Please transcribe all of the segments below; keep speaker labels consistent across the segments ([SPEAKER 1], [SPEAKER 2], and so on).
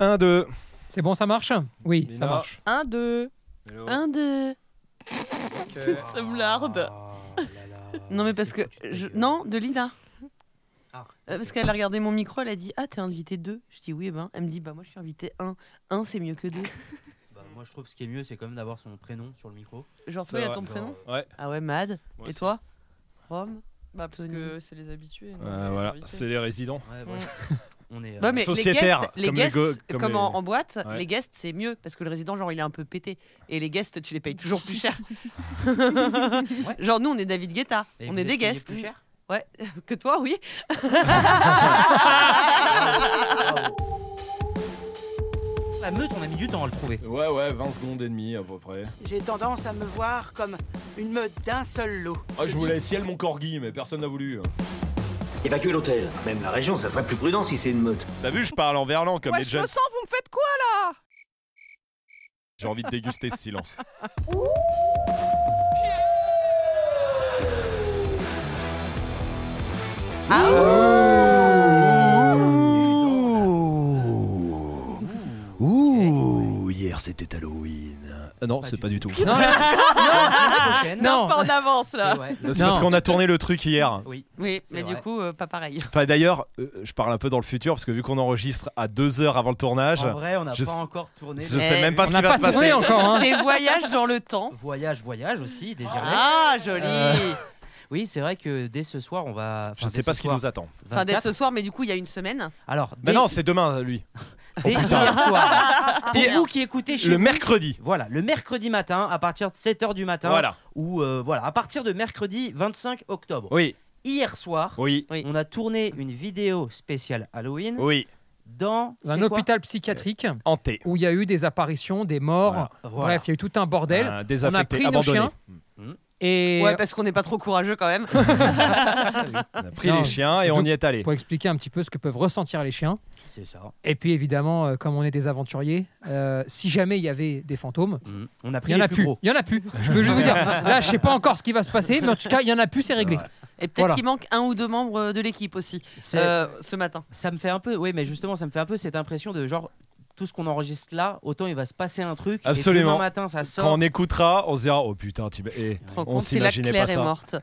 [SPEAKER 1] 1, 2.
[SPEAKER 2] C'est bon, ça marche Oui,
[SPEAKER 1] Lina.
[SPEAKER 2] ça marche.
[SPEAKER 3] 1, 2, 1, 2.
[SPEAKER 4] Ah,
[SPEAKER 3] Ça me larde. Non, mais parce que. je- Non, de Lina.
[SPEAKER 2] Ah.
[SPEAKER 3] Euh, parce qu'elle a regardé mon micro, elle a dit Ah, t'es invité 2. Je dis Oui, eh ben. Elle me dit Bah, moi, je suis invité 1. 1, c'est mieux que 2.
[SPEAKER 4] Bah, moi, je trouve ce qui est mieux, c'est quand même d'avoir son prénom sur le micro.
[SPEAKER 3] Genre, toi, il y a ton prénom
[SPEAKER 1] Ouais.
[SPEAKER 3] Ah, ouais, Mad.
[SPEAKER 4] Moi,
[SPEAKER 3] Et
[SPEAKER 4] c'est-
[SPEAKER 3] toi Rome
[SPEAKER 5] Bah, parce
[SPEAKER 3] Tony.
[SPEAKER 5] que c'est les habitués. non,
[SPEAKER 1] Euh,
[SPEAKER 5] les
[SPEAKER 1] voilà,
[SPEAKER 5] invités.
[SPEAKER 1] c'est les résidents.
[SPEAKER 4] Ouais,
[SPEAKER 3] Mm.
[SPEAKER 4] voilà. On est. euh,
[SPEAKER 3] Ouais, mais les guests,
[SPEAKER 1] Sociétaire,
[SPEAKER 3] les
[SPEAKER 1] comme les
[SPEAKER 3] guests,
[SPEAKER 1] go- comme
[SPEAKER 3] comme, en,
[SPEAKER 1] les-
[SPEAKER 3] en boîte,
[SPEAKER 1] Ouais.
[SPEAKER 3] les guests, c'est mieux parce que le résident, genre, il est un peu pété. Et les guests, tu les payes toujours plus cher. Genre, nous, on est David Guetta.
[SPEAKER 4] et
[SPEAKER 3] on
[SPEAKER 4] vous
[SPEAKER 3] est
[SPEAKER 4] êtes
[SPEAKER 3] des
[SPEAKER 4] payé
[SPEAKER 3] guests.
[SPEAKER 4] Plus cher
[SPEAKER 3] Ouais, que toi, oui.
[SPEAKER 4] La meute, on a mis du temps à le trouver.
[SPEAKER 1] Ouais, ouais, 20 secondes et demie à peu près.
[SPEAKER 6] J'ai tendance à me voir comme une meute d'un seul lot.
[SPEAKER 1] Ah, je voulais ciel mon corgi, mais personne n'a voulu. hein.
[SPEAKER 7] Évacuer l'hôtel, même la région, ça serait plus prudent si c'est une meute.
[SPEAKER 1] T'as vu, je parle en verlan comme les
[SPEAKER 6] je me
[SPEAKER 1] jeunes.
[SPEAKER 6] sens, vous me faites quoi
[SPEAKER 1] J'ai envie de déguster ce silence.
[SPEAKER 4] Oh,
[SPEAKER 3] Ah,
[SPEAKER 6] Eh
[SPEAKER 1] Ouh, hier c'était Halloween. Ah non,
[SPEAKER 4] Pas
[SPEAKER 1] c'est
[SPEAKER 4] du
[SPEAKER 1] pas du tout.
[SPEAKER 2] Non, non,
[SPEAKER 5] Pas en avance là.
[SPEAKER 1] Non, C'est parce qu'on a tourné le truc hier.
[SPEAKER 4] Oui.
[SPEAKER 3] Oui,
[SPEAKER 4] C'est
[SPEAKER 3] mais du
[SPEAKER 4] vrai.
[SPEAKER 3] coup, euh, pas pareil.
[SPEAKER 1] Enfin d'ailleurs, euh, je parle un peu dans le futur parce que vu qu'on enregistre à deux heures avant le tournage,
[SPEAKER 6] Oh,
[SPEAKER 4] En vrai, on n'a
[SPEAKER 1] je-
[SPEAKER 4] pas encore tourné.
[SPEAKER 1] je
[SPEAKER 4] le-
[SPEAKER 1] sais
[SPEAKER 3] Eh,
[SPEAKER 1] même pas
[SPEAKER 2] on
[SPEAKER 1] ce
[SPEAKER 2] n'a
[SPEAKER 1] qui va
[SPEAKER 2] pas
[SPEAKER 1] se
[SPEAKER 2] tourné
[SPEAKER 1] passer.
[SPEAKER 2] encore. hein.
[SPEAKER 3] C'est voyage dans le temps.
[SPEAKER 4] Voyage, voyage aussi, des Irlandais.
[SPEAKER 3] Ah, joli.
[SPEAKER 4] Euh, Oui, c'est vrai que dès ce soir, on va.
[SPEAKER 6] Ah,
[SPEAKER 1] Je sais pas ce qui nous attend.
[SPEAKER 3] Enfin, dès ce soir, mais du coup, il y a une semaine.
[SPEAKER 4] Alors,
[SPEAKER 1] Mais
[SPEAKER 4] dès,
[SPEAKER 1] non, c'est demain lui.
[SPEAKER 4] dès hier soir, pour vous qui écoutez chez
[SPEAKER 1] Le
[SPEAKER 4] vous,
[SPEAKER 1] mercredi.
[SPEAKER 4] Voilà, le mercredi matin, à partir de 7h du matin,
[SPEAKER 1] Voilà.
[SPEAKER 4] ou euh, voilà, à partir de mercredi 25 octobre.
[SPEAKER 1] Oui,
[SPEAKER 4] Hier soir,
[SPEAKER 1] oui,
[SPEAKER 3] Oui.
[SPEAKER 4] on a tourné une vidéo spéciale Halloween
[SPEAKER 1] oui.
[SPEAKER 4] dans
[SPEAKER 2] Dans
[SPEAKER 4] c'est
[SPEAKER 2] un
[SPEAKER 4] quoi
[SPEAKER 2] hôpital psychiatrique
[SPEAKER 1] Hanté.
[SPEAKER 2] où il y a eu des apparitions, des morts.
[SPEAKER 1] Voilà.
[SPEAKER 4] Voilà.
[SPEAKER 2] Bref, il y a eu tout un bordel.
[SPEAKER 1] Un
[SPEAKER 2] on a
[SPEAKER 1] Euh, désaffecté,
[SPEAKER 2] pris nos
[SPEAKER 1] abandonné.
[SPEAKER 2] chiens. Et euh,
[SPEAKER 3] Ouais, bah- parce qu'on n'est pas trop courageux quand même.
[SPEAKER 1] On a pris
[SPEAKER 2] Non,
[SPEAKER 1] les chiens et
[SPEAKER 2] surtout
[SPEAKER 1] on y est allé.
[SPEAKER 2] pour expliquer un petit peu ce que peuvent ressentir les chiens.
[SPEAKER 4] c'est ça.
[SPEAKER 2] Et puis évidemment, euh, comme on est des aventuriers, euh, si jamais il y avait des fantômes,
[SPEAKER 1] Mm.
[SPEAKER 4] Mhm. On a
[SPEAKER 2] il
[SPEAKER 4] pris
[SPEAKER 2] y en
[SPEAKER 4] les
[SPEAKER 2] a
[SPEAKER 4] plus
[SPEAKER 2] plus.
[SPEAKER 4] gros.
[SPEAKER 2] Il y en a plus. Je peux juste vous dire. Là, je sais pas encore ce qui va se passer, mais en tout cas, il y en a plus, c'est réglé.
[SPEAKER 4] Voilà.
[SPEAKER 3] Et peut-être
[SPEAKER 2] Voilà.
[SPEAKER 3] qu'il manque un ou deux membres euh, de l'équipe aussi
[SPEAKER 4] C'est-
[SPEAKER 3] euh, ce matin.
[SPEAKER 4] Ça me fait un peu, oui, mais justement, ça me fait un peu cette impression de genre tout ce qu'on enregistre là, autant il va se passer un truc. et
[SPEAKER 1] Absolument.
[SPEAKER 4] demain matin, ça sort.
[SPEAKER 1] Quand on écoutera, on se dira oh putain, tu... eh,
[SPEAKER 3] Tu te rends
[SPEAKER 1] On
[SPEAKER 3] compte, c'est là que
[SPEAKER 1] s'imaginait
[SPEAKER 3] Claire
[SPEAKER 1] pas
[SPEAKER 3] est
[SPEAKER 1] ça.
[SPEAKER 3] morte.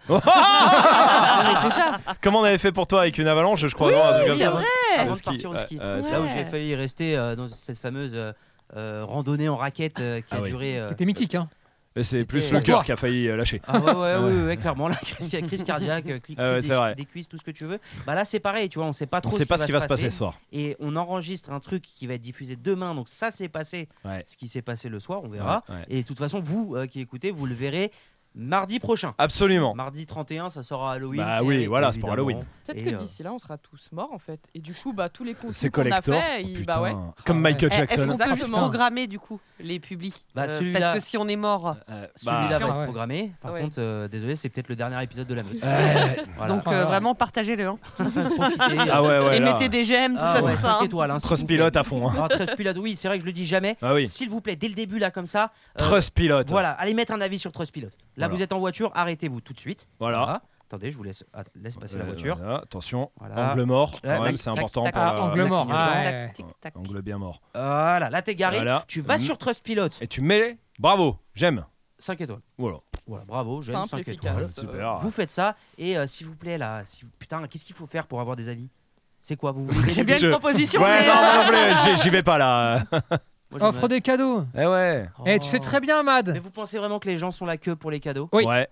[SPEAKER 4] Ah, mais c'est ça.
[SPEAKER 1] Comment on avait fait pour toi avec une avalanche, je crois. non, un truc comme
[SPEAKER 3] c'est
[SPEAKER 1] ça.
[SPEAKER 3] vrai.
[SPEAKER 1] Le
[SPEAKER 4] Avant de
[SPEAKER 1] ski,
[SPEAKER 4] partir au
[SPEAKER 1] ouais,
[SPEAKER 4] ski.
[SPEAKER 1] euh,
[SPEAKER 3] Ouais.
[SPEAKER 4] Là où j'ai failli rester euh, dans cette fameuse euh, euh, randonnée en raquette euh, qui
[SPEAKER 1] Ah
[SPEAKER 4] a
[SPEAKER 1] oui.
[SPEAKER 4] duré. euh,
[SPEAKER 2] C'était mythique. Hein.
[SPEAKER 1] c'est- C'est plus
[SPEAKER 4] Pour
[SPEAKER 1] le cœur
[SPEAKER 2] toi.
[SPEAKER 1] qui a failli euh, lâcher.
[SPEAKER 4] Ah ouais, ouais, ouais, ouais, ouais, clairement, la crise, crise cardiaque, euh, cli- crise
[SPEAKER 1] Ah ouais,
[SPEAKER 4] des,
[SPEAKER 1] c'est vrai.
[SPEAKER 4] des cuisses, tout ce que tu veux. Bah là, c'est pareil, tu vois, on sait pas
[SPEAKER 1] On
[SPEAKER 4] trop
[SPEAKER 1] sait pas ce qui va se passer ce soir.
[SPEAKER 4] Et on enregistre un truc qui va être diffusé demain, donc ça s'est passé,
[SPEAKER 1] Ouais.
[SPEAKER 4] ce qui s'est passé le soir, on verra.
[SPEAKER 1] Ah, Ouais, ouais.
[SPEAKER 4] Et de toute façon, vous euh, qui écoutez, vous le verrez mardi prochain.
[SPEAKER 1] Absolument.
[SPEAKER 4] Mardi 31, ça sera Halloween.
[SPEAKER 1] Bah
[SPEAKER 4] Et
[SPEAKER 1] oui,
[SPEAKER 4] oui,
[SPEAKER 1] voilà, c'est pour
[SPEAKER 4] évidemment.
[SPEAKER 1] Halloween.
[SPEAKER 5] Peut-être
[SPEAKER 4] Et,
[SPEAKER 5] que
[SPEAKER 4] euh,
[SPEAKER 5] d'ici là, on sera tous morts en fait. Et du coup, bah tous les contenus
[SPEAKER 1] C'est
[SPEAKER 5] qu'on a
[SPEAKER 1] collector.
[SPEAKER 5] fait,
[SPEAKER 1] Oh,
[SPEAKER 5] il-
[SPEAKER 1] putain.
[SPEAKER 5] bah ouais.
[SPEAKER 1] Comme
[SPEAKER 5] Ah
[SPEAKER 1] Michael
[SPEAKER 5] ouais.
[SPEAKER 3] Eh, Est-ce
[SPEAKER 1] Jackson.
[SPEAKER 3] qu'on peut
[SPEAKER 5] Exactement.
[SPEAKER 3] juste programmer du coup les publics euh,
[SPEAKER 4] Bah, celui-là-
[SPEAKER 3] Parce que si on est mort,
[SPEAKER 1] Euh, bah,
[SPEAKER 4] Celui-là va
[SPEAKER 2] Ah ouais.
[SPEAKER 4] être programmé. Par
[SPEAKER 5] Ouais.
[SPEAKER 4] contre, euh, désolé, c'est peut-être le dernier épisode de la meute.
[SPEAKER 1] euh,
[SPEAKER 4] Voilà.
[SPEAKER 3] donc euh, vraiment partagez-le. hein.
[SPEAKER 4] Profitez, euh,
[SPEAKER 1] ah ouais, ouais.
[SPEAKER 3] Et
[SPEAKER 1] là.
[SPEAKER 3] mettez des j'aime, tout
[SPEAKER 4] ah
[SPEAKER 3] ça,
[SPEAKER 4] ouais,
[SPEAKER 3] tout
[SPEAKER 4] cinq
[SPEAKER 3] ça. hein.
[SPEAKER 4] étoiles, hein, s'il
[SPEAKER 1] Trust
[SPEAKER 4] vous plaît.
[SPEAKER 1] pilote à fond. hein.
[SPEAKER 4] Ah, Trust Pilot, oui, c'est vrai que je le dis jamais.
[SPEAKER 1] Ah oui.
[SPEAKER 4] S'il vous plaît, dès le début, là, comme ça. euh,
[SPEAKER 1] Trust pilote.
[SPEAKER 4] Voilà, allez mettre un avis sur Trustpilot. Là,
[SPEAKER 1] Voilà.
[SPEAKER 4] vous êtes en voiture, arrêtez-vous tout de suite.
[SPEAKER 1] Voilà.
[SPEAKER 4] Attendez, je vous laisse, att- laisse passer
[SPEAKER 1] Euh,
[SPEAKER 4] la voiture.
[SPEAKER 1] voilà, Attention.
[SPEAKER 4] Voilà.
[SPEAKER 1] Angle mort.
[SPEAKER 4] Là,
[SPEAKER 1] quand même,
[SPEAKER 4] Ah. tac,
[SPEAKER 1] c'est
[SPEAKER 4] tac,
[SPEAKER 1] important.
[SPEAKER 3] tac,
[SPEAKER 1] pour,
[SPEAKER 2] Ah,
[SPEAKER 1] euh,
[SPEAKER 2] angle mort.
[SPEAKER 1] la
[SPEAKER 2] Ah,
[SPEAKER 1] clignotant.
[SPEAKER 2] ouais.
[SPEAKER 3] Tic, tac, tic.
[SPEAKER 1] Angle bien mort.
[SPEAKER 4] Voilà, là, t'es garé.
[SPEAKER 1] Voilà.
[SPEAKER 4] Tu vas
[SPEAKER 1] Mm.
[SPEAKER 4] sur Trustpilot.
[SPEAKER 1] Et tu mets. Bravo. J'aime.
[SPEAKER 4] 5 étoiles.
[SPEAKER 1] Voilà.
[SPEAKER 4] Voilà, bravo, j'aime
[SPEAKER 5] Simple,
[SPEAKER 4] 5 étoiles.
[SPEAKER 5] efficace.
[SPEAKER 1] Super.
[SPEAKER 5] euh,
[SPEAKER 4] Vous faites ça et euh, s'il vous plaît, là, si vous- putain, qu'est-ce qu'il faut faire pour avoir des avis C'est quoi Vous voulez
[SPEAKER 3] J'ai bien
[SPEAKER 1] Je-
[SPEAKER 3] une proposition,
[SPEAKER 1] Ouais,
[SPEAKER 3] mais,
[SPEAKER 1] non,
[SPEAKER 3] euh,
[SPEAKER 1] moi non plus, j'y- j'y vais pas là.
[SPEAKER 3] Oh,
[SPEAKER 4] Moi, je
[SPEAKER 2] Offre
[SPEAKER 4] me-
[SPEAKER 2] des cadeaux.
[SPEAKER 1] Eh ouais.
[SPEAKER 4] Oh.
[SPEAKER 2] Eh, tu sais très bien, Mad.
[SPEAKER 4] Mais vous pensez vraiment que les gens sont la queue pour les cadeaux
[SPEAKER 2] Oui.
[SPEAKER 1] Ouais.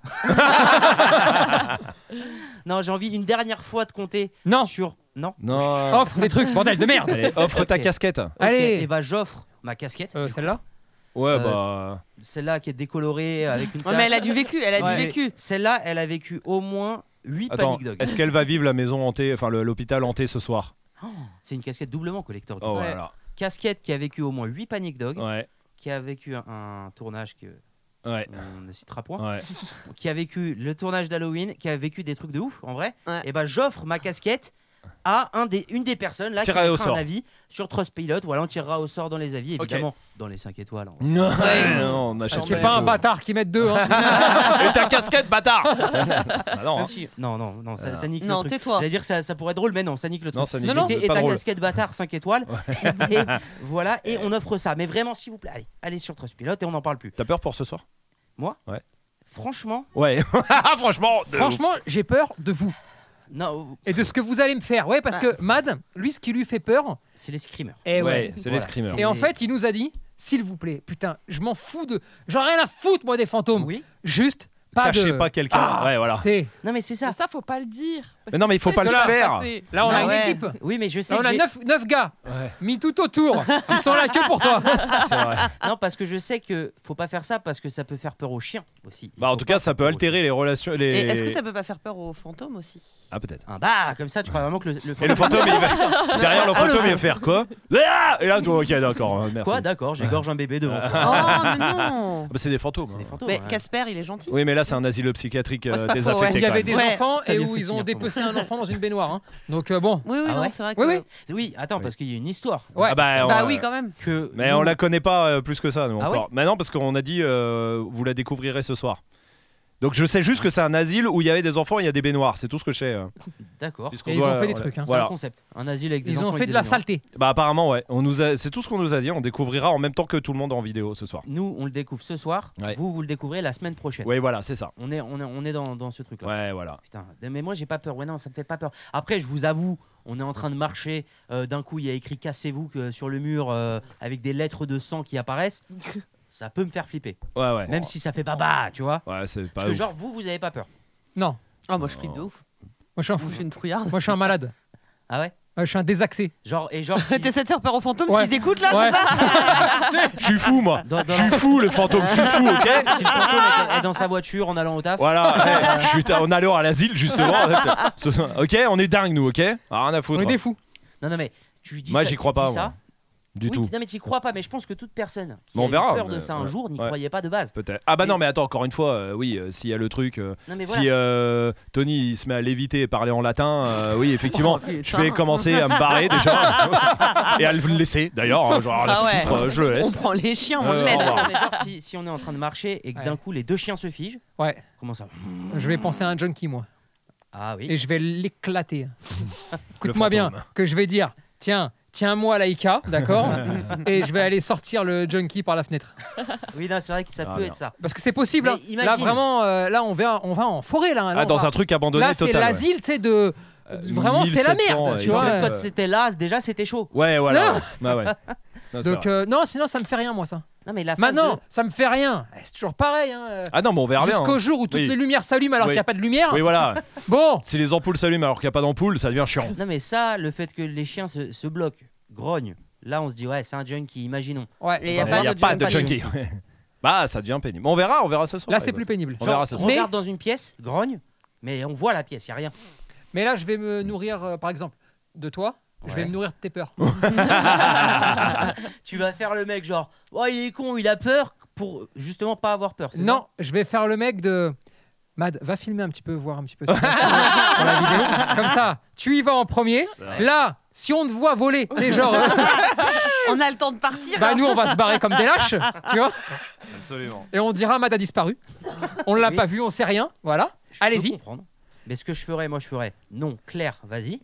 [SPEAKER 4] Non, j'ai envie une dernière fois de compter
[SPEAKER 2] Non.
[SPEAKER 4] sur. Non
[SPEAKER 1] Non. euh,
[SPEAKER 2] Offre des trucs, bordel de merde.
[SPEAKER 1] Allez, offre ta
[SPEAKER 4] Ok.
[SPEAKER 1] casquette.
[SPEAKER 2] Allez.
[SPEAKER 4] Et bah, j'offre ma casquette.
[SPEAKER 2] Euh,
[SPEAKER 4] du coup.
[SPEAKER 2] Celle-là
[SPEAKER 1] Ouais,
[SPEAKER 4] Euh,
[SPEAKER 1] bah.
[SPEAKER 4] Celle-là qui est décolorée avec une.
[SPEAKER 3] Ouais, mais elle a du vécu, elle a
[SPEAKER 4] Ouais.
[SPEAKER 3] du vécu.
[SPEAKER 4] Celle-là, elle a vécu au moins 8
[SPEAKER 1] Attends,
[SPEAKER 4] panic dogs.
[SPEAKER 1] est-ce qu'elle va vivre la maison hantée, enfin le- l'hôpital hanté ce soir
[SPEAKER 4] C'est une casquette doublement collector. du
[SPEAKER 1] Oh
[SPEAKER 4] coup.
[SPEAKER 5] Ouais.
[SPEAKER 1] voilà.
[SPEAKER 4] Casquette qui a vécu au moins 8 panic dogs,
[SPEAKER 1] Ouais,
[SPEAKER 4] qui a vécu un, un tournage que
[SPEAKER 1] ouais,
[SPEAKER 4] on ne citera point,
[SPEAKER 1] ouais.
[SPEAKER 4] qui a vécu le tournage d'Halloween, qui a vécu des trucs de ouf en vrai.
[SPEAKER 3] Ouais.
[SPEAKER 4] Et bah j'offre ma casquette à un des, une des personnes là, qui
[SPEAKER 1] Tirez au
[SPEAKER 4] mettra un
[SPEAKER 1] sort.
[SPEAKER 4] avis sur Trustpilot. Voilà, on tirera au sort dans les avis, évidemment, dans les 5 étoiles. hein.
[SPEAKER 1] Non,
[SPEAKER 5] Ouais.
[SPEAKER 1] non, on achète
[SPEAKER 5] Attends,
[SPEAKER 2] Qu'il n'y ait
[SPEAKER 5] mais-
[SPEAKER 2] pas un
[SPEAKER 1] tout.
[SPEAKER 2] bâtard qui mette deux. hein.
[SPEAKER 1] Et ta casquette, bâtard Bah non, hein.
[SPEAKER 4] Même si- Non, non, non, ça,
[SPEAKER 1] Ah.
[SPEAKER 4] ça nique
[SPEAKER 3] Non,
[SPEAKER 4] le truc.
[SPEAKER 3] tais-toi.
[SPEAKER 4] J'allais dire que ça, ça pourrait être drôle, mais non, ça nique le truc.
[SPEAKER 1] non, ça n'est
[SPEAKER 2] Non, non.
[SPEAKER 4] Et,
[SPEAKER 1] c'est
[SPEAKER 4] et
[SPEAKER 1] pas
[SPEAKER 4] ta
[SPEAKER 1] drôle.
[SPEAKER 4] casquette bâtard 5 étoiles. Et voilà, et on offre ça. Mais vraiment, s'il vous plaît, allez, allez sur Trustpilot et on n'en parle plus.
[SPEAKER 1] T'as peur pour ce soir
[SPEAKER 4] Franchement,
[SPEAKER 1] Ouais. Franchement. de ouf.
[SPEAKER 2] Franchement, j'ai peur de vous
[SPEAKER 4] non,
[SPEAKER 2] et de ce que vous allez me faire. Ouais, parce que Mad, lui, ce qui lui fait peur,
[SPEAKER 4] c'est les screamers.
[SPEAKER 2] eh ouais.
[SPEAKER 1] Ouais, c'est les
[SPEAKER 4] Voilà,
[SPEAKER 1] screamers.
[SPEAKER 4] c'est-
[SPEAKER 2] Et en fait, il nous a dit, s'il vous plaît, putain, je m'en fous de, j'en ai rien à foutre moi des fantômes.
[SPEAKER 4] Oui.
[SPEAKER 2] Juste pas
[SPEAKER 1] Tâchez
[SPEAKER 2] de. Ah
[SPEAKER 1] pas quelqu'un. ouais, voilà.
[SPEAKER 2] T'sais,
[SPEAKER 4] Non, mais c'est ça.
[SPEAKER 5] Mais ça, faut pas le dire. parce
[SPEAKER 1] Mais non,
[SPEAKER 5] que
[SPEAKER 1] mais il
[SPEAKER 5] tu
[SPEAKER 1] faut
[SPEAKER 5] sais
[SPEAKER 1] pas
[SPEAKER 5] ce
[SPEAKER 1] le
[SPEAKER 5] qui va se
[SPEAKER 1] faire.
[SPEAKER 5] passer.
[SPEAKER 2] là, on
[SPEAKER 3] Bah
[SPEAKER 2] a une
[SPEAKER 3] ouais.
[SPEAKER 2] équipe. Là,
[SPEAKER 4] Oui, mais je sais
[SPEAKER 2] on
[SPEAKER 4] que
[SPEAKER 2] a
[SPEAKER 4] j'ai-
[SPEAKER 2] 9, gars
[SPEAKER 1] Ouais.
[SPEAKER 2] mis tout autour qui sont là que pour toi.
[SPEAKER 1] C'est vrai.
[SPEAKER 4] Non, parce que je sais que faut pas faire ça parce que ça peut faire peur aux chiens aussi. Il
[SPEAKER 1] Bah, en
[SPEAKER 4] faut
[SPEAKER 1] tout cas,
[SPEAKER 4] pas faire
[SPEAKER 1] ça peut
[SPEAKER 4] peur aux
[SPEAKER 1] altérer les relations. Les...
[SPEAKER 3] Et est-ce que ça peut pas faire peur aux fantômes aussi
[SPEAKER 1] Ah, peut-être.
[SPEAKER 4] chiens. Ah bah, comme ça, tu crois vraiment que le, le
[SPEAKER 1] Et le
[SPEAKER 4] fantôme-
[SPEAKER 1] fantôme, il va... derrière le
[SPEAKER 3] Ah, le
[SPEAKER 1] fantôme, il va faire quoi Ah Et là, toi, ok, d'accord, hein, merci.
[SPEAKER 4] Quoi D'accord, j'égorge un bébé devant toi.
[SPEAKER 3] Oh, mais non
[SPEAKER 1] Ah, bah, c'est des fantômes.
[SPEAKER 4] C'est
[SPEAKER 1] hein.
[SPEAKER 4] des fantômes.
[SPEAKER 3] Mais
[SPEAKER 4] ouais.
[SPEAKER 3] Casper, il est gentil.
[SPEAKER 1] Oui, mais là, c'est un asile psychiatrique euh,
[SPEAKER 3] Ouais, c'est pas faux, ouais.
[SPEAKER 1] désaffecté.
[SPEAKER 2] Il y
[SPEAKER 1] quand
[SPEAKER 2] avait
[SPEAKER 1] même.
[SPEAKER 2] des
[SPEAKER 3] Ouais.
[SPEAKER 2] enfants
[SPEAKER 4] T'as
[SPEAKER 2] et
[SPEAKER 4] bien
[SPEAKER 2] où
[SPEAKER 4] fait
[SPEAKER 2] ils ont
[SPEAKER 4] finir pour
[SPEAKER 2] dépecé un enfant dans une baignoire. hein. Donc euh, bon,
[SPEAKER 3] Oui, oui,
[SPEAKER 4] Ah
[SPEAKER 3] non,
[SPEAKER 4] ouais
[SPEAKER 3] c'est vrai que.
[SPEAKER 2] oui, oui.
[SPEAKER 4] Oui, attends, parce qu'il y a une histoire.
[SPEAKER 2] Ouais.
[SPEAKER 1] Ah bah, on- euh,
[SPEAKER 3] Bah oui, quand même.
[SPEAKER 4] Que
[SPEAKER 1] Mais
[SPEAKER 4] nous-
[SPEAKER 1] on la connaît pas euh, plus que ça, nous,
[SPEAKER 4] Ah
[SPEAKER 1] encore. Maintenant, parce qu'on a dit, euh, vous la découvrirez ce soir. Donc, je sais juste que c'est un asile où il y avait des enfants, il y a des baignoires. C'est tout ce que je sais. euh,
[SPEAKER 4] D'accord.
[SPEAKER 1] puisqu'on
[SPEAKER 2] Et Oh, ils ont fait des
[SPEAKER 1] on la-
[SPEAKER 2] trucs, hein, ça,
[SPEAKER 4] C'est un
[SPEAKER 1] Voilà.
[SPEAKER 4] concept. Un asile avec des
[SPEAKER 2] ils ont
[SPEAKER 4] enfants et
[SPEAKER 2] fait de
[SPEAKER 4] des
[SPEAKER 2] la
[SPEAKER 4] animaux.
[SPEAKER 2] saleté.
[SPEAKER 1] Bah, apparemment, ouais. On nous a... C'est tout ce qu'on nous a dit. On découvrira en même temps que tout le monde en vidéo ce soir.
[SPEAKER 4] Nous, on le découvre ce soir.
[SPEAKER 1] Ouais.
[SPEAKER 4] Vous, vous le découvrez la semaine prochaine.
[SPEAKER 1] Oui, voilà, c'est ça.
[SPEAKER 4] On est, on est, on est dans, dans ce truc-là.
[SPEAKER 1] Ouais, voilà.
[SPEAKER 4] Putain, mais moi j'ai pas peur. Ouais, non, ça me fait pas peur. Après, je vous avoue, on est en train de marcher. euh, D'un coup, il y a écrit Cassez-vous que sur le mur euh, avec des lettres de sang qui apparaissent. Ça peut me faire flipper.
[SPEAKER 1] Ouais, ouais.
[SPEAKER 4] Même si ça fait baba, tu vois.
[SPEAKER 1] Ouais, c'est pas
[SPEAKER 4] Parce que,
[SPEAKER 1] ouf.
[SPEAKER 4] genre, vous, vous avez pas peur.
[SPEAKER 2] Non,
[SPEAKER 3] Ah, moi, je
[SPEAKER 1] Oh.
[SPEAKER 3] flippe de ouf.
[SPEAKER 2] moi je suis un fou.
[SPEAKER 3] Je suis une trouillarde.
[SPEAKER 2] Moi je suis un malade.
[SPEAKER 4] Ah ouais
[SPEAKER 2] Euh, je suis un désaxé.
[SPEAKER 4] Genre, et genre. si-
[SPEAKER 3] T'essaies de faire peur aux fantômes
[SPEAKER 2] Ouais.
[SPEAKER 3] s'ils écoutent là,
[SPEAKER 2] Ouais.
[SPEAKER 3] c'est ça
[SPEAKER 1] Je suis fou, moi.
[SPEAKER 4] dans, dans-
[SPEAKER 1] Je suis fou, le fantôme. Je suis fou, ok
[SPEAKER 4] si le fantôme est, est dans sa voiture en allant au taf.
[SPEAKER 1] Voilà, ouais, je suis ta- en allant à l'asile justement. Ce- ok, on est dingue nous, ok Ah, Rien à
[SPEAKER 2] On
[SPEAKER 1] foutre.
[SPEAKER 2] est des fous.
[SPEAKER 4] Non, non, mais tu dis
[SPEAKER 1] Moi,
[SPEAKER 4] ça,
[SPEAKER 1] j'y
[SPEAKER 4] tu
[SPEAKER 1] crois
[SPEAKER 4] dis
[SPEAKER 1] pas,
[SPEAKER 4] ça.
[SPEAKER 1] moi. hein, Du
[SPEAKER 4] Oui,
[SPEAKER 1] tout.
[SPEAKER 4] tu- Non, mais tu crois pas. Mais je pense que toute personne qui
[SPEAKER 1] Mais on
[SPEAKER 4] a eu
[SPEAKER 1] verra,
[SPEAKER 4] peur de
[SPEAKER 1] mais,
[SPEAKER 4] ça un
[SPEAKER 1] ouais.
[SPEAKER 4] jour n'y
[SPEAKER 1] Ouais.
[SPEAKER 4] croyait pas de base.
[SPEAKER 1] Peut-être. Ah bah
[SPEAKER 4] Et-
[SPEAKER 1] non, mais attends, encore une fois, euh, oui, euh, s'il y a le truc, euh,
[SPEAKER 4] Non, mais
[SPEAKER 1] si
[SPEAKER 4] voilà.
[SPEAKER 1] euh, Tony il se met à léviter et parler en latin, euh, oui, effectivement,
[SPEAKER 3] Oh, putain.
[SPEAKER 1] je vais commencer à me barrer déjà et à le laisser d'ailleurs. hein, genre, à la
[SPEAKER 3] Ah ouais.
[SPEAKER 1] foutre, euh, je le
[SPEAKER 3] On
[SPEAKER 1] laisse.
[SPEAKER 3] prend les chiens, on
[SPEAKER 1] Euh,
[SPEAKER 3] le
[SPEAKER 1] au
[SPEAKER 3] laisse.
[SPEAKER 1] revoir.
[SPEAKER 4] Mais genre, si, si on est en train de marcher et que d'un
[SPEAKER 2] Ouais.
[SPEAKER 4] coup les deux chiens se figent,
[SPEAKER 2] Ouais,
[SPEAKER 4] comment ça
[SPEAKER 2] je vais penser à un junkie moi.
[SPEAKER 4] Ah oui.
[SPEAKER 2] Et je vais l'éclater.
[SPEAKER 1] fantôme.
[SPEAKER 2] Écoute-moi bien, que je vais dire, tiens, tiens-moi Laïka, d'accord Et je vais aller sortir le junkie par la fenêtre.
[SPEAKER 4] Oui, non, c'est vrai que ça
[SPEAKER 1] Ah,
[SPEAKER 4] peut
[SPEAKER 1] merde.
[SPEAKER 4] être ça.
[SPEAKER 2] Parce que c'est possible.
[SPEAKER 4] Mais
[SPEAKER 2] hein.
[SPEAKER 4] imagine.
[SPEAKER 2] Là, vraiment, euh, là, on va, on va en forêt, là. hein. Là,
[SPEAKER 1] Ah,
[SPEAKER 2] on
[SPEAKER 1] dans
[SPEAKER 2] va-
[SPEAKER 1] un truc abandonné
[SPEAKER 2] là c'est
[SPEAKER 1] total. ouais.
[SPEAKER 2] l'asile, tu sais, de...
[SPEAKER 1] Euh,
[SPEAKER 2] Vraiment, c'est la
[SPEAKER 1] 1700,
[SPEAKER 2] merde,
[SPEAKER 1] ouais,
[SPEAKER 2] tu
[SPEAKER 1] genre,
[SPEAKER 2] vois.
[SPEAKER 1] euh,
[SPEAKER 4] Quand c'était là, déjà, c'était chaud.
[SPEAKER 1] Ouais, voilà.
[SPEAKER 2] Non.
[SPEAKER 1] ouais. Bah ouais. Non, c'est
[SPEAKER 2] Donc,
[SPEAKER 1] vrai.
[SPEAKER 2] euh, non, sinon, ça me fait rien, moi, ça.
[SPEAKER 4] Non, mais la phase
[SPEAKER 2] Maintenant,
[SPEAKER 4] de-
[SPEAKER 2] ça me fait rien. Eh, C'est toujours pareil. hein, euh,
[SPEAKER 1] Ah non, mais on verra bien.
[SPEAKER 2] Jusqu'au
[SPEAKER 1] hein.
[SPEAKER 2] jour où toutes
[SPEAKER 1] Oui.
[SPEAKER 2] les lumières s'allument alors
[SPEAKER 1] Oui.
[SPEAKER 2] qu'il n'y a pas de lumière.
[SPEAKER 1] Oui, voilà.
[SPEAKER 2] Bon,
[SPEAKER 1] Si les ampoules s'allument alors qu'il n'y a pas d'ampoule, ça devient chiant.
[SPEAKER 4] Non, mais ça, le fait que les chiens se, se bloquent, grognent, là, on se dit, ouais, c'est un junkie, imaginons.
[SPEAKER 2] ouais.
[SPEAKER 3] Et y a
[SPEAKER 1] Il
[SPEAKER 3] pas
[SPEAKER 1] n'y a
[SPEAKER 3] de
[SPEAKER 1] pas de
[SPEAKER 4] junkie.
[SPEAKER 1] junkie. ouais. Bah, ça devient pénible. On verra, on verra ce soir. Bah,
[SPEAKER 2] là, c'est plus pénible.
[SPEAKER 1] On
[SPEAKER 4] Genre,
[SPEAKER 1] verra ce
[SPEAKER 4] on
[SPEAKER 1] soir.
[SPEAKER 4] regarde dans une pièce, grogne, mais on voit la pièce, il a rien.
[SPEAKER 2] Mais là, je vais me nourrir, euh, par exemple, de toi. Je vais
[SPEAKER 4] Ouais.
[SPEAKER 2] me nourrir de tes peurs.
[SPEAKER 1] Oh,
[SPEAKER 4] Tu vas faire le mec, genre, oh, il est con, il a peur, pour justement pas avoir peur. c'est
[SPEAKER 2] Non, je vais faire le mec de. Mad, va filmer un petit peu, voir un petit peu ce qui se passe dans la vidéo. Comme ça, tu y vas en premier. Là, si on te voit voler, c'est genre, euh,
[SPEAKER 3] On a le temps de partir.
[SPEAKER 2] bah nous on va se barrer comme des lâches, tu vois.
[SPEAKER 1] Absolument.
[SPEAKER 2] Et on dira Mad a disparu. On l'a
[SPEAKER 4] Oui.
[SPEAKER 2] pas vu, on sait rien, voilà.
[SPEAKER 4] Je peux
[SPEAKER 2] Allez-y.
[SPEAKER 4] comprendre. Mais ce que je ferais, moi, je ferais, non, Claire, vas-y,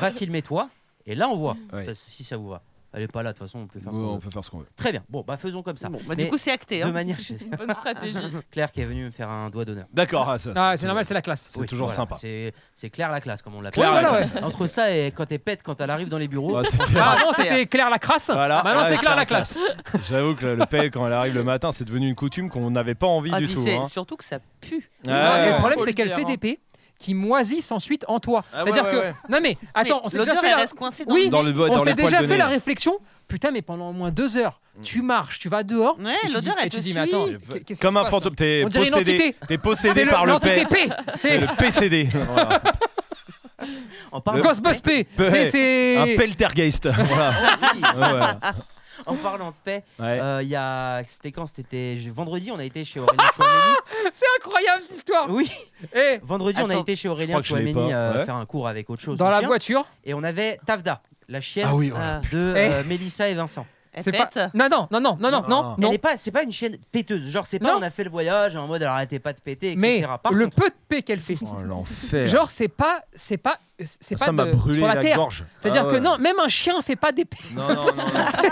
[SPEAKER 4] va filmer toi, et là, on voit
[SPEAKER 1] Ouais.
[SPEAKER 4] ça- si ça vous va. Elle est pas là, de toute façon, on peut faire ce qu'on
[SPEAKER 1] On
[SPEAKER 4] veut.
[SPEAKER 1] peut faire ce qu'on veut.
[SPEAKER 4] Très bien, bon, bah faisons comme ça.
[SPEAKER 3] Bon, bah,
[SPEAKER 4] Mais
[SPEAKER 3] du coup, c'est acté.
[SPEAKER 4] de
[SPEAKER 3] hein.
[SPEAKER 4] manière
[SPEAKER 5] Une bonne stratégie.
[SPEAKER 4] Mmh. Claire qui est venue me faire un doigt d'honneur.
[SPEAKER 1] D'accord. ah, ça,
[SPEAKER 2] Ah,
[SPEAKER 1] ça,
[SPEAKER 2] c'est normal, c'est la classe.
[SPEAKER 1] C'est
[SPEAKER 4] Oui,
[SPEAKER 1] toujours
[SPEAKER 4] voilà,
[SPEAKER 1] sympa.
[SPEAKER 4] C'est c'est Claire la classe, comme on l'appelle.
[SPEAKER 1] Claire,
[SPEAKER 2] Ouais, voilà,
[SPEAKER 1] la
[SPEAKER 2] ouais.
[SPEAKER 4] Entre ça et quand elle pète, quand elle arrive dans les bureaux.
[SPEAKER 1] Ouais, c'était-
[SPEAKER 2] Ah non, c'était Claire la crasse.
[SPEAKER 1] Voilà.
[SPEAKER 2] Maintenant
[SPEAKER 1] Ouais,
[SPEAKER 2] Bah, c'est
[SPEAKER 1] Claire
[SPEAKER 2] Claire
[SPEAKER 1] la
[SPEAKER 2] la classe.
[SPEAKER 1] J'avoue que le le paix, quand elle arrive le matin, c'est devenu une coutume qu'on n'avait pas envie
[SPEAKER 3] Ah,
[SPEAKER 1] du
[SPEAKER 3] puis
[SPEAKER 1] tout.
[SPEAKER 3] c'est
[SPEAKER 1] hein.
[SPEAKER 3] surtout que ça pue.
[SPEAKER 1] Ouais,
[SPEAKER 2] Non, mais
[SPEAKER 1] ouais,
[SPEAKER 2] le problème
[SPEAKER 5] Faut
[SPEAKER 2] c'est
[SPEAKER 5] le
[SPEAKER 2] qu'elle
[SPEAKER 5] dire,
[SPEAKER 2] fait
[SPEAKER 5] hein.
[SPEAKER 2] des pets qui moisissent ensuite en toi.
[SPEAKER 1] Ah,
[SPEAKER 2] C'est-à-dire
[SPEAKER 1] ouais,
[SPEAKER 2] que
[SPEAKER 1] ouais,
[SPEAKER 2] non mais attends,
[SPEAKER 3] Mais
[SPEAKER 2] on s'est déjà
[SPEAKER 3] L'odeur,
[SPEAKER 2] fait hein.
[SPEAKER 3] elle
[SPEAKER 2] la-
[SPEAKER 3] reste coincée dans
[SPEAKER 2] Oui,
[SPEAKER 1] Dans le-
[SPEAKER 2] on
[SPEAKER 1] dans
[SPEAKER 2] s'est
[SPEAKER 1] les poils
[SPEAKER 2] déjà
[SPEAKER 1] de Mm.
[SPEAKER 2] fait
[SPEAKER 1] nez.
[SPEAKER 2] la réflexion. Putain, mais pendant au moins deux heures, tu marches, tu vas dehors.
[SPEAKER 3] Ouais,
[SPEAKER 2] et tu
[SPEAKER 3] l'odeur,
[SPEAKER 2] dis-
[SPEAKER 3] elle
[SPEAKER 2] et tu
[SPEAKER 3] te
[SPEAKER 2] dis, mais attends,
[SPEAKER 3] suit.
[SPEAKER 2] qu'est- qu'est-ce
[SPEAKER 1] Comme
[SPEAKER 2] qui se
[SPEAKER 1] un
[SPEAKER 2] passe,
[SPEAKER 1] fantôme,
[SPEAKER 2] là
[SPEAKER 1] t'es
[SPEAKER 2] On dirait une
[SPEAKER 1] possédé,
[SPEAKER 2] entité.
[SPEAKER 1] t'es
[SPEAKER 2] C'est
[SPEAKER 1] possédé
[SPEAKER 2] le-
[SPEAKER 1] par le
[SPEAKER 2] l'entité
[SPEAKER 1] paix.
[SPEAKER 2] P.
[SPEAKER 1] C'est
[SPEAKER 2] C'est
[SPEAKER 1] le PCD. Voilà.
[SPEAKER 4] on parle
[SPEAKER 2] Ghostbusters P.
[SPEAKER 1] P.
[SPEAKER 2] C'est-
[SPEAKER 1] Un
[SPEAKER 2] C'est
[SPEAKER 1] poltergeist. Voilà.
[SPEAKER 4] Oui.
[SPEAKER 1] Ouais, ouais.
[SPEAKER 4] en parlant de paix,
[SPEAKER 1] Ouais.
[SPEAKER 4] euh, il y a. C'était quand C'était j- vendredi, on a été chez Aurélien Chouameni.
[SPEAKER 2] C'est incroyable cette histoire.
[SPEAKER 4] Oui,
[SPEAKER 2] Et
[SPEAKER 4] vendredi, on a
[SPEAKER 3] Attends,
[SPEAKER 4] été chez Aurélien
[SPEAKER 1] crois que je l'ai
[SPEAKER 4] Chouameni
[SPEAKER 1] pas,
[SPEAKER 4] euh,
[SPEAKER 1] ouais.
[SPEAKER 4] faire un cours avec autre chose.
[SPEAKER 2] dans
[SPEAKER 4] son
[SPEAKER 2] la
[SPEAKER 4] chien.
[SPEAKER 2] voiture,
[SPEAKER 4] Et on avait Tavda, la chienne
[SPEAKER 1] Ah oui,
[SPEAKER 3] Ah,
[SPEAKER 4] de euh, Mélissa et Vincent.
[SPEAKER 3] elle
[SPEAKER 2] c'est
[SPEAKER 3] pète.
[SPEAKER 2] pas. Non, non, non, non, non, non, non.
[SPEAKER 4] Elle est pas, c'est pas une chienne péteuse. Genre, c'est pas
[SPEAKER 2] Non.
[SPEAKER 4] on a fait le voyage en mode alors arrêtez pas de péter, etc.
[SPEAKER 2] Mais
[SPEAKER 4] Par
[SPEAKER 2] le
[SPEAKER 4] contre,
[SPEAKER 2] peu de paix qu'elle fait.
[SPEAKER 1] Oh, l'enfer.
[SPEAKER 2] Genre, c'est pas, c'est pas, c'est pas
[SPEAKER 1] Ah, ça m'a
[SPEAKER 2] de-
[SPEAKER 1] brûlé
[SPEAKER 2] sur la, terre.
[SPEAKER 1] gorge.
[SPEAKER 2] C'est-à-dire
[SPEAKER 1] Ah
[SPEAKER 2] que
[SPEAKER 1] ouais.
[SPEAKER 2] non, même un chien fait pas des.
[SPEAKER 1] Non, non, non, non.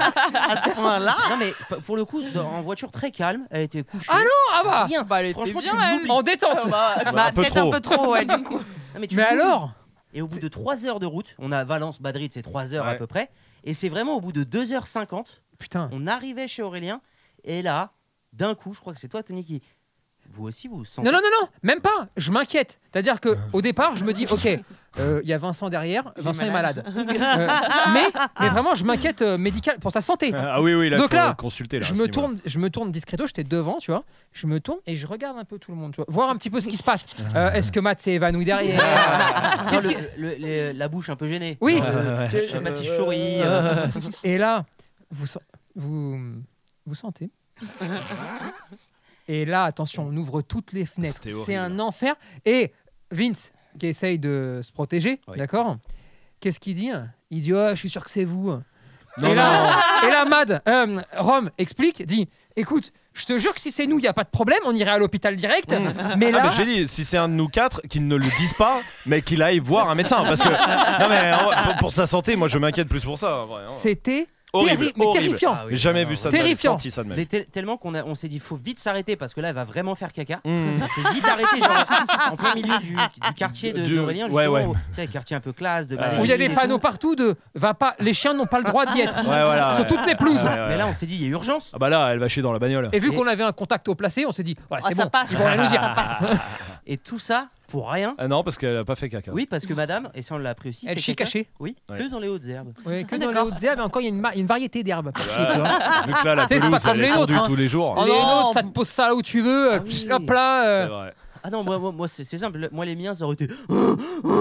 [SPEAKER 3] À ce point-là,
[SPEAKER 4] non mais p- pour le coup, dans- en voiture très calme, elle était couchée.
[SPEAKER 2] Ah Ah bah,
[SPEAKER 4] Rien.
[SPEAKER 5] Bah, elle était
[SPEAKER 4] Franchement,
[SPEAKER 5] bien,
[SPEAKER 4] tu
[SPEAKER 5] elle.
[SPEAKER 4] l'oublies.
[SPEAKER 2] en détente.
[SPEAKER 5] Bah,
[SPEAKER 1] Bah, un peu
[SPEAKER 3] peut-être
[SPEAKER 1] trop.
[SPEAKER 3] un peu trop, ouais, du coup.
[SPEAKER 4] Non, tu
[SPEAKER 2] Ah, Mais
[SPEAKER 4] l'oublies.
[SPEAKER 2] alors
[SPEAKER 4] Et au bout de 3 heures de route, on a Valence, Madrid, c'est 3 heures à
[SPEAKER 1] Ouais.
[SPEAKER 4] peu près. Et c'est vraiment au bout de 2h50,
[SPEAKER 2] Putain.
[SPEAKER 4] on arrivait chez Aurélien. Et là, d'un coup, je crois que c'est toi, Tony, qui. Vous aussi, vous vous sentez.
[SPEAKER 2] Non, non, non, non, même pas. Je m'inquiète. C'est-à-dire
[SPEAKER 1] Ah,
[SPEAKER 2] que au départ, je me dis, ok, euh, il y a Vincent derrière.
[SPEAKER 3] Il est
[SPEAKER 2] Vincent est malade. Euh, mais, mais vraiment, je m'inquiète euh, médical pour sa santé.
[SPEAKER 1] Ah oui, oui, là,
[SPEAKER 2] Donc
[SPEAKER 1] faut
[SPEAKER 2] là,
[SPEAKER 1] consulter. Là, à ce
[SPEAKER 2] Je me
[SPEAKER 1] niveau-là.
[SPEAKER 2] tourne, je me tourne discreto. J'étais devant, tu vois. Je me tourne et je regarde un peu tout le monde, tu vois, voir un petit peu ce qui se passe.
[SPEAKER 1] Ah.
[SPEAKER 2] Euh, Est-ce que Matt s'est évanoui derrière
[SPEAKER 4] Non,
[SPEAKER 2] Qu'est-ce
[SPEAKER 4] Ah, le-
[SPEAKER 2] qui-
[SPEAKER 4] le- le- la bouche un peu gênée.
[SPEAKER 2] Oui.
[SPEAKER 4] Euh,
[SPEAKER 1] Ouais,
[SPEAKER 4] je sais pas si je souris. euh.
[SPEAKER 2] Et là, vous, sen- vous, vous sentez Et là, attention, on ouvre toutes les fenêtres.
[SPEAKER 1] C'était
[SPEAKER 2] C'est
[SPEAKER 1] horrible.
[SPEAKER 2] un enfer. Et Vince, qui essaye de se protéger,
[SPEAKER 1] Oui.
[SPEAKER 2] d'accord Qu'est-ce qu'il dit Il dit Ah, Je suis sûr que c'est vous.
[SPEAKER 1] Non,
[SPEAKER 2] et, là, et là, Mad, euh, Rome explique dit Écoute, je te jure que si c'est nous, il n'y a pas de problème, on irait à l'hôpital direct. Mais
[SPEAKER 1] Ah,
[SPEAKER 2] là,
[SPEAKER 1] mais j'ai dit, si c'est un de nous quatre, qu'il ne le dise pas, mais qu'il aille voir un médecin. Parce que, non, mais en vrai, pour, pour sa santé, moi, je m'inquiète plus pour ça. en vrai, hein.
[SPEAKER 2] c'était
[SPEAKER 1] horrible,
[SPEAKER 2] terri- mais
[SPEAKER 1] horrible.
[SPEAKER 2] terrifiant.
[SPEAKER 4] Ah oui,
[SPEAKER 1] J'ai jamais
[SPEAKER 4] non,
[SPEAKER 1] vu ça,
[SPEAKER 4] non.
[SPEAKER 1] de ma vie,
[SPEAKER 2] Terrifiant.
[SPEAKER 1] senti ça de ma vie.
[SPEAKER 4] Mais tel- tellement qu'on a- on s'est dit faut vite s'arrêter parce que là elle va vraiment faire caca.
[SPEAKER 1] Mm.
[SPEAKER 4] On s'est vite arrêté genre en plein milieu du, du quartier de
[SPEAKER 1] Du-
[SPEAKER 4] d'Aurélien
[SPEAKER 1] ouais,
[SPEAKER 4] justement,
[SPEAKER 1] ouais.
[SPEAKER 4] où- tu sais, quartier un peu classe de
[SPEAKER 1] Ah.
[SPEAKER 4] Madrid
[SPEAKER 2] Où il y a
[SPEAKER 4] et
[SPEAKER 2] des
[SPEAKER 4] tout.
[SPEAKER 2] panneaux partout de va pas, les chiens n'ont pas le droit d'y être.
[SPEAKER 1] Ouais, voilà,
[SPEAKER 2] sur
[SPEAKER 1] ouais.
[SPEAKER 2] toutes les pelouses.
[SPEAKER 1] Ouais, ouais, ouais.
[SPEAKER 4] Mais là on s'est dit il y a urgence.
[SPEAKER 1] Ah bah là, elle va chier dans la bagnole.
[SPEAKER 2] Et vu
[SPEAKER 4] Et-
[SPEAKER 2] qu'on avait un contact au placé, on s'est dit, ouais,
[SPEAKER 3] Ah,
[SPEAKER 2] c'est
[SPEAKER 3] ça
[SPEAKER 2] bon,
[SPEAKER 3] passe.
[SPEAKER 2] ils vont rien nous dire.
[SPEAKER 3] Ça passe.
[SPEAKER 4] Et tout ça pour rien.
[SPEAKER 1] Ah non, parce qu'elle a pas fait caca.
[SPEAKER 4] Oui parce que madame et ça on l'a appris aussi.
[SPEAKER 2] Elle
[SPEAKER 4] fait
[SPEAKER 2] chie
[SPEAKER 4] caca.
[SPEAKER 2] cachée.
[SPEAKER 4] Oui
[SPEAKER 1] Ouais.
[SPEAKER 4] que dans les hautes herbes.
[SPEAKER 2] Oui, que
[SPEAKER 3] Ah,
[SPEAKER 2] dans les
[SPEAKER 3] d'accord. Ah,
[SPEAKER 2] hautes herbes, et encore, il y a une, ma- une variété d'herbes. pour
[SPEAKER 1] Ouais.
[SPEAKER 2] chier, tu vois.
[SPEAKER 1] Vu que là, la
[SPEAKER 2] Tu sais, c'est pas
[SPEAKER 1] pelouse,
[SPEAKER 2] comme
[SPEAKER 1] elle
[SPEAKER 2] les
[SPEAKER 1] est
[SPEAKER 2] nôtres,
[SPEAKER 1] tendue
[SPEAKER 2] hein.
[SPEAKER 1] tous les jours.
[SPEAKER 3] Oh
[SPEAKER 2] les
[SPEAKER 3] non,
[SPEAKER 2] autres, ça te pose ça là où tu veux. euh,
[SPEAKER 4] Ah
[SPEAKER 2] pff,
[SPEAKER 4] oui.
[SPEAKER 2] Hop là.
[SPEAKER 1] C'est
[SPEAKER 2] euh,
[SPEAKER 1] vrai.
[SPEAKER 4] Ah non moi moi, moi, c'est c'est simple moi les miens ça aurait été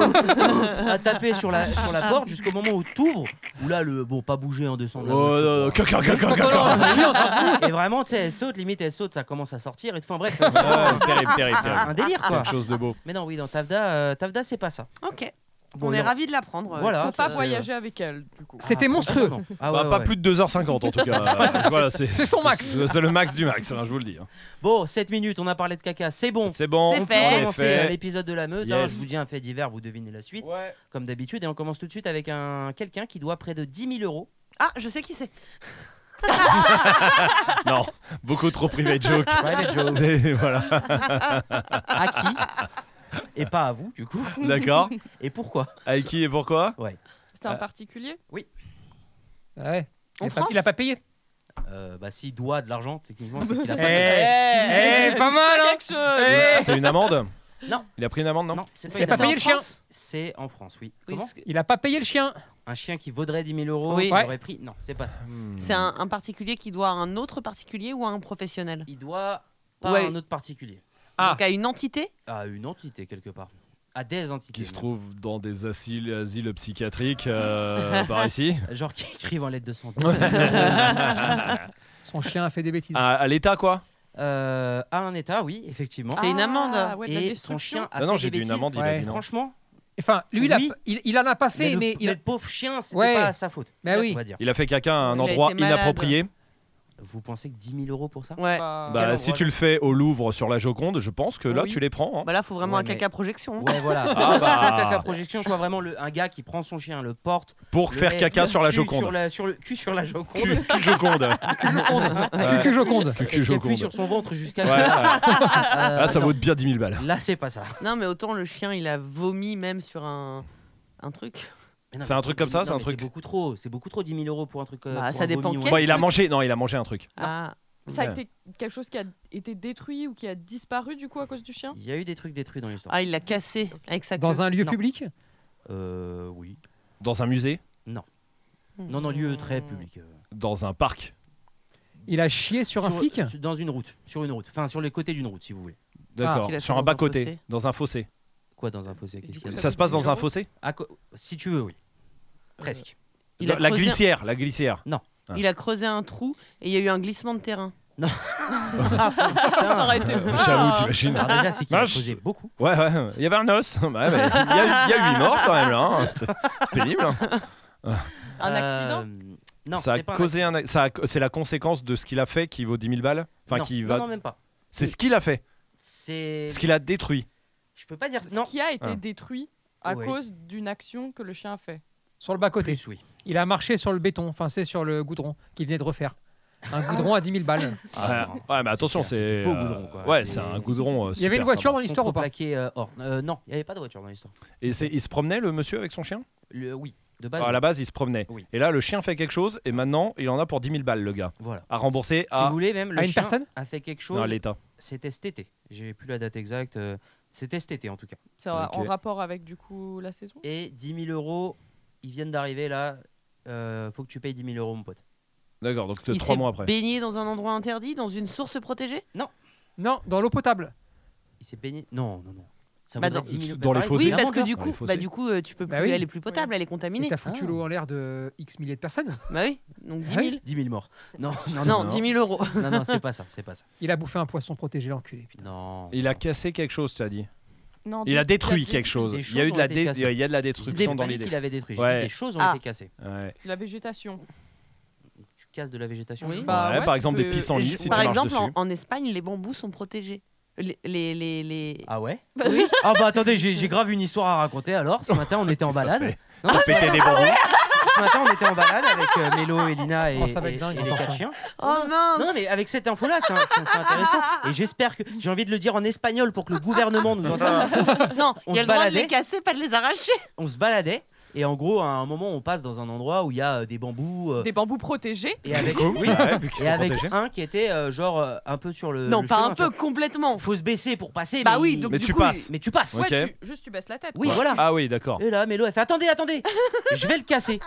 [SPEAKER 4] à taper sur
[SPEAKER 2] Ah,
[SPEAKER 4] la sur la porte jusqu'au moment où t'ouvres où là le bon pas bouger en descendant. de la
[SPEAKER 1] Oh,
[SPEAKER 4] voiture.
[SPEAKER 1] non, non, caca, caca,
[SPEAKER 2] quand on
[SPEAKER 1] caca.
[SPEAKER 2] a un chien, ça-
[SPEAKER 4] Et vraiment, tu sais, elle saute, limite, elle saute, ça commence à sortir. Et enfin, bref,
[SPEAKER 1] Ouais, Terrible, terrible,
[SPEAKER 4] un
[SPEAKER 1] terrible.
[SPEAKER 4] délire, quoi.
[SPEAKER 1] Quelque chose de beau.
[SPEAKER 4] Mais non, oui, dans Tavda, euh, Tavda, c'est pas ça.
[SPEAKER 3] Ok.
[SPEAKER 4] Bon,
[SPEAKER 3] on est Euh,
[SPEAKER 4] non.
[SPEAKER 3] ravis de l'apprendre.
[SPEAKER 4] Voilà.
[SPEAKER 5] faut pas
[SPEAKER 4] c'est-
[SPEAKER 5] voyager avec elle, du coup.
[SPEAKER 2] C'était
[SPEAKER 4] Ah,
[SPEAKER 2] monstrueux.
[SPEAKER 4] complètement. Ah,
[SPEAKER 1] Bah,
[SPEAKER 4] ouais,
[SPEAKER 1] pas
[SPEAKER 4] ouais.
[SPEAKER 1] plus de 2h50 en tout cas. Euh, voilà, c'est
[SPEAKER 2] C'est son max.
[SPEAKER 1] c'est c'est le max du max, hein, je vous le dis. hein.
[SPEAKER 4] Bon, 7 minutes, on a parlé de caca, c'est bon.
[SPEAKER 1] C'est bon,
[SPEAKER 3] C'est
[SPEAKER 1] on
[SPEAKER 3] fait.
[SPEAKER 1] est
[SPEAKER 4] On commence euh, l'épisode de la meute. hein.
[SPEAKER 1] Yes.
[SPEAKER 4] je vous dis un fait divers, vous devinez la suite, comme d'habitude. Et on commence tout de suite avec un quelqu'un qui doit près de 10 000 euros.
[SPEAKER 3] Ah, je sais qui c'est.
[SPEAKER 1] Non, beaucoup trop private joke.
[SPEAKER 4] Private joke.
[SPEAKER 1] Et voilà,
[SPEAKER 4] à qui Et pas à vous, du coup.
[SPEAKER 1] d'accord.
[SPEAKER 4] Et pourquoi
[SPEAKER 1] Avec qui et pourquoi
[SPEAKER 5] C'était un
[SPEAKER 1] Ah.
[SPEAKER 5] particulier
[SPEAKER 2] Ouais.
[SPEAKER 3] En
[SPEAKER 2] Il a pas-
[SPEAKER 3] France
[SPEAKER 2] Il a pas payé.
[SPEAKER 4] Euh, Bah, s'il doit de l'argent, techniquement, c'est qu'il a pas.
[SPEAKER 2] Eh, eh, pas mal, hein.
[SPEAKER 5] Quelque chose
[SPEAKER 2] Eh.
[SPEAKER 1] C'est une amende
[SPEAKER 4] Non.
[SPEAKER 1] Il a pris une amende, non,
[SPEAKER 4] Eh, Non, c'est
[SPEAKER 2] hein. Il a
[SPEAKER 4] une
[SPEAKER 2] pas
[SPEAKER 4] amende.
[SPEAKER 2] payé le chien.
[SPEAKER 4] C'est en France, oui.
[SPEAKER 3] Oui,
[SPEAKER 4] Comment
[SPEAKER 3] c'est-
[SPEAKER 2] Il a pas payé le chien.
[SPEAKER 4] Un chien qui vaudrait 10 000 euros,
[SPEAKER 3] Oui.
[SPEAKER 4] il
[SPEAKER 2] Ouais.
[SPEAKER 4] aurait pris. Non, c'est pas ça.
[SPEAKER 1] Hmm.
[SPEAKER 3] C'est un, un particulier qui doit à un autre particulier ou à un professionnel
[SPEAKER 4] Il doit pas
[SPEAKER 3] Ouais.
[SPEAKER 4] à un autre particulier.
[SPEAKER 2] Ah.
[SPEAKER 3] Donc à une entité
[SPEAKER 4] À une entité, quelque part. À des entités.
[SPEAKER 1] Qui se
[SPEAKER 4] même.
[SPEAKER 1] trouve dans des asiles, asiles psychiatriques euh, par ici.
[SPEAKER 4] Genre qui écrivent en lettres de santé.
[SPEAKER 2] Son chien a fait des
[SPEAKER 4] Ah.
[SPEAKER 2] bêtises.
[SPEAKER 1] À, à l'État, quoi
[SPEAKER 4] Euh, à un état, oui, effectivement.
[SPEAKER 3] C'est une amende.
[SPEAKER 5] Ah, ouais, de la
[SPEAKER 4] Et son
[SPEAKER 5] destruction.
[SPEAKER 4] chien a
[SPEAKER 1] Non, non,
[SPEAKER 4] fait
[SPEAKER 1] j'ai
[SPEAKER 4] des
[SPEAKER 1] dit une
[SPEAKER 4] bêtises.
[SPEAKER 1] amende, il
[SPEAKER 2] Ouais.
[SPEAKER 1] a dit non.
[SPEAKER 4] Franchement,
[SPEAKER 2] Enfin, lui, il, a,
[SPEAKER 4] Oui.
[SPEAKER 2] il, il en a pas fait,
[SPEAKER 4] le,
[SPEAKER 2] mais il a-
[SPEAKER 4] le pauvre chien, c'était
[SPEAKER 2] Ouais.
[SPEAKER 4] pas sa faute.
[SPEAKER 2] Bah oui.
[SPEAKER 4] On va dire.
[SPEAKER 1] Il a fait caca à un
[SPEAKER 3] Il a été
[SPEAKER 1] endroit
[SPEAKER 3] malade.
[SPEAKER 1] inapproprié.
[SPEAKER 4] Vous pensez que 10 000 euros pour ça
[SPEAKER 3] Ouais. Bah,
[SPEAKER 5] Bah,
[SPEAKER 1] Bah,
[SPEAKER 4] Quel
[SPEAKER 1] si
[SPEAKER 4] endroit
[SPEAKER 1] tu le fais au Louvre sur la Joconde, je pense que là,
[SPEAKER 5] Oui.
[SPEAKER 1] tu les prends. hein.
[SPEAKER 3] Bah, là, faut vraiment
[SPEAKER 4] Ouais,
[SPEAKER 3] un caca projection. hein.
[SPEAKER 4] Ouais, voilà.
[SPEAKER 1] Ah bah.
[SPEAKER 4] Soit caca projection, soit vraiment le, un gars qui prend son chien, le porte.
[SPEAKER 1] Pour
[SPEAKER 4] le
[SPEAKER 1] faire
[SPEAKER 4] met-
[SPEAKER 1] caca sur la
[SPEAKER 4] cul Sur
[SPEAKER 1] Joconde.
[SPEAKER 4] la- sur le cul sur la Joconde.
[SPEAKER 1] Cul, cul Joconde.
[SPEAKER 2] que, que Joconde.
[SPEAKER 1] Cul-
[SPEAKER 4] et
[SPEAKER 1] cul
[SPEAKER 4] qui appuie
[SPEAKER 1] Joconde.
[SPEAKER 4] sur son ventre jusqu'à.
[SPEAKER 1] Ouais, ouais.
[SPEAKER 4] Euh,
[SPEAKER 1] Là, ça
[SPEAKER 4] non.
[SPEAKER 1] vaut bien 10 000 balles.
[SPEAKER 4] Là, c'est pas ça.
[SPEAKER 3] Non, mais autant le chien, il a vomi même sur un, un truc.
[SPEAKER 4] Mais non,
[SPEAKER 1] C'est
[SPEAKER 4] mais
[SPEAKER 1] un truc
[SPEAKER 4] 10 000,
[SPEAKER 1] comme ça,
[SPEAKER 4] non,
[SPEAKER 1] c'est un
[SPEAKER 4] mais
[SPEAKER 1] truc-
[SPEAKER 4] C'est beaucoup trop. C'est beaucoup trop 10 000 euros pour un truc. euh,
[SPEAKER 3] Bah,
[SPEAKER 4] pour
[SPEAKER 3] ça
[SPEAKER 4] un
[SPEAKER 3] dépend
[SPEAKER 4] vomi ou
[SPEAKER 3] quel-
[SPEAKER 1] Bon, il a mangé, non, il a mangé un truc.
[SPEAKER 3] Ah,
[SPEAKER 5] Ça a
[SPEAKER 1] Ouais.
[SPEAKER 5] été quelque chose qui a été détruit ou qui a disparu, du coup, à cause du chien
[SPEAKER 4] Il y a eu des trucs détruits dans l'histoire.
[SPEAKER 3] ah il l'a cassé avec sa queue.
[SPEAKER 2] Dans un lieu
[SPEAKER 4] Non.
[SPEAKER 2] public
[SPEAKER 4] Euh, oui.
[SPEAKER 1] Dans un musée
[SPEAKER 3] Hmm.
[SPEAKER 4] Non, non, lieu très public. euh.
[SPEAKER 1] Dans un parc
[SPEAKER 2] Il a chié sur un flic
[SPEAKER 4] sur- Dans une route. Sur une route. Enfin, sur les côtés d'une route, si vous voulez.
[SPEAKER 3] Parce
[SPEAKER 1] D'accord.
[SPEAKER 3] qu'il a fait
[SPEAKER 1] sur
[SPEAKER 3] dans
[SPEAKER 1] un
[SPEAKER 3] un
[SPEAKER 1] bas-côté,
[SPEAKER 3] fossé.
[SPEAKER 1] dans un fossé.
[SPEAKER 4] Quoi, dans un fossé Qu'est-ce
[SPEAKER 5] du
[SPEAKER 4] qu'il y a
[SPEAKER 5] coup, Euh,
[SPEAKER 1] Ça se passe dans un
[SPEAKER 5] euros.
[SPEAKER 1] fossé
[SPEAKER 4] À co- Si tu veux, oui. Presque.
[SPEAKER 3] Il a
[SPEAKER 1] Dans- La
[SPEAKER 3] creusé un-
[SPEAKER 1] glissière, la glissière.
[SPEAKER 4] Non.
[SPEAKER 1] Ah.
[SPEAKER 3] Il a creusé un trou et il y a eu un glissement de terrain.
[SPEAKER 5] ça aurait été.
[SPEAKER 3] Ah.
[SPEAKER 1] J'avoue, t'imagines.
[SPEAKER 4] Alors déjà, c'est qu'il a
[SPEAKER 1] Vache.
[SPEAKER 4] posé beaucoup.
[SPEAKER 1] Ouais, ouais, il y avait un os. Bah, ouais, bah, Il y, a- il y a huit morts quand même là. hein. C'est c'est pénible. hein.
[SPEAKER 5] Un accident
[SPEAKER 4] Euh, Non,
[SPEAKER 1] ça a
[SPEAKER 4] c'est pas un
[SPEAKER 1] causé un. ac- ça a- C'est la conséquence de ce qu'il a fait qui vaut 10 000 balles. Enfin,
[SPEAKER 4] non,
[SPEAKER 1] qui
[SPEAKER 4] non,
[SPEAKER 1] va.
[SPEAKER 4] non, même pas.
[SPEAKER 1] C'est ce qu'il a fait,
[SPEAKER 4] C'est.
[SPEAKER 1] ce qu'il a détruit.
[SPEAKER 4] Je peux pas dire.
[SPEAKER 5] Ce
[SPEAKER 4] Non.
[SPEAKER 5] qui a été
[SPEAKER 1] Ah.
[SPEAKER 5] détruit à
[SPEAKER 4] Ouais.
[SPEAKER 5] cause d'une action que le chien a fait.
[SPEAKER 2] Sur le bas-côté.
[SPEAKER 4] Plus, oui.
[SPEAKER 2] Il a marché sur le béton, enfin, c'est sur le goudron qu'il venait de refaire. Un goudron à 10 000 balles.
[SPEAKER 1] ouais, ouais, mais attention,
[SPEAKER 4] Ah,
[SPEAKER 1] c'est.
[SPEAKER 4] clair, du beau
[SPEAKER 1] euh,
[SPEAKER 4] goudron, quoi.
[SPEAKER 1] Ouais, c'est un goudron. euh,
[SPEAKER 2] Il y avait
[SPEAKER 1] super
[SPEAKER 2] une voiture
[SPEAKER 1] sympa.
[SPEAKER 2] dans l'histoire ou pas
[SPEAKER 4] Contreplaqué, euh, or. Euh, non, il n'y avait pas de voiture dans l'histoire.
[SPEAKER 1] Et c'est- il se promenait le monsieur avec son chien
[SPEAKER 4] Le- Oui, de base.
[SPEAKER 1] Alors, Bah, À la base, il se promenait.
[SPEAKER 4] Oui.
[SPEAKER 1] Et là, le chien fait quelque chose et maintenant, il en a pour 10 000 balles, le gars.
[SPEAKER 4] Voilà.
[SPEAKER 1] À rembourser
[SPEAKER 4] Si vous
[SPEAKER 1] à,
[SPEAKER 4] voulez, même le
[SPEAKER 2] à une
[SPEAKER 4] chien
[SPEAKER 2] personne
[SPEAKER 4] a fait quelque chose.
[SPEAKER 1] Ah. non, à l'État.
[SPEAKER 4] C'était cet été. J'ai plus la date exacte. euh, C'était cet été en tout cas.
[SPEAKER 5] C'est en-
[SPEAKER 1] Ok.
[SPEAKER 5] en rapport avec du coup la saison
[SPEAKER 4] Et 10 000 euros, ils viennent d'arriver là. Euh, faut que tu payes 10 000 euros, mon pote.
[SPEAKER 1] D'accord, donc
[SPEAKER 3] il
[SPEAKER 1] 3
[SPEAKER 3] s'est
[SPEAKER 1] mois après.
[SPEAKER 3] baigné dans un endroit interdit, dans une source protégée
[SPEAKER 2] Non, dans l'eau potable.
[SPEAKER 4] Il s'est baigné. Non, non, non. Ça
[SPEAKER 3] Bah,
[SPEAKER 4] vaudrait
[SPEAKER 3] dans-
[SPEAKER 4] 10 000
[SPEAKER 1] dans les
[SPEAKER 4] pareil,
[SPEAKER 1] fossés.
[SPEAKER 3] Oui,
[SPEAKER 4] c'est
[SPEAKER 3] parce
[SPEAKER 4] vraiment
[SPEAKER 3] que
[SPEAKER 4] dur.
[SPEAKER 3] du
[SPEAKER 1] Dans
[SPEAKER 3] coup,
[SPEAKER 1] les
[SPEAKER 3] bah,
[SPEAKER 1] fossés.
[SPEAKER 3] du coup, euh, tu peux plus.
[SPEAKER 2] Bah oui.
[SPEAKER 3] Elle est plus potable, elle est contaminée.
[SPEAKER 2] Et t'as foutu
[SPEAKER 4] Ah.
[SPEAKER 2] l'eau en l'air de X milliers de personnes.
[SPEAKER 3] Bah oui, donc 10
[SPEAKER 2] Ah
[SPEAKER 3] 000.
[SPEAKER 2] oui. Ah
[SPEAKER 4] 10 000 morts. Non, non,
[SPEAKER 3] Non,
[SPEAKER 4] non.
[SPEAKER 3] 10 000 euros.
[SPEAKER 4] Non, non, c'est pas ça. C'est pas ça.
[SPEAKER 2] Il a bouffé un poisson protégé, l'enculé. putain.
[SPEAKER 4] Non.
[SPEAKER 1] Il a cassé quelque chose, tu as dit.
[SPEAKER 5] Non,
[SPEAKER 1] Il
[SPEAKER 5] donc,
[SPEAKER 1] a détruit
[SPEAKER 5] dé-
[SPEAKER 1] quelque chose.
[SPEAKER 4] des
[SPEAKER 1] Il y a
[SPEAKER 4] choses
[SPEAKER 1] eu de
[SPEAKER 4] ont
[SPEAKER 1] la,
[SPEAKER 4] été
[SPEAKER 1] dé-
[SPEAKER 4] cassées.
[SPEAKER 1] il y a de la
[SPEAKER 4] J'ai
[SPEAKER 1] destruction
[SPEAKER 4] pas
[SPEAKER 1] dans
[SPEAKER 4] dit
[SPEAKER 1] l'idée.
[SPEAKER 4] qu'il avait détruit. J'ai dit
[SPEAKER 1] Ouais.
[SPEAKER 4] des choses ont
[SPEAKER 3] Ah.
[SPEAKER 4] été cassées.
[SPEAKER 1] Ouais.
[SPEAKER 5] La végétation.
[SPEAKER 4] Tu casses de la végétation.
[SPEAKER 5] Oui.
[SPEAKER 4] je
[SPEAKER 5] Bah,
[SPEAKER 1] Ouais,
[SPEAKER 5] ouais,
[SPEAKER 1] par
[SPEAKER 5] tu
[SPEAKER 1] exemple, des
[SPEAKER 5] peux-
[SPEAKER 1] pissenlits, si
[SPEAKER 3] Par
[SPEAKER 1] tu marches
[SPEAKER 3] exemple, en,
[SPEAKER 1] dessus.
[SPEAKER 3] en Espagne, les bambous sont protégés. Les. les, les, les-
[SPEAKER 4] Ah ouais Ah bah attendez, j'ai j'ai grave une histoire à raconter alors. Ce matin, on était en
[SPEAKER 1] Qu'est-ce que t'as
[SPEAKER 4] balade.
[SPEAKER 1] fait T'as pété des bonbons
[SPEAKER 4] Ce matin, on était en balade avec euh, Mélo, Elina et,
[SPEAKER 2] Oh, ça va être
[SPEAKER 4] et-
[SPEAKER 2] dingue,
[SPEAKER 4] et les
[SPEAKER 2] encore
[SPEAKER 4] quatre
[SPEAKER 2] ça.
[SPEAKER 4] chiens.
[SPEAKER 3] Oh mince
[SPEAKER 4] Non, non, mais avec cette info-là, c'est c'est- c'est intéressant. Et j'espère que. J'ai envie de le dire en espagnol pour que le gouvernement nous entende.
[SPEAKER 3] Non,
[SPEAKER 4] On
[SPEAKER 3] il y a le droit
[SPEAKER 4] se
[SPEAKER 3] de
[SPEAKER 4] baladait.
[SPEAKER 3] les casser, pas de les arracher.
[SPEAKER 4] On se baladait. Et en gros, à un moment, on passe dans un endroit où il y a euh, des bambous. euh,
[SPEAKER 5] Des bambous protégés.
[SPEAKER 4] Et avec, oui,
[SPEAKER 1] Ouais, vu qu'ils
[SPEAKER 4] et
[SPEAKER 1] sont
[SPEAKER 4] avec
[SPEAKER 1] protégés.
[SPEAKER 4] un qui était euh, genre euh, un peu sur le.
[SPEAKER 3] Non,
[SPEAKER 4] le
[SPEAKER 3] pas
[SPEAKER 4] chemin,
[SPEAKER 3] un
[SPEAKER 4] tu
[SPEAKER 3] peu, complètement.
[SPEAKER 4] vois. Faut se baisser pour passer.
[SPEAKER 3] Bah
[SPEAKER 4] mais
[SPEAKER 3] oui,
[SPEAKER 4] il-
[SPEAKER 3] donc
[SPEAKER 1] Mais
[SPEAKER 3] du
[SPEAKER 1] tu
[SPEAKER 3] coup,
[SPEAKER 1] passes.
[SPEAKER 4] Mais tu passes.
[SPEAKER 1] Ok.
[SPEAKER 5] Ouais, tu- juste tu baisses la tête.
[SPEAKER 4] Oui,
[SPEAKER 5] quoi.
[SPEAKER 4] voilà.
[SPEAKER 1] Ah oui, d'accord.
[SPEAKER 4] Et là, Mélo, elle fait Attendez, attendez Je vais le casser.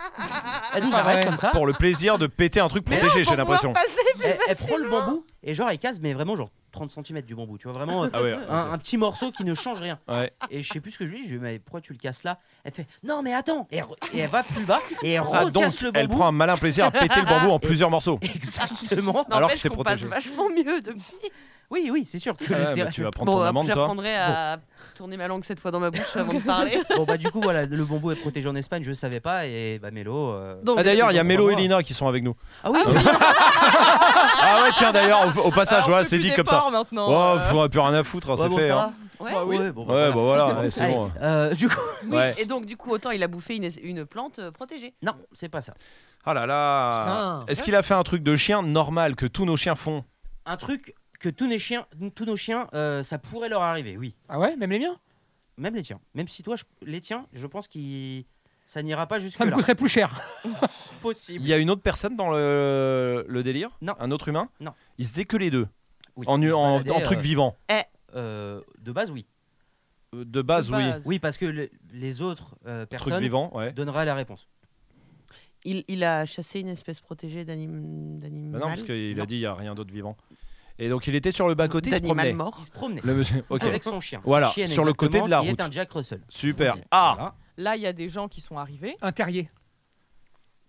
[SPEAKER 4] Elle nous
[SPEAKER 2] Ah
[SPEAKER 4] arrête
[SPEAKER 2] ouais.
[SPEAKER 4] comme ça.
[SPEAKER 1] Pour le plaisir de péter un truc protégé, j'ai
[SPEAKER 3] Pour pouvoir
[SPEAKER 1] l'impression.
[SPEAKER 3] passer.
[SPEAKER 4] elle, elle prend le bambou et genre elle casse mais vraiment genre 30 cm du bambou tu vois vraiment euh,
[SPEAKER 1] Ah ouais.
[SPEAKER 4] un, un petit morceau qui ne change rien
[SPEAKER 1] Ouais.
[SPEAKER 4] et je sais plus ce que je lui dis je lui dis mais pourquoi tu le casses là elle fait non mais attends et elle, re- et elle va plus bas et elle
[SPEAKER 1] Ah,
[SPEAKER 4] recasse
[SPEAKER 1] donc,
[SPEAKER 4] le
[SPEAKER 1] elle
[SPEAKER 4] bambou
[SPEAKER 1] prend un malin plaisir à péter le bambou en plusieurs morceaux.
[SPEAKER 4] exactement
[SPEAKER 1] Alors
[SPEAKER 3] N'empêche
[SPEAKER 1] que c'est
[SPEAKER 3] qu'on passe
[SPEAKER 1] protégé.
[SPEAKER 3] vachement mieux depuis.
[SPEAKER 4] oui oui c'est sûr que
[SPEAKER 1] Ah ouais,
[SPEAKER 4] t'es-
[SPEAKER 1] mais tu vas prendre ton
[SPEAKER 3] Bon,
[SPEAKER 1] amende, toi.
[SPEAKER 3] j'apprendrai à tourner ma langue cette fois dans ma bouche avant de parler.
[SPEAKER 4] bon bah du coup voilà le bambou est protégé en Espagne je savais pas et bah Mélo euh,
[SPEAKER 3] Donc,
[SPEAKER 1] Ah, d'ailleurs, il y a
[SPEAKER 4] Donc,
[SPEAKER 1] Mélo et
[SPEAKER 4] trois mois.
[SPEAKER 1] Lina qui sont avec nous.
[SPEAKER 4] ah oui
[SPEAKER 1] Ah ouais, tiens, d'ailleurs, au, au passage,
[SPEAKER 5] Alors, on
[SPEAKER 1] voilà,
[SPEAKER 5] fait
[SPEAKER 1] c'est
[SPEAKER 5] plus
[SPEAKER 1] dit comme ça.
[SPEAKER 5] d'efforts maintenant.
[SPEAKER 1] Oh,
[SPEAKER 5] euh.
[SPEAKER 1] pff, on a plus rien à foutre, hein,
[SPEAKER 4] Ouais,
[SPEAKER 1] c'est
[SPEAKER 4] bon,
[SPEAKER 1] fait.
[SPEAKER 4] ça
[SPEAKER 1] hein.
[SPEAKER 4] va.
[SPEAKER 3] Ouais.
[SPEAKER 4] Bah oui. bon bah,
[SPEAKER 1] Ouais,
[SPEAKER 4] voilà.
[SPEAKER 1] bah voilà, ouais, c'est
[SPEAKER 4] Allez,
[SPEAKER 1] bon.
[SPEAKER 4] euh, du coup
[SPEAKER 3] Oui,
[SPEAKER 1] Ouais.
[SPEAKER 3] et donc du coup, autant il a bouffé une, une plante euh, protégée.
[SPEAKER 4] non c'est pas ça
[SPEAKER 1] Ah là là.
[SPEAKER 2] Putain.
[SPEAKER 1] Ah. Est-ce qu'il a fait un truc de chien normal que tous nos chiens font
[SPEAKER 4] un truc que tous nos chiens tous nos chiens euh, ça pourrait leur arriver oui
[SPEAKER 2] Ah ouais, même les miens
[SPEAKER 4] Même les tiens. Même si toi, je- les tiens, je pense que ça n'ira
[SPEAKER 2] Ça
[SPEAKER 4] pas
[SPEAKER 2] me
[SPEAKER 4] jusque-là.
[SPEAKER 2] coûterait plus cher.
[SPEAKER 1] Il
[SPEAKER 4] possible.
[SPEAKER 1] y a une autre personne dans le, le délire
[SPEAKER 4] Non.
[SPEAKER 1] Un autre humain
[SPEAKER 4] Non.
[SPEAKER 1] Ils se dégueulaient deux.
[SPEAKER 4] Oui,
[SPEAKER 1] en,
[SPEAKER 4] ils se
[SPEAKER 1] en,
[SPEAKER 4] baladaient,
[SPEAKER 1] en truc
[SPEAKER 4] euh,
[SPEAKER 1] vivant.
[SPEAKER 4] euh, de base, oui.
[SPEAKER 1] Euh, De base,
[SPEAKER 5] De
[SPEAKER 1] oui.
[SPEAKER 5] base.
[SPEAKER 4] Oui, parce que le- les autres euh,
[SPEAKER 1] Truc
[SPEAKER 4] personnes
[SPEAKER 1] vivant, ouais.
[SPEAKER 4] donneraient la réponse.
[SPEAKER 3] Il, il a chassé une espèce protégée d'anim- d'animal.
[SPEAKER 1] Bah non, parce qu'il a
[SPEAKER 4] Non.
[SPEAKER 1] dit il n'y a rien d'autre vivant. Et donc il était sur le bas-côté, il se
[SPEAKER 3] D'animal
[SPEAKER 1] promenait.
[SPEAKER 3] mort.
[SPEAKER 4] Ils se promenaient
[SPEAKER 1] Le monsieur- Ok,
[SPEAKER 4] avec son chien.
[SPEAKER 1] Voilà,
[SPEAKER 4] Sa chienne,
[SPEAKER 1] sur le côté de la
[SPEAKER 4] exactement, qui
[SPEAKER 1] route.
[SPEAKER 4] est un Jack Russell.
[SPEAKER 1] super. Ah
[SPEAKER 4] Voilà.
[SPEAKER 5] Là, il y a des gens qui sont arrivés.
[SPEAKER 2] Un terrier.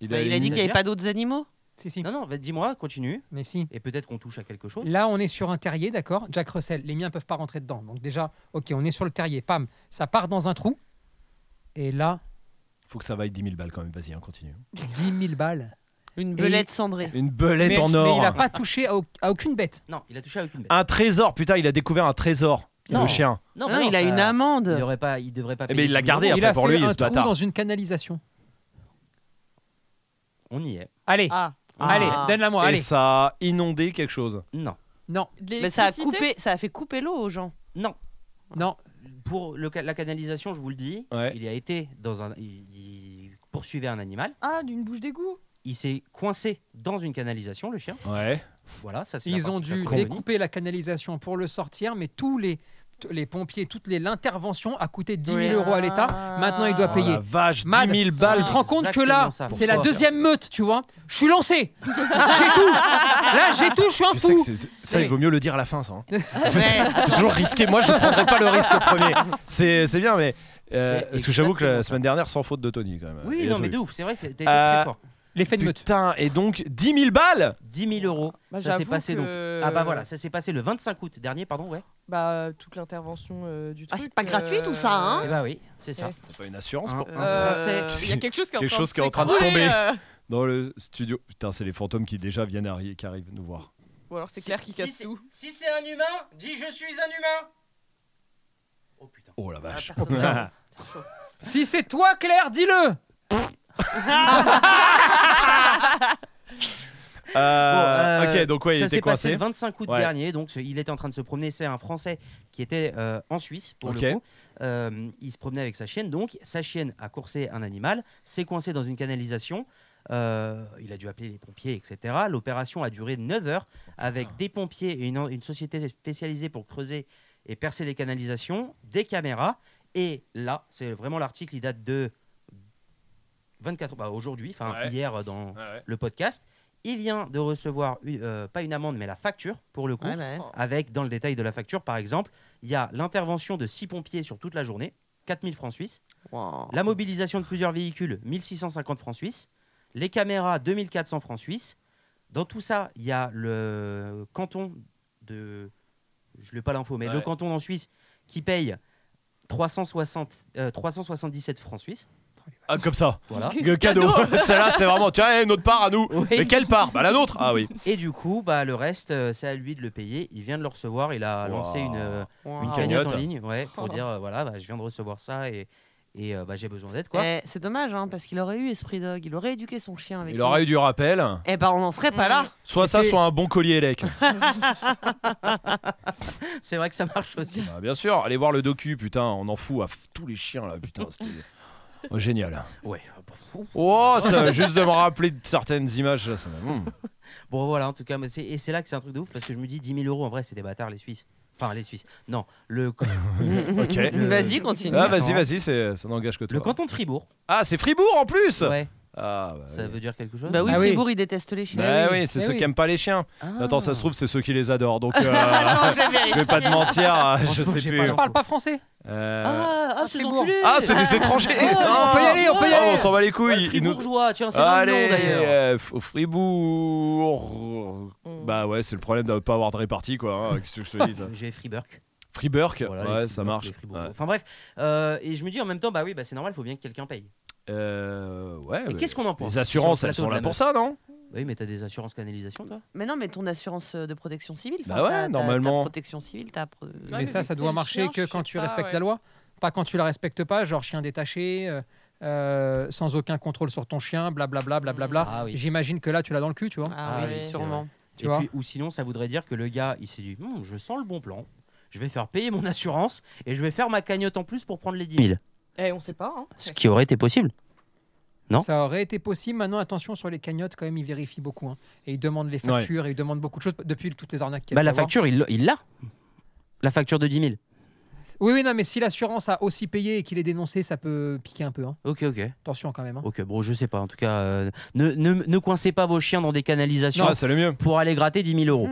[SPEAKER 3] Bah, il a dit qu'il n'y avait pas d'autres animaux.
[SPEAKER 2] Si, si.
[SPEAKER 4] Non,
[SPEAKER 3] Hein
[SPEAKER 4] non, bah, dis-moi, continue.
[SPEAKER 2] Mais si.
[SPEAKER 4] Et peut-être qu'on touche à quelque chose.
[SPEAKER 2] Là, on est sur un terrier, d'accord Jack Russell, les miens peuvent pas rentrer dedans. Donc déjà, ok, on est sur le terrier. Pam, ça part dans un trou. Et là,
[SPEAKER 1] Faut que ça vaille 10 000 balles quand même, vas-y, hein, continue.
[SPEAKER 2] 10 000 balles.
[SPEAKER 3] Une
[SPEAKER 2] Et-
[SPEAKER 3] belette cendrée.
[SPEAKER 1] Une belette
[SPEAKER 2] mais,
[SPEAKER 1] en
[SPEAKER 2] mais
[SPEAKER 1] or.
[SPEAKER 2] il a pas touché à, au- à aucune bête.
[SPEAKER 4] Non, il a touché à aucune bête.
[SPEAKER 1] Un trésor, putain, il a découvert un trésor,
[SPEAKER 4] Non.
[SPEAKER 1] le chien.
[SPEAKER 4] Non,
[SPEAKER 3] Non,
[SPEAKER 4] bah non,
[SPEAKER 3] il a
[SPEAKER 4] ça-
[SPEAKER 3] une amende.
[SPEAKER 4] Il aurait pas, il devrait pas.
[SPEAKER 1] Eh ben,
[SPEAKER 4] payer
[SPEAKER 1] il l'a
[SPEAKER 4] 10 000
[SPEAKER 1] gardé,
[SPEAKER 4] euros.
[SPEAKER 2] il
[SPEAKER 1] après,
[SPEAKER 2] a
[SPEAKER 1] pour
[SPEAKER 2] fait
[SPEAKER 1] lui,
[SPEAKER 2] un
[SPEAKER 1] ce
[SPEAKER 2] trou
[SPEAKER 1] bâtard.
[SPEAKER 2] dans une canalisation.
[SPEAKER 1] hein.
[SPEAKER 4] On y est.
[SPEAKER 2] Allez,
[SPEAKER 3] Ah.
[SPEAKER 2] allez,
[SPEAKER 3] Ah.
[SPEAKER 2] donne-la moi,
[SPEAKER 1] Et
[SPEAKER 2] allez.
[SPEAKER 1] ça a inondé quelque chose.
[SPEAKER 4] Non,
[SPEAKER 2] Non,
[SPEAKER 5] De
[SPEAKER 3] Mais ça a
[SPEAKER 5] l'électricité.
[SPEAKER 3] coupé, ça a fait couper l'eau aux gens.
[SPEAKER 4] non.
[SPEAKER 2] non,
[SPEAKER 4] Pour le ca- la canalisation, je vous le dis,
[SPEAKER 1] Ouais.
[SPEAKER 4] il a été dans un, il- il poursuivait un animal.
[SPEAKER 5] Ah, d'une bouche d'égout.
[SPEAKER 4] il s'est coincé dans une canalisation, le chien.
[SPEAKER 1] Ouais.
[SPEAKER 4] Voilà, ça c'est. la
[SPEAKER 2] ils ont
[SPEAKER 4] partie
[SPEAKER 2] dû
[SPEAKER 4] qu'on connaît.
[SPEAKER 2] découper la canalisation pour le sortir, mais tous les, tous les pompiers, toute les- l'intervention a coûté 10 000
[SPEAKER 3] Ouais.
[SPEAKER 2] euros à l'État. Maintenant, il doit
[SPEAKER 1] Oh
[SPEAKER 2] payer.
[SPEAKER 1] la vache, 10
[SPEAKER 2] Mad,
[SPEAKER 1] 000 balles.
[SPEAKER 2] Tu te rends compte que là,
[SPEAKER 4] Exactement ça.
[SPEAKER 2] c'est
[SPEAKER 1] Pour
[SPEAKER 2] la
[SPEAKER 1] ça.
[SPEAKER 2] deuxième meute, tu vois. Je suis lancé. J'ai tout. Là, j'ai tout, je suis un
[SPEAKER 1] Tu sais que
[SPEAKER 2] fou.
[SPEAKER 1] c'est- ça, il vaut mieux le dire à la fin, ça. hein.
[SPEAKER 3] Ouais.
[SPEAKER 1] C'est toujours risqué. Moi, je ne prendrais pas le risque au premier. C'est c'est bien, mais. euh,
[SPEAKER 4] C'est
[SPEAKER 1] parce que j'avoue que
[SPEAKER 4] exactement
[SPEAKER 1] la
[SPEAKER 4] ça.
[SPEAKER 1] semaine dernière, sans faute de Tony, quand même.
[SPEAKER 4] Oui,
[SPEAKER 1] Il a
[SPEAKER 4] non,
[SPEAKER 1] tout
[SPEAKER 4] mais
[SPEAKER 1] eu.
[SPEAKER 4] de ouf, c'est vrai que t'as été
[SPEAKER 1] Euh,
[SPEAKER 4] très fort.
[SPEAKER 2] L'effet de meute.
[SPEAKER 1] Putain, et donc 10 000 balles
[SPEAKER 4] 10 000 euros.
[SPEAKER 5] Bah,
[SPEAKER 4] ça s'est
[SPEAKER 5] j'avoue
[SPEAKER 4] passé
[SPEAKER 5] que-
[SPEAKER 4] donc. Ah bah voilà, ça s'est passé le 25 août dernier, pardon, ouais.
[SPEAKER 5] Bah, toute l'intervention euh, du
[SPEAKER 3] Ah,
[SPEAKER 5] truc.
[SPEAKER 3] c'est pas gratuit, tout ça, hein
[SPEAKER 5] Ah.
[SPEAKER 4] Et bah oui, c'est ça.
[SPEAKER 5] Ouais.
[SPEAKER 1] C'est pas une assurance
[SPEAKER 4] Un-
[SPEAKER 1] pour-
[SPEAKER 4] un
[SPEAKER 5] Euh,
[SPEAKER 4] Français-
[SPEAKER 5] Il y a quelque chose qui est,
[SPEAKER 1] Quelque
[SPEAKER 5] en, train
[SPEAKER 1] chose qui est en train de
[SPEAKER 5] s'écrouler,
[SPEAKER 1] tomber.
[SPEAKER 5] euh.
[SPEAKER 1] dans le studio. Putain, c'est les fantômes qui déjà viennent arri- qui arrivent nous voir.
[SPEAKER 5] Ou alors c'est
[SPEAKER 4] Si-
[SPEAKER 5] Claire qui
[SPEAKER 4] si
[SPEAKER 5] casse
[SPEAKER 4] c'est-
[SPEAKER 5] tout.
[SPEAKER 4] Si c'est un humain, dis je suis un humain. Oh putain.
[SPEAKER 1] Oh la
[SPEAKER 4] Ah,
[SPEAKER 1] vache.
[SPEAKER 4] personne n'a-
[SPEAKER 2] Si c'est toi, Claire, dis-le
[SPEAKER 1] Euh,
[SPEAKER 4] Bon, euh,
[SPEAKER 1] ok, donc ouais, il
[SPEAKER 4] ça
[SPEAKER 1] était
[SPEAKER 4] s'est passé
[SPEAKER 1] coincé.
[SPEAKER 4] le 25 août
[SPEAKER 1] Ouais.
[SPEAKER 4] dernier, donc ce- il était en train de se promener. C'est un Français qui était euh, en Suisse pour
[SPEAKER 1] Ok.
[SPEAKER 4] le coup. Euh, il se promenait avec sa chienne, donc sa chienne a coursé un animal, s'est coincé dans une canalisation. Euh, il a dû appeler les pompiers, etc. L'opération a duré 9 heures avec des pompiers et une, en- une société spécialisée pour creuser et percer les canalisations, des caméras. Et là, c'est vraiment l'article, il date de 24 bah aujourd'hui, enfin
[SPEAKER 1] Ouais.
[SPEAKER 4] hier euh, dans,
[SPEAKER 1] Ouais, ouais.
[SPEAKER 4] le podcast. Il vient de recevoir, une- euh, pas une amende, mais la facture, pour
[SPEAKER 2] Euh,
[SPEAKER 4] le coup. Avec, dans le détail de la facture, par exemple, il y a l'intervention de 6 pompiers sur toute la journée, 4000 francs suisses.
[SPEAKER 3] Wow.
[SPEAKER 4] La mobilisation de plusieurs véhicules, 1650 francs suisses. Les caméras, 2400 francs suisses. Dans tout ça, il y a le canton de. Je n'ai pas l'info, mais
[SPEAKER 1] Ouais.
[SPEAKER 4] le canton en Suisse qui paye 360, euh, 377 francs suisses.
[SPEAKER 1] Ah, comme ça.
[SPEAKER 4] Voilà.
[SPEAKER 1] Le cadeau. Celle-là, c'est vraiment. Tu vois, eh, notre part à nous.
[SPEAKER 4] Oui.
[SPEAKER 1] Mais quelle part Bah la nôtre. Ah oui.
[SPEAKER 4] Et du coup, bah, le reste, euh, c'est à lui de le payer. Il vient de le recevoir. Il a
[SPEAKER 1] Wow.
[SPEAKER 4] lancé une, euh,
[SPEAKER 3] Wow.
[SPEAKER 4] une
[SPEAKER 1] Ah.
[SPEAKER 4] cagnotte en
[SPEAKER 1] Cagnotte.
[SPEAKER 4] ligne ouais, pour
[SPEAKER 5] Oh.
[SPEAKER 4] dire euh, voilà, bah, je viens de recevoir ça et, et euh, bah, j'ai besoin d'aide. quoi.
[SPEAKER 3] Eh, c'est dommage, hein, parce qu'il aurait eu Esprit Dog, il aurait éduqué son chien avec
[SPEAKER 1] Il
[SPEAKER 3] lui.
[SPEAKER 1] aurait eu du rappel.
[SPEAKER 3] Eh ben, on n'en serait pas là.
[SPEAKER 1] Soit ça,
[SPEAKER 4] C'était-
[SPEAKER 1] soit un bon collier élec.
[SPEAKER 4] C'est vrai que ça marche aussi.
[SPEAKER 1] Bah, bien sûr, allez voir le docu, putain, on en fout à f- tous les chiens là, putain, c'était oh, génial.
[SPEAKER 4] Ouais.
[SPEAKER 1] Oh, ça, juste de me rappeler de certaines images là, ça m'a- hmm.
[SPEAKER 4] Bon, voilà, en tout cas, mais c'est- et c'est là que c'est un truc de ouf parce que je me dis 10 000 euros, en vrai, c'est des bâtards, les Suisses. Enfin, les Suisses. Non, le,
[SPEAKER 1] Ok.
[SPEAKER 3] Vas-y, continue.
[SPEAKER 1] Ah, vas-y, vas-y, c'est- ça n'engage que toi.
[SPEAKER 4] le canton de Fribourg.
[SPEAKER 1] Ah, c'est Fribourg en plus
[SPEAKER 4] Ouais,
[SPEAKER 1] Ah, bah,
[SPEAKER 4] ça
[SPEAKER 1] oui.
[SPEAKER 4] veut dire quelque chose
[SPEAKER 3] Bah oui,
[SPEAKER 2] Ah oui.
[SPEAKER 3] Fribourg, il déteste les chiens.
[SPEAKER 1] Bah
[SPEAKER 2] Mais oui,
[SPEAKER 1] oui, c'est
[SPEAKER 2] mais
[SPEAKER 1] ceux
[SPEAKER 2] oui.
[SPEAKER 1] qui aiment pas les chiens.
[SPEAKER 4] Ah.
[SPEAKER 1] Attends, ça se trouve, c'est ceux qui les adorent, donc euh,
[SPEAKER 3] Attends, je vais
[SPEAKER 1] je
[SPEAKER 3] vérifier.
[SPEAKER 1] vais pas te mentir, euh, je
[SPEAKER 4] Franchement,
[SPEAKER 1] sais
[SPEAKER 4] j'ai
[SPEAKER 1] plus.
[SPEAKER 4] pas
[SPEAKER 2] On parle pas français
[SPEAKER 1] Euh,
[SPEAKER 3] Ah, ah,
[SPEAKER 4] Ah,
[SPEAKER 3] ces
[SPEAKER 4] Fribourg.
[SPEAKER 3] enculés.
[SPEAKER 1] Ah, c'est des étrangers
[SPEAKER 4] Oh,
[SPEAKER 2] On peut y aller, on peut y
[SPEAKER 1] Ah,
[SPEAKER 2] aller
[SPEAKER 1] on s'en bat les
[SPEAKER 4] Ah,
[SPEAKER 1] couilles
[SPEAKER 4] le
[SPEAKER 1] ils nous-
[SPEAKER 4] Fribourgeois, tiens, c'est dans le
[SPEAKER 1] Allez,
[SPEAKER 4] nom d'ailleurs.
[SPEAKER 1] euh, F- Fribourg.
[SPEAKER 5] Mm.
[SPEAKER 1] Bah ouais, c'est le problème de ne pas avoir de répartie, quoi. hein, Qu'est-ce que je te dis ça
[SPEAKER 4] J'ai Fribourg.
[SPEAKER 1] Fribourg,
[SPEAKER 4] Voilà, les
[SPEAKER 1] ouais, ça
[SPEAKER 4] Fribourg,
[SPEAKER 1] marche.
[SPEAKER 4] les Fribourg.
[SPEAKER 1] Ouais,
[SPEAKER 4] Enfin bref, euh, et je me dis en même temps, bah oui, bah, c'est normal, il faut bien que quelqu'un paye.
[SPEAKER 1] Euh, ouais,
[SPEAKER 4] Et
[SPEAKER 1] ouais.
[SPEAKER 4] qu'est-ce qu'on en pense
[SPEAKER 1] Les assurances,
[SPEAKER 4] sur le
[SPEAKER 1] elles
[SPEAKER 4] plateau
[SPEAKER 1] sont
[SPEAKER 4] de
[SPEAKER 1] là
[SPEAKER 4] la
[SPEAKER 1] pour
[SPEAKER 4] meuf
[SPEAKER 1] ça, non
[SPEAKER 4] Oui, mais t'as des assurances canalisation, toi
[SPEAKER 3] Mais non, mais ton assurance euh, de protection civile.
[SPEAKER 1] Bah
[SPEAKER 3] enfin,
[SPEAKER 1] ouais,
[SPEAKER 3] t'as- t'as-
[SPEAKER 1] normalement.
[SPEAKER 3] t'as protection civile, t'as. pro-
[SPEAKER 5] Ouais,
[SPEAKER 2] mais
[SPEAKER 5] mais
[SPEAKER 2] ça, ça
[SPEAKER 5] laisser
[SPEAKER 2] doit
[SPEAKER 5] le
[SPEAKER 2] marcher
[SPEAKER 5] chien,
[SPEAKER 2] que
[SPEAKER 5] je
[SPEAKER 2] quand
[SPEAKER 5] sais
[SPEAKER 2] tu
[SPEAKER 5] pas,
[SPEAKER 2] respectes
[SPEAKER 5] ouais.
[SPEAKER 2] la loi, pas quand tu la respectes pas, genre chien détaché, euh, euh, sans aucun contrôle sur ton chien, blablabla. Bla, bla, bla,
[SPEAKER 4] Ah oui.
[SPEAKER 2] J'imagine que là, tu l'as dans le cul, tu vois.
[SPEAKER 3] Ah,
[SPEAKER 4] Ah
[SPEAKER 3] oui,
[SPEAKER 4] oui, c'est
[SPEAKER 3] sûrement.
[SPEAKER 2] Tu
[SPEAKER 4] Et
[SPEAKER 2] vois
[SPEAKER 4] puis, Ou sinon, ça voudrait dire que le gars, il s'est dit, Hum, je sens le bon plan, je vais faire payer mon assurance et je vais faire ma cagnotte en plus pour prendre les 10 000.
[SPEAKER 5] Eh, on sait pas, hein.
[SPEAKER 4] Ce qui aurait été possible. Non.
[SPEAKER 2] Ça aurait été possible. Maintenant, attention sur les cagnottes, quand même, ils vérifient beaucoup. hein. Et ils demandent les
[SPEAKER 1] Ouais.
[SPEAKER 2] factures, et ils demandent beaucoup de choses depuis toutes les arnaques qu'il y a
[SPEAKER 4] Bah,
[SPEAKER 2] pu
[SPEAKER 4] la
[SPEAKER 2] avoir.
[SPEAKER 4] facture, il l'a- il l'a. La facture de 10 000.
[SPEAKER 2] Oui, oui, non, mais si l'assurance a aussi payé et qu'il est dénoncé, ça peut piquer un peu. hein.
[SPEAKER 4] Ok, ok.
[SPEAKER 2] Attention quand même. hein.
[SPEAKER 4] Ok, bon, je sais pas. En tout cas, euh, ne, ne, ne coincez pas vos chiens dans des canalisations
[SPEAKER 1] Ah, c'est le mieux.
[SPEAKER 4] pour aller gratter 10 000 euros.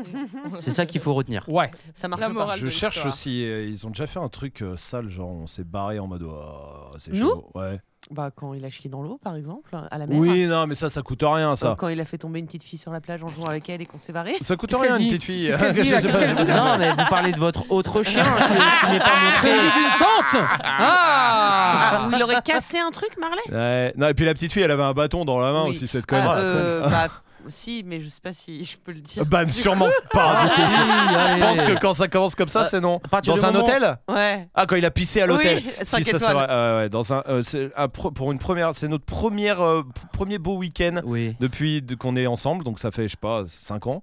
[SPEAKER 4] c'est ça qu'il faut retenir.
[SPEAKER 2] Ouais,
[SPEAKER 3] Ça marche
[SPEAKER 5] La
[SPEAKER 3] pas.
[SPEAKER 5] morale.
[SPEAKER 1] Je
[SPEAKER 5] de
[SPEAKER 1] cherche
[SPEAKER 5] l'histoire.
[SPEAKER 1] aussi. euh, ils ont déjà fait un truc euh, sale, genre on s'est barré en mode. oh, c'est
[SPEAKER 3] Nous
[SPEAKER 1] chaud. Ouais.
[SPEAKER 3] Bah, quand il a chié dans l'eau, par exemple, à la mer.
[SPEAKER 1] Oui, non, mais ça, ça coûte rien,
[SPEAKER 3] Comme
[SPEAKER 1] ça.
[SPEAKER 3] quand il a fait tomber une petite fille sur la plage en jouant avec elle et qu'on s'est barré.
[SPEAKER 1] Ça coûte
[SPEAKER 2] Qu'est-ce
[SPEAKER 1] rien,
[SPEAKER 2] qu'elle
[SPEAKER 1] une
[SPEAKER 2] dit
[SPEAKER 1] petite fille.
[SPEAKER 2] Qu'est-ce qu'elle dit, là
[SPEAKER 1] Je sais
[SPEAKER 2] Qu'est-ce
[SPEAKER 1] pas.
[SPEAKER 2] qu'elle dit, là
[SPEAKER 4] Non, mais vous parlez de votre autre chien hein, qui, qui n'est pas mon chien.
[SPEAKER 2] celui d'une tante
[SPEAKER 3] Ah,
[SPEAKER 2] Ah
[SPEAKER 3] ou il aurait cassé un truc, Marley
[SPEAKER 1] Ouais. Non, et puis la petite fille, elle avait un bâton dans la main
[SPEAKER 3] Oui.
[SPEAKER 1] aussi, cette conne.
[SPEAKER 3] Ah, euh, Bah, si, mais je sais pas si je peux le dire.
[SPEAKER 1] Bah, sûrement
[SPEAKER 4] Ah,
[SPEAKER 1] pas. du coup. Je pense que quand ça commence comme ça,
[SPEAKER 4] Euh,
[SPEAKER 1] c'est non.
[SPEAKER 4] partir
[SPEAKER 1] Dans
[SPEAKER 4] du
[SPEAKER 1] un
[SPEAKER 4] moment-
[SPEAKER 1] hôtel
[SPEAKER 3] Ouais.
[SPEAKER 1] Ah, quand il a pissé à l'hôtel.
[SPEAKER 3] Oui,
[SPEAKER 1] si,
[SPEAKER 3] cinq
[SPEAKER 1] ça c'est
[SPEAKER 3] étoiles.
[SPEAKER 1] vrai. Ouais, ouais, dans un, euh, c'est un pro- pour une première, c'est notre première, euh, p- premier beau week-end
[SPEAKER 4] Oui.
[SPEAKER 1] depuis de- qu'on est ensemble, donc ça fait je sais pas 5 ans.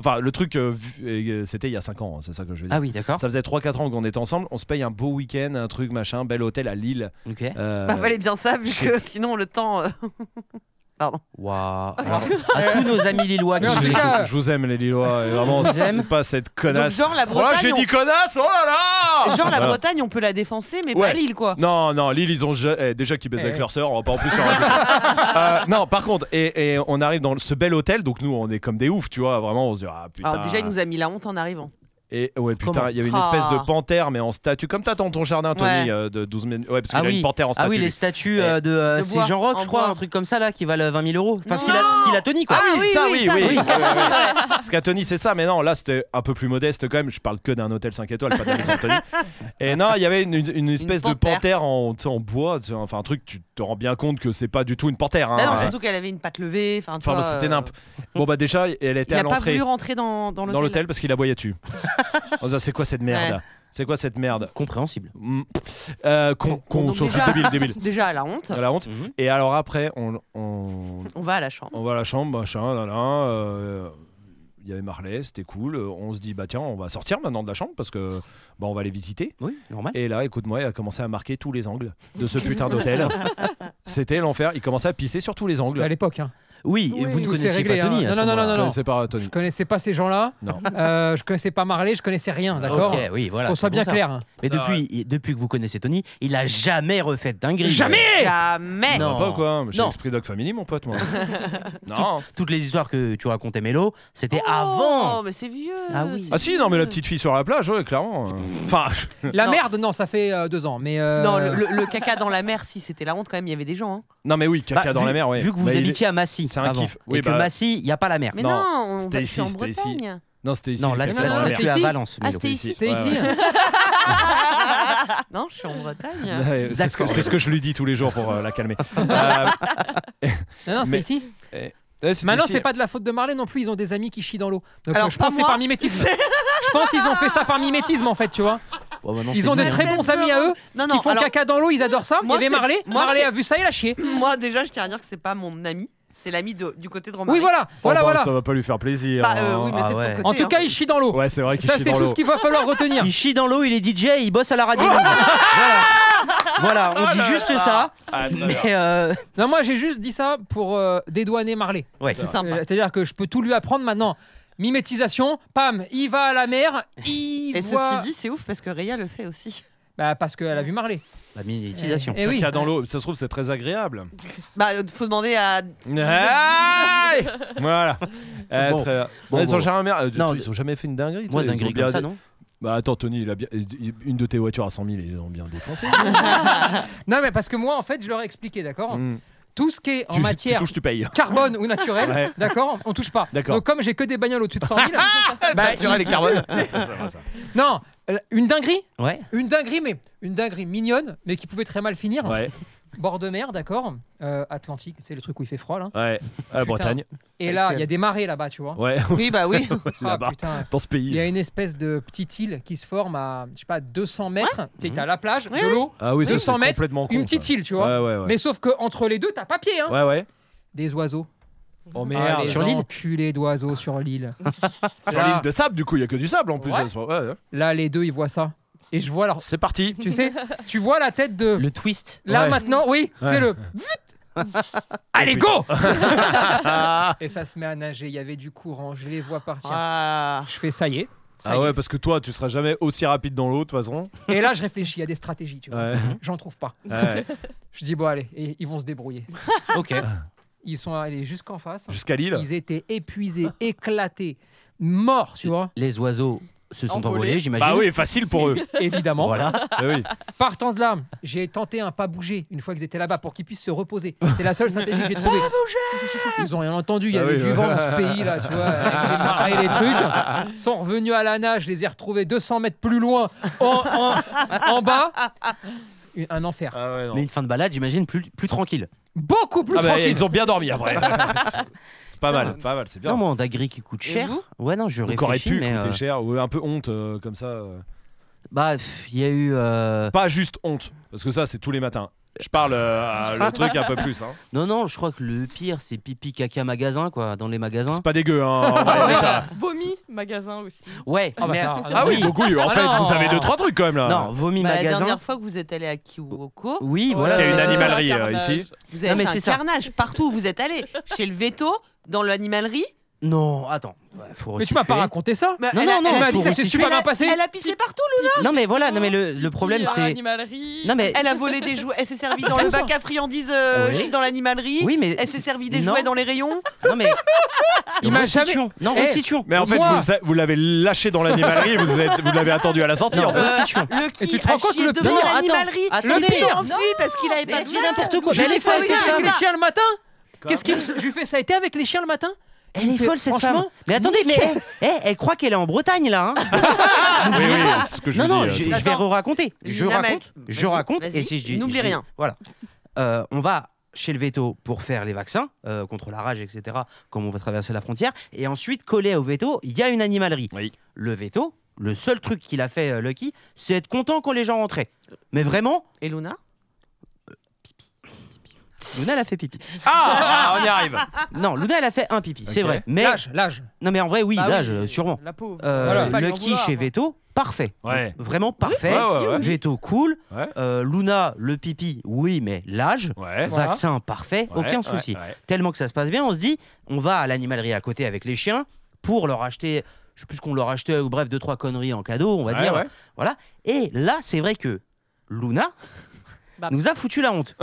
[SPEAKER 1] Enfin, le truc, euh, vu- euh, c'était il y a 5 ans, hein, c'est ça que je veux dire.
[SPEAKER 4] Ah oui, d'accord.
[SPEAKER 1] Ça faisait 3-4 ans qu'on était ensemble, on se paye un beau week-end, un truc machin, bel hôtel à Lille.
[SPEAKER 4] Ok.
[SPEAKER 1] Euh,
[SPEAKER 3] Bah, fallait bien ça, vu que sinon, le temps. euh, Pardon.
[SPEAKER 4] Waouh. Alors, à tous nos amis lillois qui
[SPEAKER 2] Mais en
[SPEAKER 4] nous
[SPEAKER 2] tout
[SPEAKER 1] je,
[SPEAKER 4] écoutent.
[SPEAKER 2] cas-
[SPEAKER 1] je vous aime les Lillois, et vraiment,
[SPEAKER 4] Je vous aime.
[SPEAKER 1] c'est pas cette
[SPEAKER 3] Donc,
[SPEAKER 1] connasse.
[SPEAKER 3] genre, la
[SPEAKER 1] Oh là,
[SPEAKER 3] Bretagne.
[SPEAKER 1] j'ai dit
[SPEAKER 3] on-
[SPEAKER 1] connasse, oh là là
[SPEAKER 3] Genre, la
[SPEAKER 1] Voilà.
[SPEAKER 3] Bretagne, on peut la défoncer, mais
[SPEAKER 1] Ouais.
[SPEAKER 3] pas l'île, quoi.
[SPEAKER 1] Non, non, Lille, ils ont ja- eh, déjà qu'ils baisent
[SPEAKER 2] Eh.
[SPEAKER 1] avec leur sœur, on va pas en plus en rajouter. Euh, non, par contre, et, et on arrive dans ce bel hôtel, donc nous, on est comme des oufs, tu vois, vraiment, on se dit, ah putain.
[SPEAKER 3] Alors, déjà, il nous a mis la honte en arrivant.
[SPEAKER 1] Et ouais,
[SPEAKER 4] Comment
[SPEAKER 1] putain, il y avait une
[SPEAKER 3] Ah.
[SPEAKER 1] espèce de panthère, mais en statue. Comme t'as dans ton jardin, Tony,
[SPEAKER 3] Ouais.
[SPEAKER 1] euh, de 12 minutes. Ouais, parce qu'il
[SPEAKER 4] Ah
[SPEAKER 1] a
[SPEAKER 4] oui.
[SPEAKER 1] une panthère en statue.
[SPEAKER 4] Ah oui, les
[SPEAKER 1] lui.
[SPEAKER 4] statues
[SPEAKER 1] Eh.
[SPEAKER 4] euh, de. euh,
[SPEAKER 3] De
[SPEAKER 4] c'est
[SPEAKER 3] bois,
[SPEAKER 4] Jean Rock,
[SPEAKER 3] en
[SPEAKER 4] je crois,
[SPEAKER 3] bois.
[SPEAKER 4] un truc comme ça, là, qui valent 20 000 euros. Enfin, ce qu'il a,
[SPEAKER 3] Non.
[SPEAKER 4] ce qu'il a Tony, quoi.
[SPEAKER 1] Ah oui, ça, oui, oui.
[SPEAKER 3] ça,
[SPEAKER 1] Parce qu'à Tony, c'est ça, mais non, là c'était un peu plus modeste quand même. Je parle que d'un hôtel 5 étoiles, pas de la maison de Tony. Et non, il y avait une, une- une espèce de
[SPEAKER 3] panthère.
[SPEAKER 1] panthère en, tu sais, en bois, tu sais, enfin un truc, tu te rends bien compte que c'est pas du tout une panthère. hein.
[SPEAKER 3] Bah non, surtout qu'elle avait une patte levée. Enfin, tu
[SPEAKER 1] Enfin, bah,
[SPEAKER 3] vois,
[SPEAKER 1] c'était
[SPEAKER 3] euh,
[SPEAKER 1] nimp. Bon, bah déjà, elle était
[SPEAKER 3] Il
[SPEAKER 1] à
[SPEAKER 3] a pas
[SPEAKER 1] l'entrée
[SPEAKER 3] voulu rentrer dans, dans
[SPEAKER 1] dans l'hôtel parce qu'il aboyait dessus. On disait, c'est quoi cette merde
[SPEAKER 3] Ouais.
[SPEAKER 1] C'est quoi cette merde
[SPEAKER 4] Compréhensible.
[SPEAKER 1] Mm. Euh, Con, con,
[SPEAKER 3] Donc
[SPEAKER 1] surtout
[SPEAKER 3] déjà-
[SPEAKER 1] débile, débile.
[SPEAKER 3] Déjà, la honte.
[SPEAKER 1] À la honte.
[SPEAKER 2] Mhm.
[SPEAKER 1] Et alors après, on, on,
[SPEAKER 3] On va à la chambre.
[SPEAKER 1] on va à la chambre, machin, là, là. euh, Il y avait Marley, c'était cool. Euh, On se dit, bah tiens, on va sortir maintenant de la chambre parce que bah, on va les visiter.
[SPEAKER 4] Oui, Eh, normal.
[SPEAKER 1] Et là, écoute-moi, il a commencé à marquer tous les angles de ce putain d'hôtel. c'était l'enfer. Il commençait à pisser sur tous les
[SPEAKER 2] C'était à
[SPEAKER 1] angles.
[SPEAKER 2] l'époque. hein.
[SPEAKER 4] Oui,
[SPEAKER 2] Oui,
[SPEAKER 4] vous ne
[SPEAKER 2] tout
[SPEAKER 4] connaissez
[SPEAKER 2] s'est réglé,
[SPEAKER 4] pas Tony.
[SPEAKER 2] hein.
[SPEAKER 4] à ce
[SPEAKER 2] Non, non, non,
[SPEAKER 4] moment-là.
[SPEAKER 1] Je connaissais pas Tony.
[SPEAKER 2] Je connaissais pas ces gens-là.
[SPEAKER 1] Non.
[SPEAKER 2] Euh, je connaissais pas Marley, je connaissais rien, d'accord
[SPEAKER 4] Ok, oui, voilà.
[SPEAKER 2] Qu'on
[SPEAKER 4] c'est
[SPEAKER 2] soit
[SPEAKER 4] bon,
[SPEAKER 2] bien
[SPEAKER 4] ça.
[SPEAKER 2] clair. hein.
[SPEAKER 4] Mais depuis, il- depuis que vous connaissez Tony, il a jamais refait de dinguerie.
[SPEAKER 3] Jamais
[SPEAKER 1] Eh Non,
[SPEAKER 4] Non.
[SPEAKER 1] pas quoi. J'ai
[SPEAKER 4] Non.
[SPEAKER 1] l'esprit Dog Family, mon pote, moi. non.
[SPEAKER 4] Toutes les histoires que tu racontais, Mélo, c'était
[SPEAKER 3] Oh,
[SPEAKER 4] avant.
[SPEAKER 3] mais c'est vieux
[SPEAKER 4] Ah oui.
[SPEAKER 3] c'est
[SPEAKER 1] Ah si, non, mais la
[SPEAKER 3] vieux.
[SPEAKER 1] petite fille sur la plage, ouais, clairement. Enfin,
[SPEAKER 2] La
[SPEAKER 3] Non.
[SPEAKER 2] merde, non, ça fait euh, deux ans. Mais euh,
[SPEAKER 3] Non, le, le- le caca dans la mer, si c'était la honte quand même, il y avait des gens. hein.
[SPEAKER 1] non, mais oui, caca
[SPEAKER 4] Bah,
[SPEAKER 1] dans
[SPEAKER 4] vu,
[SPEAKER 1] la mer, ouais.
[SPEAKER 4] Vu que vous
[SPEAKER 1] Bah, il est-
[SPEAKER 4] habitiez à Massy,
[SPEAKER 1] c'est un
[SPEAKER 4] avant,
[SPEAKER 1] kiff. Oui,
[SPEAKER 4] et
[SPEAKER 1] bah-
[SPEAKER 4] que Massy, il n'y a pas la mer.
[SPEAKER 3] Mais
[SPEAKER 1] Non,
[SPEAKER 3] non, on
[SPEAKER 1] c'était
[SPEAKER 3] va- je
[SPEAKER 1] ici,
[SPEAKER 3] suis en
[SPEAKER 1] c'était ici.
[SPEAKER 3] Bretagne.
[SPEAKER 1] Non, c'était ici.
[SPEAKER 4] Non, là,
[SPEAKER 1] le
[SPEAKER 4] tu
[SPEAKER 1] caca dans la mer.
[SPEAKER 4] es à Valence.
[SPEAKER 3] Ah,
[SPEAKER 4] Mélo.
[SPEAKER 3] c'était ici.
[SPEAKER 2] c'était
[SPEAKER 1] Ouais,
[SPEAKER 2] ici.
[SPEAKER 1] ouais.
[SPEAKER 2] hein.
[SPEAKER 3] Ah, Non, je suis en Bretagne.
[SPEAKER 1] Ouais, C'est ce, que-
[SPEAKER 4] hein. D'accord.
[SPEAKER 1] c'est ce que je lui dis tous les jours pour euh, la calmer. Euh,
[SPEAKER 2] Non, non, c'était
[SPEAKER 1] Mais-
[SPEAKER 2] ici.
[SPEAKER 1] ouais, c'était
[SPEAKER 2] Maintenant,
[SPEAKER 1] ici.
[SPEAKER 2] c'est pas de la faute de Marley non plus. Ils ont des amis qui chient dans l'eau. Donc,
[SPEAKER 3] Alors,
[SPEAKER 2] euh, je
[SPEAKER 3] pas
[SPEAKER 2] pense que c'est
[SPEAKER 3] moi.
[SPEAKER 2] par mimétisme. je pense qu'ils ont fait ça par mimétisme en fait, tu vois.
[SPEAKER 4] Oh, bah non,
[SPEAKER 2] Ils
[SPEAKER 4] c'est
[SPEAKER 2] ont des
[SPEAKER 4] nul,
[SPEAKER 2] très
[SPEAKER 4] hein.
[SPEAKER 2] bons amis à eux
[SPEAKER 3] Non,
[SPEAKER 2] qui
[SPEAKER 3] non,
[SPEAKER 2] font
[SPEAKER 3] alors,
[SPEAKER 2] caca dans l'eau. Ils adorent ça. Il y
[SPEAKER 3] Moi,
[SPEAKER 2] avait
[SPEAKER 3] c'est-
[SPEAKER 2] Marley.
[SPEAKER 3] moi,
[SPEAKER 2] Marley
[SPEAKER 3] c'est-
[SPEAKER 2] a vu ça, il a chié.
[SPEAKER 3] moi déjà, je tiens à dire que c'est pas mon ami, c'est l'ami de- du côté de Romain.
[SPEAKER 2] Oui, voilà,
[SPEAKER 1] Oh,
[SPEAKER 2] voilà,
[SPEAKER 1] bah,
[SPEAKER 2] voilà.
[SPEAKER 1] Ça va pas lui faire plaisir.
[SPEAKER 3] Bah, euh,
[SPEAKER 1] hein.
[SPEAKER 3] oui, mais
[SPEAKER 4] Ah
[SPEAKER 3] c'est de
[SPEAKER 4] ouais.
[SPEAKER 3] ton côté.
[SPEAKER 2] En tout
[SPEAKER 3] hein.
[SPEAKER 2] cas, il chie dans l'eau.
[SPEAKER 1] Ouais, c'est vrai qu'il
[SPEAKER 2] Ça,
[SPEAKER 1] chie
[SPEAKER 2] c'est
[SPEAKER 1] dans
[SPEAKER 2] tout
[SPEAKER 1] l'eau.
[SPEAKER 2] ce qu'il va falloir retenir.
[SPEAKER 4] Il chie dans l'eau, il est DJ, il bosse à la radio. voilà. Voilà, on dit juste ça.
[SPEAKER 1] Ah,
[SPEAKER 4] Mais euh,
[SPEAKER 2] Non, moi, j'ai juste dit ça pour euh, dédouaner Marley.
[SPEAKER 4] ouais.
[SPEAKER 3] c'est sympa.
[SPEAKER 2] Euh, C'est-à-dire que je peux tout lui apprendre maintenant. Mimétisation, pam, il va à la mer, il
[SPEAKER 3] Et
[SPEAKER 2] voit.
[SPEAKER 3] ceci dit, c'est ouf parce que Réa le fait aussi.
[SPEAKER 2] Bah, parce qu'elle a vu Marley.
[SPEAKER 4] La minétisation.
[SPEAKER 2] Eh oui.
[SPEAKER 1] Caca dans l'eau, ça se trouve, c'est très agréable.
[SPEAKER 3] Bah, faut demander à.
[SPEAKER 1] Aïe voilà. Euh,
[SPEAKER 4] Bon.
[SPEAKER 1] très-
[SPEAKER 4] Bon,
[SPEAKER 1] ils,
[SPEAKER 4] bon.
[SPEAKER 1] ont jamais... euh,
[SPEAKER 4] Non,
[SPEAKER 1] ils ont jamais fait une dinguerie. toi,
[SPEAKER 4] Moi,
[SPEAKER 1] ils ont
[SPEAKER 4] dinguerie
[SPEAKER 1] bien-
[SPEAKER 4] comme ça, non
[SPEAKER 1] Bah attends, Tony, il a bien... une de tes voitures à 100 000, ils ont bien défoncé.
[SPEAKER 2] Non, mais parce que moi, en fait, je leur ai expliqué, d'accord
[SPEAKER 1] Mm.
[SPEAKER 2] Tout ce qui est en
[SPEAKER 1] tu,
[SPEAKER 2] matière
[SPEAKER 1] Tu touches, tu payes.
[SPEAKER 2] carbone ou naturel,
[SPEAKER 1] Ouais.
[SPEAKER 2] d'accord On touche pas.
[SPEAKER 1] D'accord. Ah
[SPEAKER 2] Donc, comme j'ai que des bagnoles au-dessus de 100 000, bah,
[SPEAKER 1] Naturel et carbone.
[SPEAKER 2] il- non, euh, une dinguerie,
[SPEAKER 4] Ouais.
[SPEAKER 2] une dinguerie, mais une dinguerie mignonne, mais qui pouvait très mal finir.
[SPEAKER 1] ouais,
[SPEAKER 2] Bord de mer, d'accord Euh, Atlantique, c'est le truc où il fait froid, là.
[SPEAKER 1] ouais. À la Bretagne.
[SPEAKER 2] Et là, il y a des marées là-bas, tu vois.
[SPEAKER 1] Ouais,
[SPEAKER 3] Oui, bah oui.
[SPEAKER 2] Ah,
[SPEAKER 1] là-bas.
[SPEAKER 2] putain,
[SPEAKER 1] Dans ce
[SPEAKER 2] Il y
[SPEAKER 1] pays.
[SPEAKER 2] a une espèce de petite île qui se forme à, je sais pas, 200 mètres. Tu sais, t'as la plage, de
[SPEAKER 3] Ouais.
[SPEAKER 2] l'eau,
[SPEAKER 1] Ah oui, ça,
[SPEAKER 2] 200
[SPEAKER 1] c'est
[SPEAKER 2] mètres,
[SPEAKER 1] complètement con.
[SPEAKER 2] une petite
[SPEAKER 1] ça.
[SPEAKER 2] île, tu vois.
[SPEAKER 1] Mhm. Ouais, ouais, ouais.
[SPEAKER 2] Mais sauf que entre les deux, t'as pas pied, hein.
[SPEAKER 1] Ouais, ouais.
[SPEAKER 2] Des oiseaux.
[SPEAKER 1] Oh
[SPEAKER 2] Ah,
[SPEAKER 1] merde.
[SPEAKER 2] les
[SPEAKER 4] Sur l'île
[SPEAKER 2] enculés d'oiseaux sur l'île.
[SPEAKER 1] Sur l'île
[SPEAKER 2] là,
[SPEAKER 1] de sable, du coup, il y a que du sable en plus.
[SPEAKER 2] Ouais.
[SPEAKER 1] à ce moment- ouais, ouais.
[SPEAKER 2] là, les deux, ils voient ça. Et je vois leur...
[SPEAKER 1] C'est parti.
[SPEAKER 2] Tu sais, tu vois la tête de...
[SPEAKER 4] Le twist.
[SPEAKER 2] Là,
[SPEAKER 1] Ouais.
[SPEAKER 2] maintenant, oui, c'est
[SPEAKER 1] Ouais.
[SPEAKER 2] le... Vut Allez, go Et ça se met à nager. Il y avait du courant. Je les vois partir.
[SPEAKER 3] Ah.
[SPEAKER 2] Je fais ça y est. ça
[SPEAKER 1] Ah
[SPEAKER 2] y
[SPEAKER 1] ouais,
[SPEAKER 2] est.
[SPEAKER 1] parce que toi, tu seras jamais aussi rapide dans l'eau, de toute façon.
[SPEAKER 2] Et là, je réfléchis à des stratégies, tu vois.
[SPEAKER 1] Ouais.
[SPEAKER 2] J'en trouve pas.
[SPEAKER 1] Ouais.
[SPEAKER 2] Je dis, bon, allez, et ils vont se débrouiller.
[SPEAKER 4] Ok. Ah.
[SPEAKER 2] Ils sont allés jusqu'en face.
[SPEAKER 1] Jusqu'à Lille.
[SPEAKER 2] Ils étaient épuisés, éclatés, morts, tu vois,
[SPEAKER 4] Les oiseaux se sont
[SPEAKER 5] Envolés.
[SPEAKER 4] envolés, j'imagine.
[SPEAKER 1] Bah oui, facile pour eux.
[SPEAKER 2] évidemment.
[SPEAKER 4] Voilà.
[SPEAKER 1] Ah oui.
[SPEAKER 2] Partant de là, j'ai tenté un pas bouger une fois qu'ils étaient là-bas pour qu'ils puissent se reposer. C'est la seule stratégie que j'ai trouvée. Ils ont rien entendu, il y
[SPEAKER 1] Ah
[SPEAKER 2] avait
[SPEAKER 1] oui,
[SPEAKER 2] du
[SPEAKER 1] ouais.
[SPEAKER 2] vent dans ce pays là, tu vois, avec les marais et les trucs. Ils sont revenus à la nage, je les ai retrouvés 200 mètres plus loin, en, en- en bas. Une- Un enfer.
[SPEAKER 1] Ah ouais, non.
[SPEAKER 4] Mais une fin de balade, j'imagine, plus, plus tranquille.
[SPEAKER 2] Beaucoup plus
[SPEAKER 1] Ah bah,
[SPEAKER 2] tranquille.
[SPEAKER 1] ils ont bien dormi après. pas mal, pas mal, c'est bien.
[SPEAKER 4] Non, moi, en dinguerie qui coûte
[SPEAKER 3] Et
[SPEAKER 4] cher.
[SPEAKER 3] vous
[SPEAKER 4] Ouais, non, je
[SPEAKER 1] Donc aurait
[SPEAKER 4] réfléchis,
[SPEAKER 1] pu
[SPEAKER 4] mais,
[SPEAKER 1] coûter
[SPEAKER 4] euh,
[SPEAKER 1] cher ou un peu honte euh, comme ça. euh.
[SPEAKER 4] Bah, pff, il y a eu. euh,
[SPEAKER 1] Pas juste honte, parce que ça c'est tous les matins. Je parle euh, à le truc un peu plus. Hein.
[SPEAKER 4] Non, non, je crois que le pire, c'est pipi caca magasin, quoi, dans les magasins.
[SPEAKER 1] C'est pas dégueu. Hein, en vrai, Richard.
[SPEAKER 5] Vomi, magasin aussi.
[SPEAKER 4] Ouais,
[SPEAKER 2] Ah bah,
[SPEAKER 4] mais- euh,
[SPEAKER 2] non, non,
[SPEAKER 1] ah oui, donc oui. En
[SPEAKER 2] Ah
[SPEAKER 1] fait,
[SPEAKER 2] non.
[SPEAKER 1] vous avez deux trois trucs quand même là.
[SPEAKER 4] Non, vomi
[SPEAKER 3] Bah, la
[SPEAKER 4] magasin.
[SPEAKER 3] dernière fois que vous êtes allé à Kiwoko,
[SPEAKER 4] Oui,
[SPEAKER 5] Ouais,
[SPEAKER 4] voilà.
[SPEAKER 1] Qu'il y a une
[SPEAKER 4] c'est ça.
[SPEAKER 5] animal-
[SPEAKER 1] animalerie
[SPEAKER 5] c'est ça,
[SPEAKER 1] euh, ici.
[SPEAKER 5] carnage.
[SPEAKER 3] vous avez
[SPEAKER 4] Non, mais
[SPEAKER 3] fait
[SPEAKER 4] c'est
[SPEAKER 3] un
[SPEAKER 4] ça.
[SPEAKER 3] carnage partout où vous êtes allé. Chez le veto, dans l'animalerie,
[SPEAKER 4] Non, attends. Bah, faut
[SPEAKER 2] Mais tu m'as pas
[SPEAKER 4] resituer.
[SPEAKER 2] raconté ça
[SPEAKER 3] Mais
[SPEAKER 4] Non,
[SPEAKER 3] elle
[SPEAKER 4] non,
[SPEAKER 3] a-
[SPEAKER 4] non,
[SPEAKER 2] Tu m'as
[SPEAKER 4] pour
[SPEAKER 2] dit ça s'est
[SPEAKER 4] resituer-
[SPEAKER 2] super
[SPEAKER 3] elle a-
[SPEAKER 2] bien passé
[SPEAKER 3] Elle a pissé partout, Luna
[SPEAKER 4] Non, mais voilà, non, mais le, le problème,
[SPEAKER 5] Puis, euh,
[SPEAKER 4] c'est.
[SPEAKER 5] animalerie.
[SPEAKER 4] Non, mais.
[SPEAKER 3] Elle a volé des jouets, elle s'est servie
[SPEAKER 2] Ah,
[SPEAKER 3] dans le
[SPEAKER 2] d'accord.
[SPEAKER 3] bac à friandises euh,
[SPEAKER 4] Oui.
[SPEAKER 3] dans l'animalerie.
[SPEAKER 4] Oui, mais.
[SPEAKER 3] Elle s'est servie des
[SPEAKER 4] Non.
[SPEAKER 3] jouets dans les rayons.
[SPEAKER 4] Non, mais.
[SPEAKER 2] Il m'a jamais-
[SPEAKER 4] Resituons. Non,
[SPEAKER 2] Eh,
[SPEAKER 4] resituons.
[SPEAKER 1] Mais en fait,
[SPEAKER 2] Moi.
[SPEAKER 1] vous, a- vous l'avez lâché dans l'animalerie, vous, êtes- vous l'avez attendu à la sortie.
[SPEAKER 4] Non,
[SPEAKER 1] en fait.
[SPEAKER 4] resituons.
[SPEAKER 3] Le qui
[SPEAKER 2] Et tu te
[SPEAKER 3] a
[SPEAKER 2] rends compte
[SPEAKER 3] chié
[SPEAKER 2] le
[SPEAKER 3] devant
[SPEAKER 4] pire
[SPEAKER 3] l'animalerie.
[SPEAKER 4] Attends,
[SPEAKER 3] Il
[SPEAKER 4] attendez.
[SPEAKER 3] s'est
[SPEAKER 4] Non,
[SPEAKER 3] enfui parce qu'il avait pas
[SPEAKER 4] Elle
[SPEAKER 3] de
[SPEAKER 4] dit n'importe quoi.
[SPEAKER 2] J'ai
[SPEAKER 4] Elle est
[SPEAKER 2] fait ça
[SPEAKER 4] folle,
[SPEAKER 3] oui,
[SPEAKER 2] essayer
[SPEAKER 4] cette
[SPEAKER 2] avec
[SPEAKER 4] femme.
[SPEAKER 2] les chiens le matin Qu'est-ce qu'il me... Je lui fais ça a été avec les chiens le matin
[SPEAKER 4] Elle est folle, cette femme.
[SPEAKER 2] Franchement,
[SPEAKER 4] Mais attendez, mais. eh, eh, Elle croit qu'elle est en Bretagne, là. hein.
[SPEAKER 1] Oui, oui, c'est ce que je
[SPEAKER 4] non,
[SPEAKER 1] dis.
[SPEAKER 4] non,
[SPEAKER 1] euh,
[SPEAKER 4] je,
[SPEAKER 1] tout-
[SPEAKER 4] je vais re-raconter. Je
[SPEAKER 3] Lina, mais-
[SPEAKER 4] raconte, je
[SPEAKER 3] vas-y,
[SPEAKER 4] raconte,
[SPEAKER 3] vas-y,
[SPEAKER 4] et si je dis.
[SPEAKER 3] n'oublie
[SPEAKER 4] je dis-
[SPEAKER 3] rien.
[SPEAKER 4] Voilà. Euh, on va chez le veto pour faire les vaccins euh, contre la rage, etc., comme on va traverser la frontière. Et ensuite, collé au veto, il y a une animalerie.
[SPEAKER 1] Oui.
[SPEAKER 4] Le veto, le seul truc qu'il a fait, euh, Lucky, c'est être content quand les gens rentraient. Mais vraiment,
[SPEAKER 3] Et Luna
[SPEAKER 4] Luna, elle a fait pipi.
[SPEAKER 1] Ah, ah, on y arrive.
[SPEAKER 4] Non, Luna, elle a fait un pipi, c'est
[SPEAKER 1] Ok.
[SPEAKER 4] vrai. Mais,
[SPEAKER 2] L'âge, l'âge.
[SPEAKER 4] non, mais en vrai, oui,
[SPEAKER 5] Bah
[SPEAKER 4] l'âge, sûrement.
[SPEAKER 5] La pauvre.
[SPEAKER 4] Euh,
[SPEAKER 2] Voilà.
[SPEAKER 5] Pas lui en
[SPEAKER 4] Lucky
[SPEAKER 5] vouloir,
[SPEAKER 4] chez
[SPEAKER 5] quoi.
[SPEAKER 4] Veto, parfait.
[SPEAKER 1] Ouais.
[SPEAKER 4] Vraiment parfait.
[SPEAKER 1] Ouais, ouais, ouais.
[SPEAKER 4] Veto, cool.
[SPEAKER 1] Ouais.
[SPEAKER 4] Euh, Luna, le pipi, oui, mais l'âge.
[SPEAKER 1] Ouais.
[SPEAKER 2] Voilà.
[SPEAKER 4] Vaccin parfait,
[SPEAKER 1] Ouais,
[SPEAKER 4] aucun
[SPEAKER 1] ouais,
[SPEAKER 4] souci.
[SPEAKER 1] ouais.
[SPEAKER 4] Tellement que ça se passe bien, on se dit, on va à l'animalerie à côté avec les chiens pour leur acheter, je sais plus ce qu'on leur achetait, ou bref, deux, trois conneries en cadeau, on va
[SPEAKER 1] Ouais,
[SPEAKER 4] dire.
[SPEAKER 1] ouais.
[SPEAKER 4] Et là, c'est vrai que Luna
[SPEAKER 3] Bah.
[SPEAKER 4] nous a foutu la honte.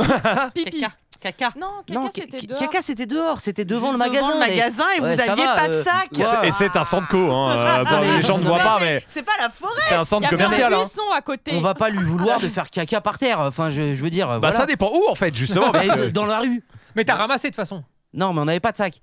[SPEAKER 5] Pipi.
[SPEAKER 3] Caca.
[SPEAKER 5] Non,
[SPEAKER 4] Non,
[SPEAKER 5] caca, c'était
[SPEAKER 4] ca-
[SPEAKER 5] dehors.
[SPEAKER 4] caca, c'était dehors, c'était devant le magasin.
[SPEAKER 3] Devant le
[SPEAKER 4] mais-
[SPEAKER 3] magasin et
[SPEAKER 4] Ouais,
[SPEAKER 3] vous
[SPEAKER 4] ça
[SPEAKER 3] aviez
[SPEAKER 4] va,
[SPEAKER 3] pas
[SPEAKER 4] euh,
[SPEAKER 3] de sac.
[SPEAKER 1] Et c'est- Et c'est un centre co. Hein. euh, bon,
[SPEAKER 4] Ah, mais-
[SPEAKER 1] les gens ne voient pas, mais
[SPEAKER 3] C'est pas la forêt.
[SPEAKER 1] c'est un centre commercial.
[SPEAKER 5] Il y
[SPEAKER 1] Hein.
[SPEAKER 5] avait un buisson à côté.
[SPEAKER 4] On va pas lui vouloir de faire caca par terre. Enfin, je, je veux dire.
[SPEAKER 1] Bah, ça dépend où, en fait, justement. parce que-
[SPEAKER 4] Dans la rue.
[SPEAKER 2] Mais t'as ramassé de toute façon.
[SPEAKER 4] Non, mais on n'avait pas de sac.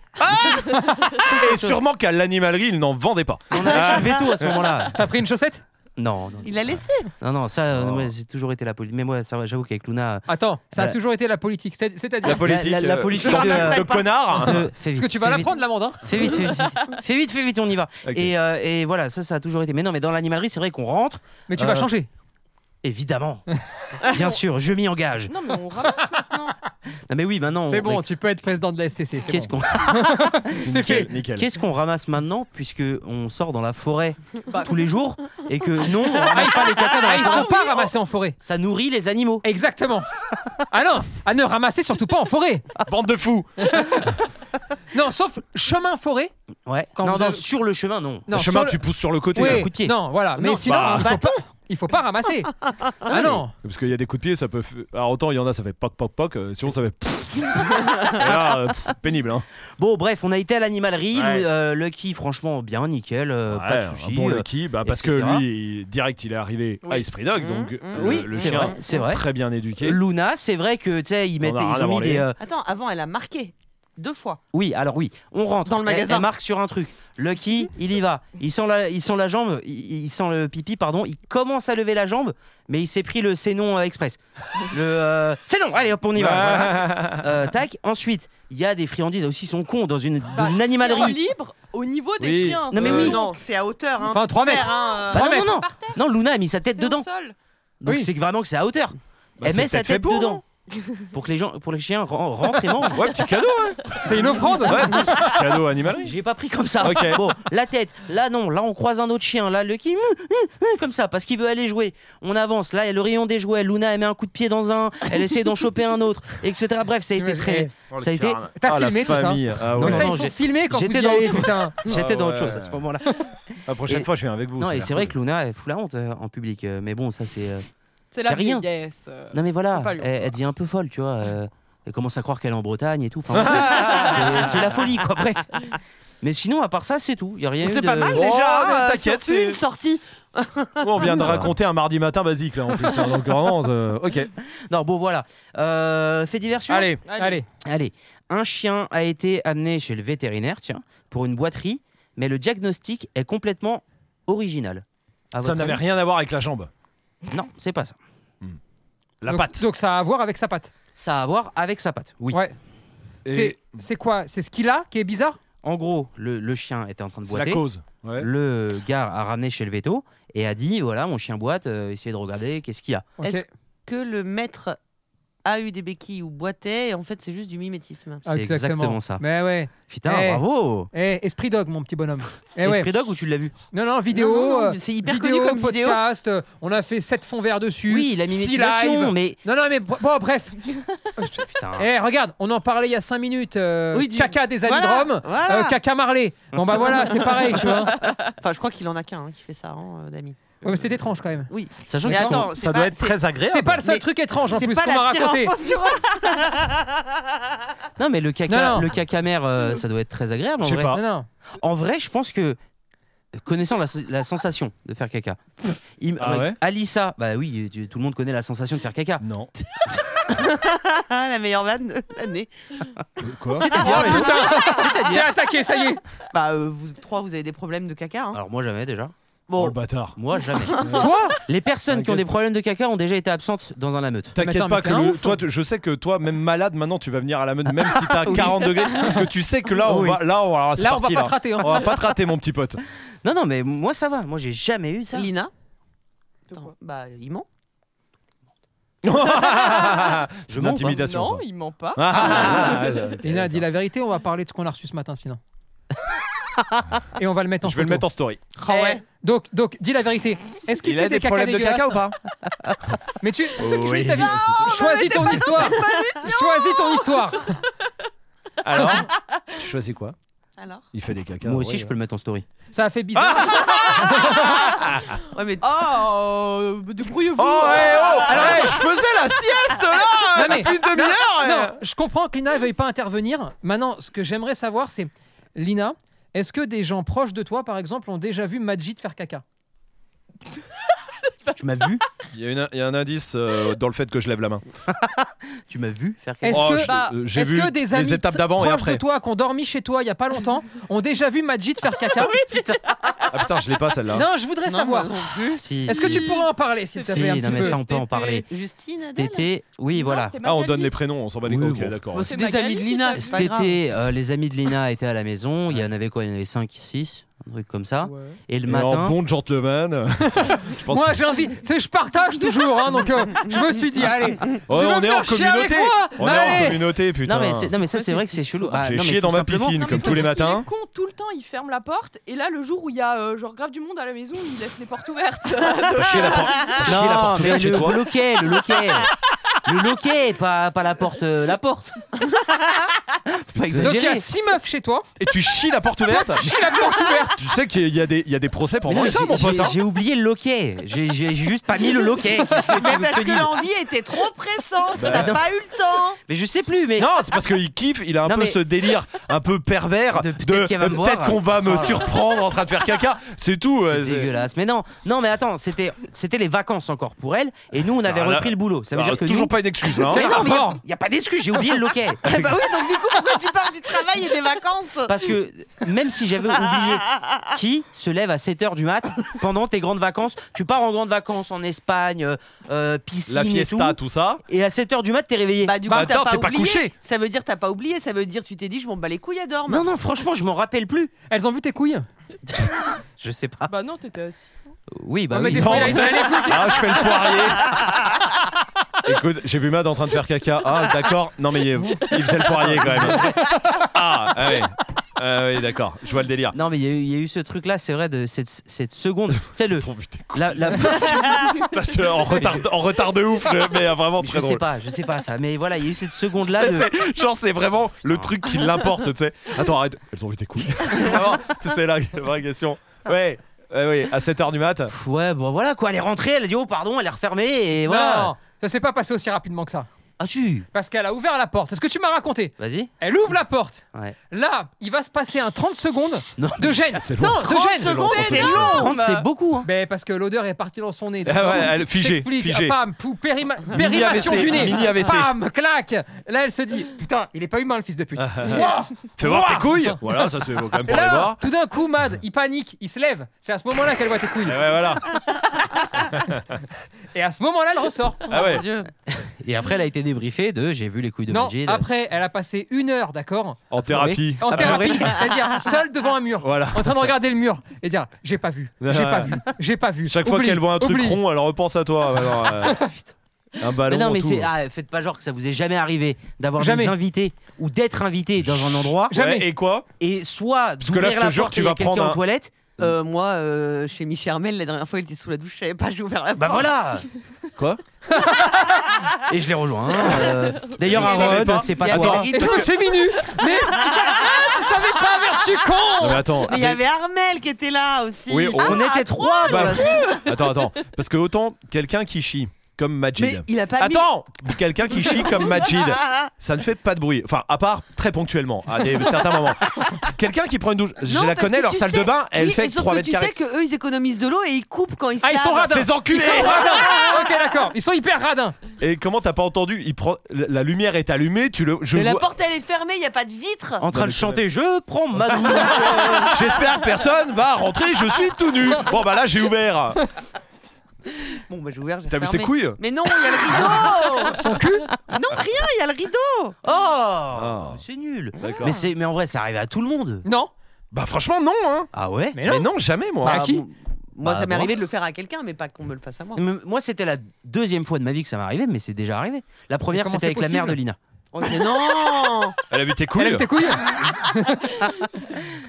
[SPEAKER 1] Et sûrement qu'à l'animalerie, ils n'en vendaient pas.
[SPEAKER 4] On avait chez le veto à ce moment-là.
[SPEAKER 2] T'as pris une chaussette
[SPEAKER 4] Non, non.
[SPEAKER 3] Il l'a laissé.
[SPEAKER 4] Non, non, ça, euh,
[SPEAKER 1] Oh.
[SPEAKER 4] ouais, c'est toujours été la politique. Mais moi, ça, j'avoue qu'avec Luna,
[SPEAKER 2] Attends, ça a
[SPEAKER 4] Euh.
[SPEAKER 2] toujours été la politique. C'est-
[SPEAKER 1] La
[SPEAKER 2] C'est-à-dire.
[SPEAKER 1] politique.
[SPEAKER 4] la- la
[SPEAKER 1] euh,
[SPEAKER 4] politique
[SPEAKER 1] donc,
[SPEAKER 3] de-
[SPEAKER 1] euh, de connard.
[SPEAKER 4] euh, fais
[SPEAKER 2] Parce
[SPEAKER 4] vite,
[SPEAKER 2] que tu vas
[SPEAKER 4] fais
[SPEAKER 2] la
[SPEAKER 4] vite.
[SPEAKER 2] prendre l'amende. hein.
[SPEAKER 4] Fais vite, fais vite, fais vite, fais vite, on y va.
[SPEAKER 1] Ok.
[SPEAKER 4] Et, euh, et voilà, ça, ça a toujours été. Mais non, mais dans l'animalerie, c'est vrai qu'on rentre,
[SPEAKER 2] Mais tu
[SPEAKER 4] Euh.
[SPEAKER 2] vas changer.
[SPEAKER 4] évidemment. Bien sûr, je m'y engage.
[SPEAKER 5] Non, mais on ramasse maintenant.
[SPEAKER 4] Non, mais oui, maintenant.
[SPEAKER 2] C'est
[SPEAKER 4] on-
[SPEAKER 2] bon, tu peux être président de la SCC. c'est
[SPEAKER 4] Qu'est-ce
[SPEAKER 2] bon.
[SPEAKER 4] qu'on
[SPEAKER 1] C'est
[SPEAKER 2] fait.
[SPEAKER 1] Nickel.
[SPEAKER 4] qu'est-ce qu'on ramasse maintenant, puisque on sort dans la forêt
[SPEAKER 5] Bah.
[SPEAKER 4] tous les jours et que non, on ramasse pas les caca
[SPEAKER 2] Ah,
[SPEAKER 4] dans la
[SPEAKER 2] il
[SPEAKER 4] forêt.
[SPEAKER 2] faut pas ramasser en forêt.
[SPEAKER 4] Ça nourrit les animaux.
[SPEAKER 2] Exactement. Ah non, à ne ramasser surtout pas en forêt.
[SPEAKER 1] Bande de fous.
[SPEAKER 2] Non, sauf chemin forêt.
[SPEAKER 4] Ouais.
[SPEAKER 2] Quand
[SPEAKER 4] non,
[SPEAKER 2] vous
[SPEAKER 4] non,
[SPEAKER 2] avez-
[SPEAKER 4] sur le chemin, non.
[SPEAKER 2] Non,
[SPEAKER 1] le chemin,
[SPEAKER 2] sur le-
[SPEAKER 1] tu pousses sur le côté. hein.
[SPEAKER 2] Oui,
[SPEAKER 4] un coup de pied.
[SPEAKER 2] Non, voilà. Mais
[SPEAKER 4] Non,
[SPEAKER 2] sinon,
[SPEAKER 1] bah,
[SPEAKER 2] il, faut pas, il faut pas ramasser. Ah non.
[SPEAKER 1] Parce qu'il y a des coups de pied, ça peut. f- Alors, autant il y en a, ça fait poc poc poc. euh, Sinon, ça fait. pfff. Et là, euh, pff, pénible. Hein.
[SPEAKER 4] Bon, bref, on a été à l'animalerie.
[SPEAKER 1] Ouais.
[SPEAKER 4] le- euh, Lucky, franchement, bien, nickel, euh, pas de
[SPEAKER 1] Ouais,
[SPEAKER 4] soucis.
[SPEAKER 1] un Bon,
[SPEAKER 4] euh,
[SPEAKER 1] Lucky, bah, parce que
[SPEAKER 4] etc.
[SPEAKER 1] lui, il- direct, il est arrivé à
[SPEAKER 5] Oui.
[SPEAKER 1] Esprit Dog. Donc,
[SPEAKER 3] Mmh,
[SPEAKER 1] euh,
[SPEAKER 3] mmh.
[SPEAKER 4] Oui,
[SPEAKER 1] le
[SPEAKER 4] c'est
[SPEAKER 1] chien,
[SPEAKER 4] vrai, c'est vrai.
[SPEAKER 1] très bien éduqué.
[SPEAKER 4] Luna, c'est vrai que tu sais, ils,
[SPEAKER 1] On a
[SPEAKER 4] mettaient-
[SPEAKER 1] rien
[SPEAKER 4] ils
[SPEAKER 1] à
[SPEAKER 4] ont mis
[SPEAKER 1] branler.
[SPEAKER 4] des. euh,
[SPEAKER 3] Attends, avant elle a marqué deux fois.
[SPEAKER 4] Oui, alors oui, on rentre.
[SPEAKER 3] Dans le
[SPEAKER 4] Elle-
[SPEAKER 3] magasin.
[SPEAKER 4] Elle, marque sur un truc. Lucky, il y va. Il sent la, il sent la jambe, il, il sent le pipi, pardon. Il commence à lever la jambe, mais il s'est pris le c'est non euh, express. Le euh, c'est non, allez hop, on y va. Voilà. Euh, tac. Ensuite, il y a des friandises aussi, ils sont cons dans une, dans
[SPEAKER 5] Bah,
[SPEAKER 4] une
[SPEAKER 5] c'est
[SPEAKER 4] animalerie.
[SPEAKER 5] libre au niveau des
[SPEAKER 1] Oui.
[SPEAKER 5] chiens.
[SPEAKER 4] Non, mais
[SPEAKER 3] Euh,
[SPEAKER 4] oui.
[SPEAKER 3] Non, c'est à hauteur. Hein,
[SPEAKER 2] Enfin,
[SPEAKER 3] toute
[SPEAKER 2] trois
[SPEAKER 3] serre,
[SPEAKER 2] mètres.
[SPEAKER 3] hein, euh,
[SPEAKER 4] Bah non, non, non,
[SPEAKER 5] Par terre.
[SPEAKER 4] non, Luna a mis sa tête
[SPEAKER 5] C'est au
[SPEAKER 4] dedans.
[SPEAKER 5] sol.
[SPEAKER 4] Donc
[SPEAKER 2] Oui.
[SPEAKER 4] c'est vraiment que c'est à hauteur.
[SPEAKER 1] Bah,
[SPEAKER 4] Elle
[SPEAKER 1] c'est
[SPEAKER 4] met sa
[SPEAKER 1] peut-être fait
[SPEAKER 4] tête
[SPEAKER 1] pour,
[SPEAKER 4] dedans. Pour que les gens, pour que les chiens ren- rentrent et mangent.
[SPEAKER 1] Ouais, petit cadeau.
[SPEAKER 2] C'est une offrande.
[SPEAKER 1] Ouais, petit cadeau animalerie.
[SPEAKER 4] J'ai pas pris comme ça.
[SPEAKER 1] Ah Ok.
[SPEAKER 4] Bon, la tête, là non, là on croise un autre chien, là le qui hum, comme ça parce qu'il veut aller jouer. On avance, là il y a le rayon des jouets, Luna elle met un coup de pied dans un, elle essaie d'en choper un autre, etc. Bref, ça a été
[SPEAKER 2] T'imagines-
[SPEAKER 4] très.
[SPEAKER 2] eh,
[SPEAKER 4] Ça a été-
[SPEAKER 2] T'as
[SPEAKER 1] Ah, la
[SPEAKER 2] filmé tout ça.
[SPEAKER 1] famille. Ah,
[SPEAKER 4] Non,
[SPEAKER 1] ouais.
[SPEAKER 2] Mais ça,
[SPEAKER 4] non,
[SPEAKER 2] il faut
[SPEAKER 4] j'ai-
[SPEAKER 2] filmer quand vous
[SPEAKER 4] j'étais
[SPEAKER 2] y
[SPEAKER 4] dans
[SPEAKER 2] allez,
[SPEAKER 4] autre chose.
[SPEAKER 2] putain.
[SPEAKER 4] J'étais
[SPEAKER 1] Ah
[SPEAKER 4] dans autre
[SPEAKER 1] ouais.
[SPEAKER 4] chose à ce moment-là.
[SPEAKER 1] La prochaine
[SPEAKER 4] Et-
[SPEAKER 1] fois, je viens avec vous.
[SPEAKER 4] Non,
[SPEAKER 1] ça a
[SPEAKER 4] et
[SPEAKER 1] l'air
[SPEAKER 4] c'est vrai
[SPEAKER 1] cool.
[SPEAKER 4] que Luna elle fout la honte euh, en public, euh, mais bon, ça c'est. euh,
[SPEAKER 5] C'est la
[SPEAKER 4] C'est rien.
[SPEAKER 5] vieillesse. euh.
[SPEAKER 4] Non mais voilà,
[SPEAKER 5] C'est pas lui.
[SPEAKER 4] elle, elle devient un peu folle, tu vois. euh, elle commence à croire qu'elle est en Bretagne et tout. Enfin, c'est- c'est la folie quoi, bref. Mais sinon, à part ça, c'est tout. Y a rien eu
[SPEAKER 3] C'est
[SPEAKER 4] de-
[SPEAKER 3] pas mal
[SPEAKER 1] Oh,
[SPEAKER 3] déjà.
[SPEAKER 1] mais
[SPEAKER 3] euh,
[SPEAKER 1] t'inquiète,
[SPEAKER 3] sur
[SPEAKER 1] c'est-
[SPEAKER 3] une sortie.
[SPEAKER 1] On vient de raconter un mardi matin basique là en plus. hein, donc vraiment, euh, ok.
[SPEAKER 4] Non, bon voilà. Euh, fait diversion.
[SPEAKER 1] Allez,
[SPEAKER 2] Allez.
[SPEAKER 4] Allez, un chien a été amené chez le vétérinaire, tiens, pour une boiterie, mais le diagnostic est complètement original. À
[SPEAKER 1] ça
[SPEAKER 4] votre
[SPEAKER 1] n'avait
[SPEAKER 4] avis
[SPEAKER 1] rien à voir avec la jambe,
[SPEAKER 4] Non, c'est pas ça.
[SPEAKER 1] la
[SPEAKER 2] donc,
[SPEAKER 1] patte.
[SPEAKER 2] Donc ça a à voir avec sa patte.
[SPEAKER 4] Ça a à voir avec sa patte, oui.
[SPEAKER 2] Ouais. C'est-
[SPEAKER 1] Et
[SPEAKER 2] C'est quoi C'est ce qu'il a qui est bizarre
[SPEAKER 4] En gros, le, le chien était en train de
[SPEAKER 1] c'est la
[SPEAKER 4] boiter.
[SPEAKER 1] cause. Ouais.
[SPEAKER 4] Le gars a ramené chez le veto et a dit voilà, mon chien boite, euh, essayez de regarder, qu'est-ce qu'il y a
[SPEAKER 2] Ok.
[SPEAKER 3] Est-ce- Que le maître a eu des béquilles ou boitait. Et en fait, c'est juste du mimétisme.
[SPEAKER 2] Ah,
[SPEAKER 4] C'est exactement ça.
[SPEAKER 2] Mais ouais.
[SPEAKER 4] Putain,
[SPEAKER 2] Eh.
[SPEAKER 4] bravo
[SPEAKER 2] Eh, Esprit Dog, mon petit bonhomme. Eh ouais.
[SPEAKER 4] Esprit Dog ou tu l'as vu
[SPEAKER 2] Non, non, vidéo.
[SPEAKER 3] Non, non, non,
[SPEAKER 2] euh,
[SPEAKER 3] c'est hyper
[SPEAKER 2] vidéo,
[SPEAKER 3] connu comme vidéo.
[SPEAKER 2] podcast. euh, on a fait 7 fonds verts dessus.
[SPEAKER 4] Oui, la
[SPEAKER 2] six
[SPEAKER 4] mimétisation,
[SPEAKER 2] lives.
[SPEAKER 4] mais Oh,
[SPEAKER 2] Non, non, mais br- bon, bref.
[SPEAKER 4] putain.
[SPEAKER 2] Eh, regarde, on en parlait il y a 5 minutes. euh,
[SPEAKER 3] Ah. Oui, du-
[SPEAKER 2] Caca des amis
[SPEAKER 3] Voilà,
[SPEAKER 2] de Rome.
[SPEAKER 3] voilà.
[SPEAKER 2] euh, caca Marley. Bon, bah voilà, c'est pareil, tu vois.
[SPEAKER 3] Enfin, je crois qu'il en a qu'un hein, qui fait ça, hein, euh, Dami.
[SPEAKER 2] Ouais, mais c'est étrange quand même.
[SPEAKER 3] Oui.
[SPEAKER 4] Sachant
[SPEAKER 3] Mais
[SPEAKER 4] qu'ils sont-
[SPEAKER 3] attends, c'est
[SPEAKER 1] Ça
[SPEAKER 3] pas-
[SPEAKER 1] doit être
[SPEAKER 3] c'est-
[SPEAKER 1] très agréable.
[SPEAKER 2] C'est pas le seul
[SPEAKER 3] Mais
[SPEAKER 2] truc étrange en
[SPEAKER 3] c'est
[SPEAKER 2] plus
[SPEAKER 3] pas
[SPEAKER 2] qu'on m'a
[SPEAKER 3] la pire
[SPEAKER 2] raconté.
[SPEAKER 3] enfance du monde.
[SPEAKER 4] Non, mais le caca,
[SPEAKER 2] Non, non.
[SPEAKER 4] le caca mère, euh, ça doit être très agréable en
[SPEAKER 1] Je sais
[SPEAKER 4] vrai.
[SPEAKER 1] pas.
[SPEAKER 2] Non, Ah, non.
[SPEAKER 4] En vrai, je pense que connaissant la, la sensation de faire caca. il-
[SPEAKER 1] Ah ouais
[SPEAKER 4] Alissa, bah oui, tu- tout le monde connaît la sensation de faire caca.
[SPEAKER 1] Non.
[SPEAKER 3] Ah, la meilleure vanne de l'année.
[SPEAKER 1] Euh, Quoi
[SPEAKER 2] Ah putain, t'es attaqué, ça y est.
[SPEAKER 3] Bah, euh, vous trois, vous avez des problèmes de caca.
[SPEAKER 2] Ah.
[SPEAKER 3] hein.
[SPEAKER 4] Alors moi jamais déjà.
[SPEAKER 1] Oh
[SPEAKER 3] Bon,
[SPEAKER 1] le bâtard.
[SPEAKER 4] Moi jamais.
[SPEAKER 2] Toi
[SPEAKER 4] Les personnes qui ont
[SPEAKER 1] T'inquiète.
[SPEAKER 4] des problèmes de caca ont déjà été absentes dans un lameute.
[SPEAKER 2] Mais
[SPEAKER 1] T'inquiète
[SPEAKER 2] attends,
[SPEAKER 1] pas
[SPEAKER 2] mais
[SPEAKER 1] que
[SPEAKER 2] t'es un
[SPEAKER 1] le-
[SPEAKER 2] ouf.
[SPEAKER 1] toi, tu- je sais que toi, même malade, maintenant, tu vas venir à la meute, même si t'as 40 degrés, parce que tu sais que là, on
[SPEAKER 4] Oui.
[SPEAKER 1] va, là, on, alors, c'est
[SPEAKER 2] Là, on va
[SPEAKER 1] parti,
[SPEAKER 2] pas te rater. hein.
[SPEAKER 1] On va pas te rater, mon petit pote. Ah,
[SPEAKER 4] Non non, mais moi ça va. Moi j'ai jamais eu ça.
[SPEAKER 3] Lina
[SPEAKER 5] De quoi
[SPEAKER 3] Attends, Bah, il ment.
[SPEAKER 1] ah, c'est
[SPEAKER 4] mens ou pas
[SPEAKER 1] l'intimidation.
[SPEAKER 5] Non, il ment
[SPEAKER 1] Ah,
[SPEAKER 5] pas.
[SPEAKER 2] Lina a dit la vérité, on va parler de ce qu'on a reçu ce matin sinon. Et on va le mettre en
[SPEAKER 1] Je vais le
[SPEAKER 2] photo.
[SPEAKER 1] mettre en story.
[SPEAKER 2] Eh,
[SPEAKER 3] ouais.
[SPEAKER 2] Donc, donc, dis la vérité. Est-ce qu'il
[SPEAKER 1] Eh, Il
[SPEAKER 2] fait
[SPEAKER 1] a des
[SPEAKER 2] cacas
[SPEAKER 1] problèmes de
[SPEAKER 2] dégueulasses
[SPEAKER 1] caca ou pas
[SPEAKER 2] Mais tu, c'est toi qui choisis
[SPEAKER 1] Oui.
[SPEAKER 2] ta vie. Choisis ton histoire. Choisis ton histoire.
[SPEAKER 1] Alors Tu choisis quoi
[SPEAKER 3] Alors
[SPEAKER 1] Il fait des caca.
[SPEAKER 4] Moi aussi je peux le mettre en story.
[SPEAKER 2] Ça a fait
[SPEAKER 1] Ah,
[SPEAKER 2] bizarre.
[SPEAKER 3] Ouais, mais
[SPEAKER 5] Oh, euh, débrouillez-vous.
[SPEAKER 1] Oh, eh, oh Alors, eh, je faisais la sieste là
[SPEAKER 2] Non, mais-
[SPEAKER 1] Depuis une demi-heure eh.
[SPEAKER 2] non, je comprends que Lina ne veuille pas intervenir. Maintenant, ce que j'aimerais savoir, c'est Lina, est-ce que des gens proches de toi, par exemple, ont déjà vu Majid faire caca
[SPEAKER 4] Tu m'as vu
[SPEAKER 1] Il y, a une- il y a un indice euh, dans le fait que je lève la main.
[SPEAKER 4] Tu m'as vu faire caca
[SPEAKER 2] Est-ce
[SPEAKER 1] Oh,
[SPEAKER 2] que,
[SPEAKER 1] je-
[SPEAKER 5] Bah,
[SPEAKER 1] euh, J'ai
[SPEAKER 2] est-ce
[SPEAKER 1] vu
[SPEAKER 2] que des amis
[SPEAKER 1] les étapes d'avant et
[SPEAKER 2] proches
[SPEAKER 1] après.
[SPEAKER 2] de toi qui ont dormi chez toi il y a pas longtemps ont déjà vu Majid faire caca
[SPEAKER 1] Ah putain, je l'ai pas celle-là.
[SPEAKER 2] Non, je voudrais
[SPEAKER 3] Non,
[SPEAKER 2] savoir.
[SPEAKER 3] non.
[SPEAKER 4] Si,
[SPEAKER 2] Est-ce que tu
[SPEAKER 4] si.
[SPEAKER 2] pourrais en parler, s'il te
[SPEAKER 4] Si,
[SPEAKER 2] plaît, un
[SPEAKER 4] non
[SPEAKER 2] petit
[SPEAKER 4] mais
[SPEAKER 2] peu
[SPEAKER 4] ça on peut en parler.
[SPEAKER 3] Justine,
[SPEAKER 4] Cet
[SPEAKER 3] Adèle
[SPEAKER 4] été, oui
[SPEAKER 5] Non,
[SPEAKER 4] voilà.
[SPEAKER 5] c'était
[SPEAKER 1] Ah, on
[SPEAKER 5] Magali.
[SPEAKER 1] donne les prénoms, on s'en bat les
[SPEAKER 4] Oui,
[SPEAKER 1] couilles.
[SPEAKER 4] bon.
[SPEAKER 1] Ok, d'accord.
[SPEAKER 3] Bon,
[SPEAKER 1] ouais.
[SPEAKER 3] c'est des amis de
[SPEAKER 5] Magali
[SPEAKER 3] Lina,
[SPEAKER 5] qui
[SPEAKER 3] c'est
[SPEAKER 4] Cet
[SPEAKER 3] pas grave.
[SPEAKER 4] été, euh, les amis de Lina étaient à la maison. Il y en avait quoi Il y en avait 5, 6, un truc comme ça. Et le
[SPEAKER 1] Et
[SPEAKER 4] matin,
[SPEAKER 1] en bon gentleman, je pense
[SPEAKER 2] Moi, j'ai envie. C'est je partage toujours, hein, donc euh, je me suis dit, allez.
[SPEAKER 1] Ouais,
[SPEAKER 2] tu veux
[SPEAKER 1] Oh, on est
[SPEAKER 2] venir
[SPEAKER 1] en
[SPEAKER 2] chier avec
[SPEAKER 1] communauté.
[SPEAKER 2] moi
[SPEAKER 1] On est en
[SPEAKER 2] Allez.
[SPEAKER 1] communauté, putain.
[SPEAKER 4] Non mais, c'est- non, mais ça c'est vrai que c'est chelou. Bah,
[SPEAKER 1] J'ai
[SPEAKER 4] non, mais
[SPEAKER 1] chié
[SPEAKER 4] tout
[SPEAKER 1] dans ma
[SPEAKER 4] simplement-
[SPEAKER 1] piscine
[SPEAKER 5] Non, mais
[SPEAKER 1] comme
[SPEAKER 5] faut
[SPEAKER 1] tous les
[SPEAKER 5] dire qu'il
[SPEAKER 1] matins.
[SPEAKER 5] est con tout le temps, il ferme la porte et là le jour où il y a euh, genre grave du monde à la maison, il laisse les portes ouvertes.
[SPEAKER 1] T'as chié la porte. T'as chié la
[SPEAKER 4] Non,
[SPEAKER 1] porte
[SPEAKER 4] mais
[SPEAKER 1] ouverte
[SPEAKER 4] le,
[SPEAKER 1] chez
[SPEAKER 4] le
[SPEAKER 1] toi.
[SPEAKER 4] loquet, le loquet. le loquet, pas, pas la porte, euh, la porte. pas
[SPEAKER 2] Donc il y
[SPEAKER 4] exagéré.
[SPEAKER 2] a six meufs chez toi.
[SPEAKER 1] Et tu chies la porte ouverte.
[SPEAKER 2] La porte ouverte.
[SPEAKER 1] Tu sais qu'il y a des, il y a des procès
[SPEAKER 4] Mais
[SPEAKER 1] pour
[SPEAKER 4] non,
[SPEAKER 1] moi.
[SPEAKER 4] mais
[SPEAKER 1] ça,
[SPEAKER 4] j'ai-
[SPEAKER 1] mon pote.
[SPEAKER 4] j'ai-
[SPEAKER 1] hein.
[SPEAKER 4] J'ai oublié le loquet. J'ai j'ai juste pas mis le loquet. Qu'est-ce que tu
[SPEAKER 3] Mais
[SPEAKER 4] veux que
[SPEAKER 3] parce
[SPEAKER 4] je te
[SPEAKER 3] que
[SPEAKER 4] dise
[SPEAKER 3] l'envie était trop pressante,
[SPEAKER 1] Bah,
[SPEAKER 3] t'as
[SPEAKER 1] non.
[SPEAKER 3] pas eu le temps.
[SPEAKER 4] Mais je sais plus. Mais
[SPEAKER 1] Non, c'est parce qu'il kiffe, il a un
[SPEAKER 4] Non,
[SPEAKER 1] peu
[SPEAKER 4] mais-
[SPEAKER 1] ce délire un peu pervers
[SPEAKER 4] De
[SPEAKER 1] de,
[SPEAKER 4] peut-être qu'elle va me
[SPEAKER 1] euh, peut-être
[SPEAKER 4] voir.
[SPEAKER 1] qu'on va me
[SPEAKER 4] Ah.
[SPEAKER 1] surprendre en train de faire caca. C'est tout.
[SPEAKER 4] c'est
[SPEAKER 1] euh, c'est-
[SPEAKER 4] dégueulasse. Mais non, non, mais attends, c'était c'était les vacances encore pour elle. Et nous, on avait
[SPEAKER 1] Ah, là-
[SPEAKER 4] repris le boulot. Ça veut
[SPEAKER 1] Alors,
[SPEAKER 4] dire que
[SPEAKER 1] toujours
[SPEAKER 4] nous-
[SPEAKER 1] pas une excuse. hein.
[SPEAKER 4] Mais non, mais y a-
[SPEAKER 2] Bon.
[SPEAKER 4] y a pas d'excuse. J'ai oublié le loquet.
[SPEAKER 3] Eh bah oui, donc du coup, pourquoi tu parles du travail et des vacances
[SPEAKER 4] Parce que même si j'avais oublié, qui se lève à 7h du mat pendant tes grandes vacances Tu pars en grandes vacances en Espagne, euh, euh, piscine
[SPEAKER 1] La fiesta,
[SPEAKER 4] et tout.
[SPEAKER 1] tout ça.
[SPEAKER 4] Et à 7h du mat, t'es réveillé.
[SPEAKER 3] Bah du coup,
[SPEAKER 1] Bah,
[SPEAKER 3] t'as
[SPEAKER 1] attends,
[SPEAKER 3] pas,
[SPEAKER 1] t'es pas
[SPEAKER 3] oublié.
[SPEAKER 1] couché.
[SPEAKER 3] Ça veut dire t'as pas oublié, ça veut dire tu t'es dit je m'en bats les couilles à dormir.
[SPEAKER 4] non, non, franchement, je m'en rappelle plus.
[SPEAKER 2] Elles ont vu tes couilles.
[SPEAKER 4] Je sais pas.
[SPEAKER 5] bah non, t'étais assis.
[SPEAKER 4] Oui, bah
[SPEAKER 2] Ah, mais
[SPEAKER 4] oui.
[SPEAKER 2] des fois,
[SPEAKER 1] Non,
[SPEAKER 2] il y a une-
[SPEAKER 1] Ah, je fais le poirier. Écoute, j'ai vu Mad en train de faire caca. Ah, d'accord. Non, mais il, il faisait le poirier quand même. Ah, ah oui. Ah oui, d'accord. Je vois le délire.
[SPEAKER 4] Non, mais il y a eu- il y, a eu ce truc-là, c'est vrai, de cette, cette seconde. Tu sais, le.
[SPEAKER 1] Ils sont butés.
[SPEAKER 4] La, la-
[SPEAKER 1] Putain, je- en, retard, en retard de ouf, le- mais ah, vraiment
[SPEAKER 4] je
[SPEAKER 1] très
[SPEAKER 4] sais
[SPEAKER 1] drôle.
[SPEAKER 4] pas, je sais pas ça, mais voilà, il y a eu cette seconde-là. De...
[SPEAKER 1] C'est- Genre, c'est vraiment le truc qui l'importe, tu sais. Attends, arrête. Elles ont vu tes couilles. Vraiment, tu sais, c'est la vraie question. Ouais. ouais, oui, à 7h du mat.
[SPEAKER 4] Pff, Ouais, bon voilà quoi, elle est rentrée, elle a dit oh pardon, elle est refermée et voilà.
[SPEAKER 2] Non, ça s'est pas passé aussi rapidement que ça.
[SPEAKER 4] Ah si,
[SPEAKER 2] Parce qu'elle a ouvert la porte. C'est ce que tu m'as raconté.
[SPEAKER 4] vas-y.
[SPEAKER 2] Elle ouvre la porte.
[SPEAKER 4] Ouais.
[SPEAKER 2] Là, il va se passer un 30 secondes
[SPEAKER 4] Non,
[SPEAKER 2] de gêne.
[SPEAKER 1] c'est long.
[SPEAKER 2] Non, de
[SPEAKER 3] 30
[SPEAKER 2] gêne.
[SPEAKER 3] secondes, c'est
[SPEAKER 1] C'est
[SPEAKER 3] long.
[SPEAKER 4] Trente, c'est beaucoup, hein.
[SPEAKER 2] Mais parce que l'odeur est partie dans son nez.
[SPEAKER 1] Ah ouais, elle- figée,
[SPEAKER 2] T'expliques,
[SPEAKER 1] figée.
[SPEAKER 2] Pam, pou, périma- périmation
[SPEAKER 1] AVC,
[SPEAKER 2] du nez.
[SPEAKER 1] mini AVC.
[SPEAKER 2] Pam, claque. Là, elle se dit, putain, il est pas humain le fils de pute.
[SPEAKER 1] Ah,
[SPEAKER 2] Ouah.
[SPEAKER 1] Fais voir
[SPEAKER 2] Ouah.
[SPEAKER 1] tes couilles. Voilà, ça, c'est faut quand même
[SPEAKER 2] Et
[SPEAKER 1] pour les
[SPEAKER 2] là,
[SPEAKER 1] voir.
[SPEAKER 2] tout d'un coup, Mad, il panique, il se lève. C'est à ce moment-là qu'elle voit tes couilles.
[SPEAKER 1] Ah ouais, voilà.
[SPEAKER 2] Et à ce moment-là, elle ressort.
[SPEAKER 1] Ah ouais.
[SPEAKER 3] Dieu.
[SPEAKER 4] Et après, elle a été débriefée de j'ai vu les couilles de
[SPEAKER 2] Non,
[SPEAKER 4] Majid.
[SPEAKER 2] après, elle a passé une heure, d'accord,
[SPEAKER 1] En thérapie.
[SPEAKER 2] en
[SPEAKER 4] Ah,
[SPEAKER 2] thérapie,
[SPEAKER 4] oui.
[SPEAKER 2] c'est-à-dire seule devant un mur,
[SPEAKER 1] bah, Voilà.
[SPEAKER 2] en train de regarder le mur et dire j'ai pas vu, j'ai pas vu, j'ai pas vu.
[SPEAKER 1] Chaque fois
[SPEAKER 2] Oublie,
[SPEAKER 1] qu'elle voit un truc
[SPEAKER 2] oublie.
[SPEAKER 1] rond, elle repense à toi. Alors, euh, Un ballon.
[SPEAKER 4] Mais non,
[SPEAKER 1] en
[SPEAKER 4] mais
[SPEAKER 1] tout.
[SPEAKER 4] c'est- ah, faites pas genre que ça vous est jamais arrivé d'avoir des
[SPEAKER 2] Jamais.
[SPEAKER 4] invités ou d'être invité dans un endroit
[SPEAKER 1] Ouais,
[SPEAKER 2] Jamais.
[SPEAKER 1] et quoi
[SPEAKER 4] et soit
[SPEAKER 1] que là,
[SPEAKER 4] d'ouvrir
[SPEAKER 1] je
[SPEAKER 4] la
[SPEAKER 1] te jure,
[SPEAKER 4] porte
[SPEAKER 1] tu
[SPEAKER 4] et il y a
[SPEAKER 1] vas
[SPEAKER 4] quelqu'un
[SPEAKER 1] prendre
[SPEAKER 4] en
[SPEAKER 1] un-
[SPEAKER 4] toilette.
[SPEAKER 3] Euh, moi, euh, chez Michel Hermel, la dernière fois, il était sous la douche, je savais pas, j'ai ouvert la
[SPEAKER 4] Bah
[SPEAKER 3] porte.
[SPEAKER 4] voilà
[SPEAKER 1] Quoi
[SPEAKER 4] Et je les rejoins. euh, D'ailleurs,
[SPEAKER 1] Je savais
[SPEAKER 4] Aaron,
[SPEAKER 1] pas.
[SPEAKER 4] c'est pas
[SPEAKER 3] Il y a
[SPEAKER 4] toi.
[SPEAKER 3] Valérie
[SPEAKER 2] Et je me suis minu Mais tu, savais- ah, tu savais pas, mais je suis
[SPEAKER 1] Non, Ah, mais
[SPEAKER 2] con
[SPEAKER 1] attends.
[SPEAKER 3] Mais il y avait Armel qui était là aussi.
[SPEAKER 1] Oui, on-
[SPEAKER 4] On était Ah, trois.
[SPEAKER 1] Bah,
[SPEAKER 4] dans la-
[SPEAKER 1] Attends, attends. Parce que autant quelqu'un qui chie comme Majid.
[SPEAKER 3] mais il a pas mis.
[SPEAKER 1] Attends Quelqu'un qui chie comme Majid,
[SPEAKER 3] Ah,
[SPEAKER 1] ça ne fait pas de bruit. Enfin, à part très ponctuellement, à des certains moments. Quelqu'un qui prend une douche, je
[SPEAKER 3] Non,
[SPEAKER 1] la
[SPEAKER 3] parce
[SPEAKER 1] connais,
[SPEAKER 3] que
[SPEAKER 1] leur
[SPEAKER 3] tu
[SPEAKER 1] salle de
[SPEAKER 3] sais-
[SPEAKER 1] bain, elle
[SPEAKER 3] oui,
[SPEAKER 1] fait
[SPEAKER 3] et sauf
[SPEAKER 1] 3
[SPEAKER 3] que
[SPEAKER 1] mètres
[SPEAKER 3] tu
[SPEAKER 1] carrés.
[SPEAKER 3] sais que eux ils économisent de l'eau et ils coupent quand ils se
[SPEAKER 2] Ah, ils sont
[SPEAKER 3] lavent.
[SPEAKER 2] radins
[SPEAKER 1] Ces enculés
[SPEAKER 2] Ils sont radins Ah, Ok, d'accord. Ils sont hyper radins.
[SPEAKER 1] Et comment t'as pas entendu Il prend la, la lumière est allumée, tu le je
[SPEAKER 3] Mais la
[SPEAKER 1] vois-
[SPEAKER 3] porte elle est fermée, il y a pas de vitre.
[SPEAKER 4] En train
[SPEAKER 1] Non,
[SPEAKER 4] de
[SPEAKER 1] mais
[SPEAKER 4] chanter, je prends ma douche.
[SPEAKER 1] J'espère que personne va rentrer, je suis tout nu. Bon bah là j'ai ouvert.
[SPEAKER 3] Bon bah j'ai ouvert, j'ai
[SPEAKER 1] T'as vu ses
[SPEAKER 3] refermé.
[SPEAKER 1] couilles
[SPEAKER 3] Mais non, il y a le rideau.
[SPEAKER 2] Son cul
[SPEAKER 3] Non, rien, il y a le rideau
[SPEAKER 4] Bah, Oh,
[SPEAKER 1] Ah.
[SPEAKER 4] c'est nul.
[SPEAKER 1] D'accord.
[SPEAKER 4] Mais, c'est- mais en vrai, ça arrive à tout le monde.
[SPEAKER 2] Non.
[SPEAKER 1] Bah franchement non hein.
[SPEAKER 4] Ah ouais
[SPEAKER 2] Mais non.
[SPEAKER 1] jamais moi.
[SPEAKER 2] Bah, à qui
[SPEAKER 3] m- Moi,
[SPEAKER 4] Bah,
[SPEAKER 3] ça m'est
[SPEAKER 4] moi.
[SPEAKER 3] arrivé de le faire à quelqu'un, mais pas qu'on me le fasse à moi.
[SPEAKER 4] Mais Moi, c'était la deuxième fois de ma vie que ça m'arrivait, mais c'est déjà arrivé. La première,
[SPEAKER 2] comment
[SPEAKER 4] c'était
[SPEAKER 2] c'est
[SPEAKER 4] avec la mère
[SPEAKER 2] possible
[SPEAKER 4] de Lina.
[SPEAKER 3] Oh, mais non
[SPEAKER 1] Elle a vu tes couilles.
[SPEAKER 2] Elle a vu tes couilles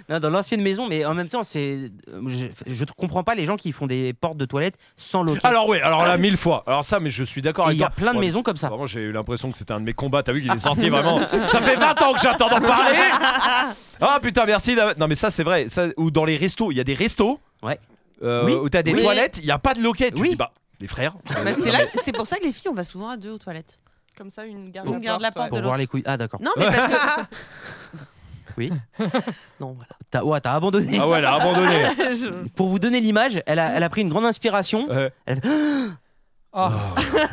[SPEAKER 4] Non, dans l'ancienne maison, mais en même temps, c'est, je, je comprends pas les gens qui font des portes de toilettes sans loquet.
[SPEAKER 1] Alors oui, alors là mille fois. Alors ça mais je suis d'accord
[SPEAKER 4] Et
[SPEAKER 1] avec
[SPEAKER 4] il y a
[SPEAKER 1] toi.
[SPEAKER 4] plein de
[SPEAKER 1] Ouais,
[SPEAKER 4] maisons comme ça.
[SPEAKER 1] Vraiment, j'ai eu l'impression que c'était un de mes combats. T'as vu qu'il est sorti vraiment. Ça fait 20 ans que j'attends d'en parler. Ah putain, merci. d'avoir- Non, mais ça, c'est vrai. Ça, ou dans les restos, il y a des restos
[SPEAKER 4] Ouais.
[SPEAKER 1] euh,
[SPEAKER 4] Oui.
[SPEAKER 1] où t'as des
[SPEAKER 3] Oui.
[SPEAKER 1] toilettes, il n'y a pas de loquet. Tu
[SPEAKER 4] Oui.
[SPEAKER 1] dis, bah, les frères. euh,
[SPEAKER 3] Bah, C'est là- c'est pour ça que les filles, on va souvent à deux aux toilettes.
[SPEAKER 5] Comme ça, une garde,
[SPEAKER 3] Une garde la porte
[SPEAKER 5] ouais.
[SPEAKER 4] Pour
[SPEAKER 3] de
[SPEAKER 4] voir
[SPEAKER 3] l'autre.
[SPEAKER 4] les couilles. Ah, d'accord.
[SPEAKER 3] Non, mais parce que.
[SPEAKER 4] Oui.
[SPEAKER 3] Non, voilà.
[SPEAKER 4] T'as, ouais, t'as abandonné.
[SPEAKER 1] Ah ouais, elle a abandonné.
[SPEAKER 5] Je-
[SPEAKER 4] Pour vous donner l'image, elle a, elle a pris une grande inspiration.
[SPEAKER 1] Ouais.
[SPEAKER 2] Oh,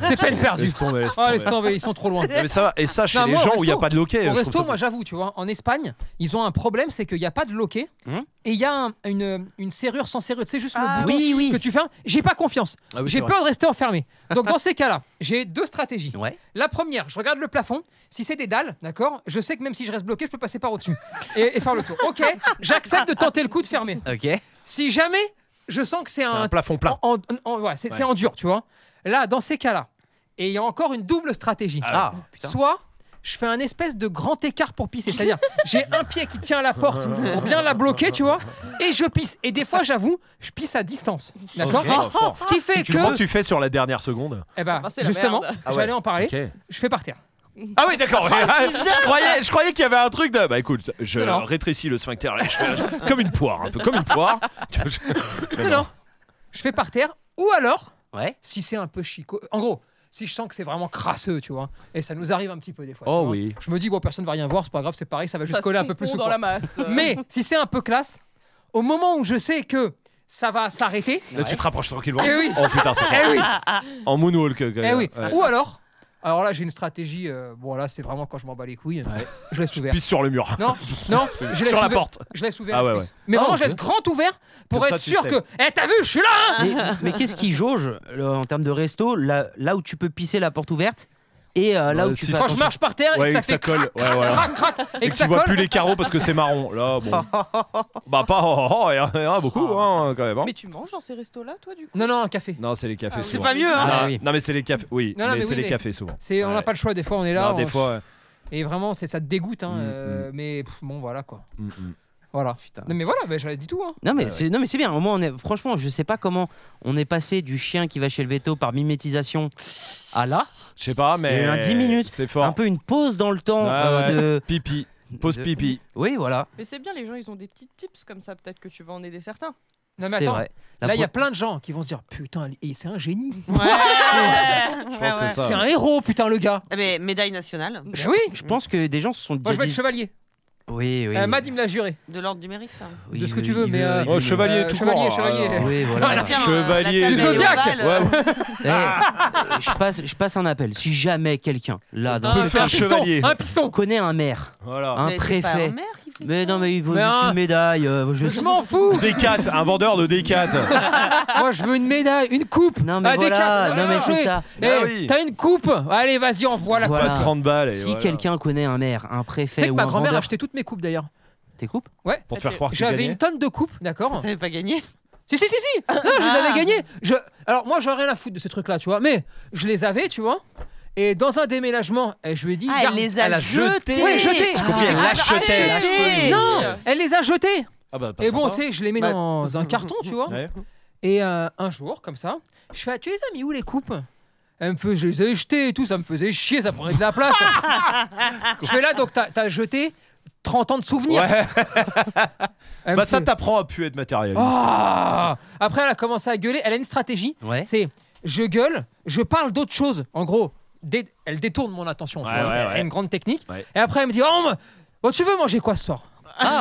[SPEAKER 2] C'est peine perdue.
[SPEAKER 1] Laisse tomber, laisse
[SPEAKER 2] Oh, laisse
[SPEAKER 1] tomber.
[SPEAKER 2] tomber, ils sont trop loin.
[SPEAKER 1] Non, mais ça va. Et ça, chez
[SPEAKER 2] Non,
[SPEAKER 1] les
[SPEAKER 2] moi, au
[SPEAKER 1] gens où il n'y a
[SPEAKER 2] resto-
[SPEAKER 1] pas de loquet.
[SPEAKER 2] Au
[SPEAKER 1] je trouve
[SPEAKER 2] resto,
[SPEAKER 1] ça
[SPEAKER 2] moi j'avoue, tu vois, en Espagne, ils ont un problème, c'est qu'il n'y a pas de loquet
[SPEAKER 1] Hein
[SPEAKER 4] Hum.
[SPEAKER 2] et il y a un- une, une serrure sans serrure, tu sais, juste
[SPEAKER 5] Ah
[SPEAKER 2] le bouton
[SPEAKER 4] oui, oui.
[SPEAKER 2] que tu fais. J'ai pas confiance,
[SPEAKER 1] fou. Ah oui, c'est
[SPEAKER 2] j'ai
[SPEAKER 1] vrai.
[SPEAKER 2] peur de rester enfermé. Donc dans ces cas-là, j'ai deux stratégies.
[SPEAKER 4] Ouais.
[SPEAKER 2] La première, je regarde le plafond. Si c'est des dalles, d'accord, je sais que même si je reste bloqué, je peux passer par au-dessus et, et faire le tour. Ok, j'accepte de tenter le coup de fermer.
[SPEAKER 4] Ok.
[SPEAKER 2] Si jamais je sens que c'est
[SPEAKER 1] C'est un
[SPEAKER 2] un,
[SPEAKER 1] plafond plat.
[SPEAKER 2] en- en- en- ouais, c'est
[SPEAKER 1] Ouais.
[SPEAKER 2] c'est en dur, tu vois. Là, dans ces cas-là, et il y a encore une double stratégie.
[SPEAKER 4] Ah, putain.
[SPEAKER 2] Soit je fais un espèce de grand écart pour pisser, c'est-à-dire j'ai un pied qui tient à la porte pour bien la bloquer, tu vois, et je pisse. Et des fois, j'avoue, je pisse à distance, d'accord
[SPEAKER 1] Oh, fort.
[SPEAKER 2] Ce qui fait
[SPEAKER 1] Tu
[SPEAKER 2] que,
[SPEAKER 1] comment tu fais sur la dernière seconde
[SPEAKER 2] eh ben,
[SPEAKER 5] Ah, c'est la
[SPEAKER 2] justement,
[SPEAKER 5] merde.
[SPEAKER 1] Ah ouais.
[SPEAKER 2] j'allais en parler,
[SPEAKER 1] Ok.
[SPEAKER 2] je fais par terre.
[SPEAKER 1] Ah oui, d'accord. je croyais, je croyais qu'il y avait un truc de. Bah écoute, je
[SPEAKER 2] Non.
[SPEAKER 1] rétrécis le sphincter là, je- comme une poire, un peu comme une poire.
[SPEAKER 2] Non, non, je fais par terre. Ou alors,
[SPEAKER 4] Ouais.
[SPEAKER 2] si c'est un peu chico, en gros, si je sens que c'est vraiment crasseux, tu vois, et ça nous arrive un petit peu des fois. tu
[SPEAKER 1] Oh
[SPEAKER 2] vois,
[SPEAKER 1] oui.
[SPEAKER 2] Je me dis bon, personne va rien voir, c'est pas grave, c'est pareil, ça va juste
[SPEAKER 5] se
[SPEAKER 2] coller Bah, un peu plus
[SPEAKER 5] confond
[SPEAKER 2] au
[SPEAKER 5] dans
[SPEAKER 2] corps.
[SPEAKER 5] la masse. euh.
[SPEAKER 2] Mais si c'est un peu classe, au moment où je sais que ça va s'arrêter,
[SPEAKER 1] Là, tu te rapproches tranquillement.
[SPEAKER 2] Eh oui.
[SPEAKER 1] Oh putain, c'est
[SPEAKER 2] eh
[SPEAKER 1] fort.
[SPEAKER 2] oui,
[SPEAKER 1] En moonwalk. euh, quand
[SPEAKER 2] eh
[SPEAKER 1] même.
[SPEAKER 2] oui.
[SPEAKER 1] Ouais.
[SPEAKER 2] Ou alors, alors là j'ai une stratégie, euh, bon là c'est vraiment quand je m'en bats les couilles, je laisse ouvert.
[SPEAKER 1] Pisse sur le mur.
[SPEAKER 2] Non, non, je laisse
[SPEAKER 1] sur la
[SPEAKER 2] ouvert.
[SPEAKER 1] porte.
[SPEAKER 2] Je laisse ouvert.
[SPEAKER 1] Ah
[SPEAKER 2] en
[SPEAKER 1] ouais,
[SPEAKER 2] plus.
[SPEAKER 1] ouais.
[SPEAKER 2] Mais
[SPEAKER 1] Ah,
[SPEAKER 2] vraiment,
[SPEAKER 1] ok.
[SPEAKER 2] je laisse grand ouvert pour
[SPEAKER 1] Comme ça,
[SPEAKER 2] être
[SPEAKER 1] tu
[SPEAKER 2] sûr
[SPEAKER 1] sais.
[SPEAKER 2] que. Eh, t'as vu, je suis là hein
[SPEAKER 4] Mais, mais qu'est-ce qui jauge euh, en termes de resto là, là où tu peux pisser la porte ouverte et euh, là
[SPEAKER 1] Ouais,
[SPEAKER 4] où tu
[SPEAKER 1] si
[SPEAKER 4] fasses
[SPEAKER 2] Quand
[SPEAKER 1] ça-
[SPEAKER 2] je marche par terre et
[SPEAKER 1] Ouais,
[SPEAKER 2] que ça
[SPEAKER 1] et que ça
[SPEAKER 2] fait
[SPEAKER 1] colle.
[SPEAKER 2] crac,
[SPEAKER 1] Ouais, voilà.
[SPEAKER 2] crac, crac, et
[SPEAKER 1] Et
[SPEAKER 2] que
[SPEAKER 1] que tu
[SPEAKER 2] ça
[SPEAKER 1] vois plus
[SPEAKER 2] colle.
[SPEAKER 1] les carreaux parce que c'est marron. Là, bon. bah, pas. Oh, oh, il y en a beaucoup,
[SPEAKER 2] Ah.
[SPEAKER 1] hein, quand même. hein.
[SPEAKER 5] Mais tu manges dans ces restos-là, toi, du coup
[SPEAKER 2] Non, non, un café.
[SPEAKER 1] Non, c'est les cafés
[SPEAKER 5] Ah oui.
[SPEAKER 1] souvent.
[SPEAKER 5] C'est
[SPEAKER 3] pas mieux, hein.
[SPEAKER 1] Non,
[SPEAKER 4] Ah oui.
[SPEAKER 1] non, mais c'est les cafés. Oui,
[SPEAKER 2] Non, non,
[SPEAKER 1] mais,
[SPEAKER 2] mais
[SPEAKER 1] c'est
[SPEAKER 2] oui,
[SPEAKER 1] les
[SPEAKER 2] mais-
[SPEAKER 1] cafés souvent.
[SPEAKER 2] C'est, on n'a
[SPEAKER 1] Ouais.
[SPEAKER 2] pas le choix, des fois on est là.
[SPEAKER 1] Non, des
[SPEAKER 2] on-
[SPEAKER 1] fois. ouais.
[SPEAKER 2] Et vraiment, c'est, ça te dégoûte. Hein,
[SPEAKER 1] Mm,
[SPEAKER 2] euh, Mais pff, bon, voilà quoi.
[SPEAKER 1] Mm, mm.
[SPEAKER 2] Voilà.
[SPEAKER 4] Putain.
[SPEAKER 2] Non, mais voilà, mais j'avais dit tout. Hein.
[SPEAKER 4] Non mais c'est non mais c'est bien. Au moins on est franchement je sais pas comment on est passé du chien qui va chez le veto par mimétisation à là
[SPEAKER 1] Je sais pas, mais.
[SPEAKER 4] Il y a eu un 10 minutes.
[SPEAKER 1] C'est fort.
[SPEAKER 4] un peu une pause dans le temps
[SPEAKER 1] Ah Oh,
[SPEAKER 4] euh, de
[SPEAKER 1] Pipi. Pause
[SPEAKER 4] de-
[SPEAKER 1] pipi.
[SPEAKER 4] Oui voilà.
[SPEAKER 5] Mais c'est bien, les gens, ils ont des petits tips comme ça, peut-être que tu vas en aider certains.
[SPEAKER 2] Non, mais
[SPEAKER 4] c'est
[SPEAKER 2] attends,
[SPEAKER 4] vrai. La
[SPEAKER 2] Là, il y a
[SPEAKER 4] pro-
[SPEAKER 2] plein de gens qui vont se dire Putain, et c'est un génie.
[SPEAKER 3] Ouais,
[SPEAKER 1] Je
[SPEAKER 3] Ouais,
[SPEAKER 1] pense que
[SPEAKER 3] ouais.
[SPEAKER 1] c'est ça.
[SPEAKER 2] C'est un héros, putain, le gars.
[SPEAKER 3] Ah, Mais médaille nationale
[SPEAKER 2] Ben oui.
[SPEAKER 4] Je pense que des gens se sont
[SPEAKER 2] Moi,
[SPEAKER 4] déjà
[SPEAKER 2] je vais être
[SPEAKER 4] dit-
[SPEAKER 2] chevalier.
[SPEAKER 4] Oui oui.
[SPEAKER 2] Euh, Mad, il me l'a juré.
[SPEAKER 3] de l'ordre du mérite. ça.
[SPEAKER 4] Oui,
[SPEAKER 2] de ce
[SPEAKER 4] il
[SPEAKER 2] que tu
[SPEAKER 4] veut-
[SPEAKER 2] veux,
[SPEAKER 4] il
[SPEAKER 2] mais,
[SPEAKER 4] veut-
[SPEAKER 2] euh,
[SPEAKER 4] il
[SPEAKER 1] Oh,
[SPEAKER 4] veut-
[SPEAKER 1] chevalier
[SPEAKER 2] euh,
[SPEAKER 1] tout
[SPEAKER 2] chevalier,
[SPEAKER 1] court.
[SPEAKER 2] chevalier. euh,
[SPEAKER 1] alors.
[SPEAKER 4] Oui
[SPEAKER 2] Voilà.
[SPEAKER 4] voilà.
[SPEAKER 3] Tiens, euh,
[SPEAKER 1] Chevalier
[SPEAKER 3] la table
[SPEAKER 1] du
[SPEAKER 3] est ovale.
[SPEAKER 2] Zodiac.
[SPEAKER 1] Ouais, ouais.
[SPEAKER 4] Eh, je passe je passe un appel. Si jamais quelqu'un là dans
[SPEAKER 1] peut
[SPEAKER 2] Un,
[SPEAKER 1] faire
[SPEAKER 2] un
[SPEAKER 1] chevalier.
[SPEAKER 2] piston, un piston.
[SPEAKER 4] on connaît un maire,
[SPEAKER 1] Voilà.
[SPEAKER 4] un
[SPEAKER 3] Mais c'est pas
[SPEAKER 4] préfet.
[SPEAKER 3] un maire qui fait
[SPEAKER 4] Mais
[SPEAKER 3] ça.
[SPEAKER 4] non mais il vaut
[SPEAKER 2] Mais
[SPEAKER 4] juste
[SPEAKER 2] un-
[SPEAKER 4] une médaille. euh, je
[SPEAKER 2] Je m'en fous.
[SPEAKER 1] D4, un vendeur de D4.
[SPEAKER 2] Moi, je veux une médaille, une coupe.
[SPEAKER 4] Non mais
[SPEAKER 2] Ah, des
[SPEAKER 4] voilà,
[SPEAKER 2] capes.
[SPEAKER 4] non mais
[SPEAKER 2] Ouais.
[SPEAKER 4] c'est ça.
[SPEAKER 2] Eh,
[SPEAKER 1] Ah oui.
[SPEAKER 2] T'as une coupe Allez, vas-y, envoie la coupe.
[SPEAKER 4] Voilà.
[SPEAKER 1] Pas 30 balles. et
[SPEAKER 4] Si
[SPEAKER 1] voilà.
[SPEAKER 4] quelqu'un connaît un maire,
[SPEAKER 2] Tu
[SPEAKER 4] un
[SPEAKER 2] sais
[SPEAKER 4] préfet
[SPEAKER 2] que
[SPEAKER 4] ou
[SPEAKER 2] ma
[SPEAKER 4] un
[SPEAKER 2] grand-mère
[SPEAKER 4] vendeur,
[SPEAKER 2] achetait toutes mes coupes d'ailleurs.
[SPEAKER 4] t'es coupe
[SPEAKER 1] Pour te faire
[SPEAKER 5] Elle
[SPEAKER 1] croire que Oh, tu
[SPEAKER 2] Eh, J'avais
[SPEAKER 1] gagnais.
[SPEAKER 2] une tonne de coupes, d'accord
[SPEAKER 3] T'avais pas gagné
[SPEAKER 2] Si, si, si, si Non, je les avais gagnés je... Alors, moi, j'aurais rien à foutre de ces trucs-là, tu vois, mais je les avais, tu vois. Et dans un déménagement, elle- je lui ai dit.
[SPEAKER 3] Ah, elle
[SPEAKER 2] garde-
[SPEAKER 3] les a
[SPEAKER 8] elle a
[SPEAKER 3] jetés.
[SPEAKER 8] jeté.
[SPEAKER 2] Ouais, jeté.
[SPEAKER 3] Ah,
[SPEAKER 8] compris, elle
[SPEAKER 3] ah,
[SPEAKER 8] l'achetait,
[SPEAKER 3] bah,
[SPEAKER 8] l'achetait.
[SPEAKER 4] ah,
[SPEAKER 3] jeté.
[SPEAKER 2] Non
[SPEAKER 5] Euh,
[SPEAKER 2] Elle les a jetés
[SPEAKER 8] Ah bah, pas
[SPEAKER 2] Et bon,
[SPEAKER 8] sympa.
[SPEAKER 2] tu sais, je les mets
[SPEAKER 8] Ouais.
[SPEAKER 2] dans un carton, tu vois.
[SPEAKER 8] Ouais.
[SPEAKER 2] Et euh, un jour, comme ça, je fais ah, Tu les as mis où les coupes Elle me fait Je les ai jetées et tout, ça me faisait chier, ça prenait de la place. je fais là, donc t'as t'as jeté 30 ans de souvenirs.
[SPEAKER 1] Ouais.
[SPEAKER 2] Elle me
[SPEAKER 1] Bah ça
[SPEAKER 2] fait,
[SPEAKER 1] t'apprend à pu être matérialiste.
[SPEAKER 2] Ah Après, elle a commencé à gueuler. Elle a une stratégie
[SPEAKER 4] Ouais.
[SPEAKER 2] c'est je gueule, je parle d'autre chose. En gros, dé- elle détourne mon attention. tu
[SPEAKER 1] Ouais,
[SPEAKER 2] vois,
[SPEAKER 1] ouais,
[SPEAKER 2] c'est-
[SPEAKER 1] ouais.
[SPEAKER 2] Elle a une grande technique.
[SPEAKER 1] Ouais.
[SPEAKER 2] Et après, elle me dit Oh, mais- bon, tu veux manger quoi ce soir
[SPEAKER 1] Ah.